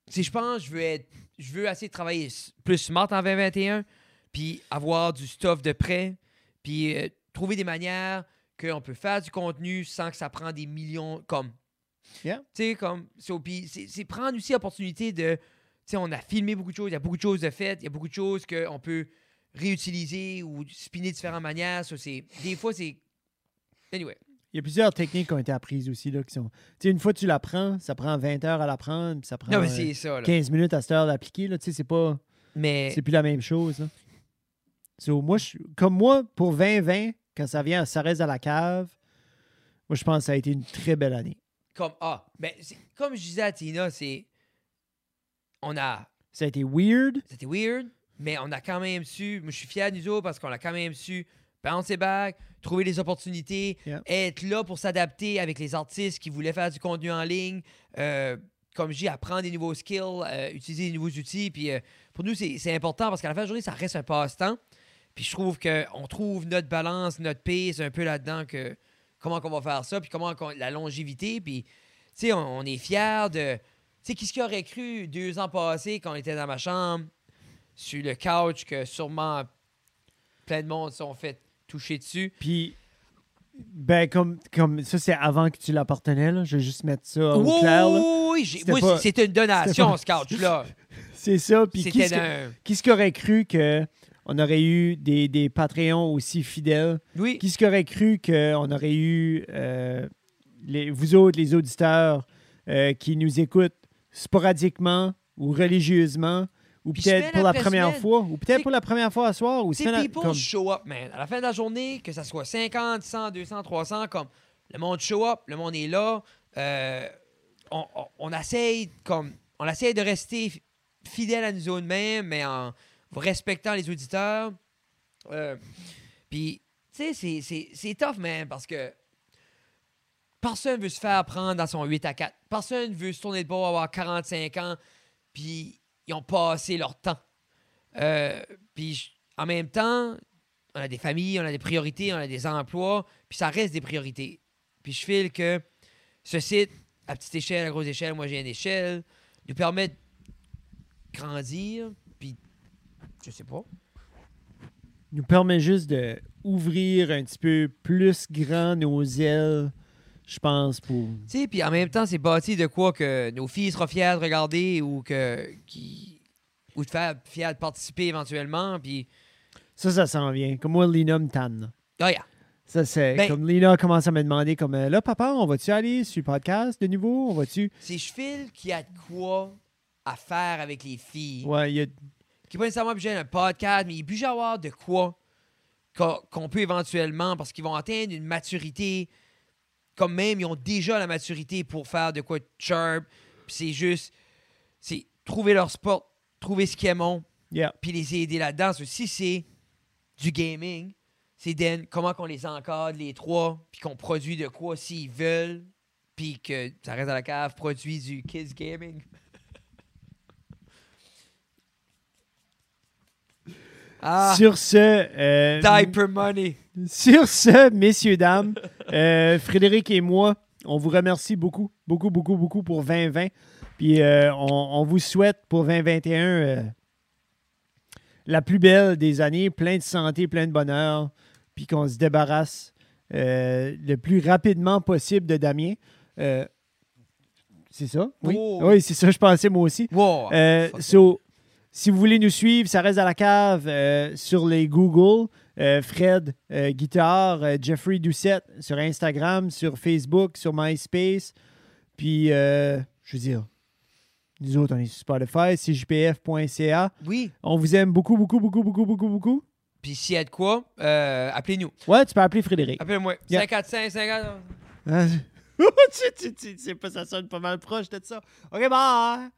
si je pense, je veux être, je veux assez travailler s- plus smart en 2021, puis avoir du stuff de près, puis euh, trouver des manières qu'on peut faire du contenu sans que ça prend des millions, comme, Yeah. tu sais, comme, so, puis c'est c'est prendre aussi l'opportunité de, tu sais, on a filmé beaucoup de choses, il y a beaucoup de choses de faites, il y a beaucoup de choses qu'on peut réutiliser ou spinner de différentes manières, so c'est, des fois, c'est, anyway. il y a plusieurs techniques qui ont été apprises aussi là qui sont tu sais une fois que tu l'apprends ça prend 20 heures à l'apprendre puis ça prend Non, mais euh, c'est ça, là. 15 minutes à cette heure d'appliquer là tu sais c'est pas Mais, c'est plus la même chose là. So, moi je- comme moi pour 2020 quand ça vient ça reste à la cave moi je pense que ça a été une très belle année comme, ah, ben, c'est- comme je disais à Tina, c'est, on a ça a été weird C'était weird, mais on a quand même su. Moi, je suis fier de nous autres parce qu'on a quand même su bouncer back, trouver des opportunités, Yeah. être là pour s'adapter avec les artistes qui voulaient faire du contenu en ligne. euh, comme je dis, apprendre des nouveaux skills, euh, utiliser des nouveaux outils. Puis euh, pour nous, c'est c'est important parce qu'à la fin de la journée, ça reste un passe-temps. Puis je trouve qu'on trouve notre balance, notre pace un peu là-dedans, que comment qu'on va faire ça, puis comment qu'on- la longévité. Puis, tu sais, on, on est fiers de. Tu sais, qu'est-ce qui aurait cru deux ans passés quand on était dans ma chambre, sur le couch, que sûrement plein de monde se sont fait toucher dessus. puis ben comme comme ça c'est avant que tu l'appartenais là je vais juste mettre ça au Wow, clair là. oui, j'ai- C'était moi, pas- c'est- c'était une donation, ce c'était pas- couch-là. c'est ça puis qui C'était ce que- un. Qui ce aurait cru que on aurait eu des, des Patreons aussi fidèles? Oui, Qui ce aurait cru qu'on aurait eu euh, les, vous autres, les auditeurs euh, qui nous écoutent sporadiquement ou religieusement? Ou Puis peut-être semaine pour la après première semaine. fois, ou T'sais- peut-être pour la première fois à soir, ou c'est semaine à- people comme- show up, man. À la fin de la journée, que ça soit 50, 100, 200, 300, comme le monde show up, le monde est là. Euh, on, on, on essaye comme on essaye de rester fi- fidèle à nous mêmes mais en respectant les auditeurs. Euh, Puis, tu sais, c'est- c'est- c'est tough, man, parce que personne veut se faire prendre dans son 8 à 4. Personne veut se tourner le bord, avoir 45 ans, puis ils ont passé leur temps. Euh, puis, je- en même temps, on a des familles, on a des priorités, on a des emplois, puis ça reste des priorités. Puis je file que ce site, à petite échelle, à grosse échelle, moi j'ai une échelle, nous permet de grandir, puis je sais pas. nous permet juste de ouvrir un petit peu plus grand nos ailes, je pense, pour Tu sais, puis en même temps, c'est bâti de quoi que nos filles seront fiers de regarder ou que qui ou de faire fiers de participer éventuellement. Puis, ça, ça s'en vient. Comme moi, Lina me tanne. Ah, yeah. Ça, c'est Ben- comme Lina commence à me demander comme euh, là, papa, on va-tu aller sur le podcast de nouveau? On va-tu. c'est je file qui a de quoi à faire avec les filles, Ouais, il y a- qui n'est pas nécessairement obligé d'un podcast, mais il est obligé d'avoir de quoi qu'on qu'on peut éventuellement, parce qu'ils vont atteindre une maturité, comme même ils ont déjà la maturité pour faire de quoi de sharp. Puis c'est juste, c'est trouver leur sport, trouver ce qu'ils aiment, yeah. puis les aider là-dedans. Parce que Si c'est du gaming, c'est then comment qu'on les encadre, les trois, puis qu'on produit de quoi s'ils veulent, puis que ça reste à la cave, produit du kids gaming. ah, Sur ce, euh, diaper money. sur ce, messieurs, dames, euh, Frédéric et moi, on vous remercie beaucoup, beaucoup, beaucoup, beaucoup pour 2020. Puis euh, on, on vous souhaite pour 2021 euh, la plus belle des années, plein de santé, plein de bonheur, puis qu'on se débarrasse euh, le plus rapidement possible de Damien. Euh, c'est ça? Oui, Oh. oui c'est ça, je pensais moi aussi. Wow. Euh, fuck so, si vous voulez nous suivre, ça reste à la cave euh, sur les Google. euh, Fred euh, Guitare, euh, Jeffrey Doucette sur Instagram, sur Facebook, sur MySpace. Puis, euh, je veux dire, nous autres, on est sur Spotify, cjpf.ca. oui. On vous aime beaucoup, beaucoup, beaucoup, beaucoup, beaucoup, beaucoup. Puis s'il y a de quoi, euh, appelez-nous. Ouais, tu peux appeler Frédéric. Appelez-moi. Yeah. 545 50. Hein? tu, tu- tu- tu sais pas, ça sonne pas mal proche de ça. OK, bye!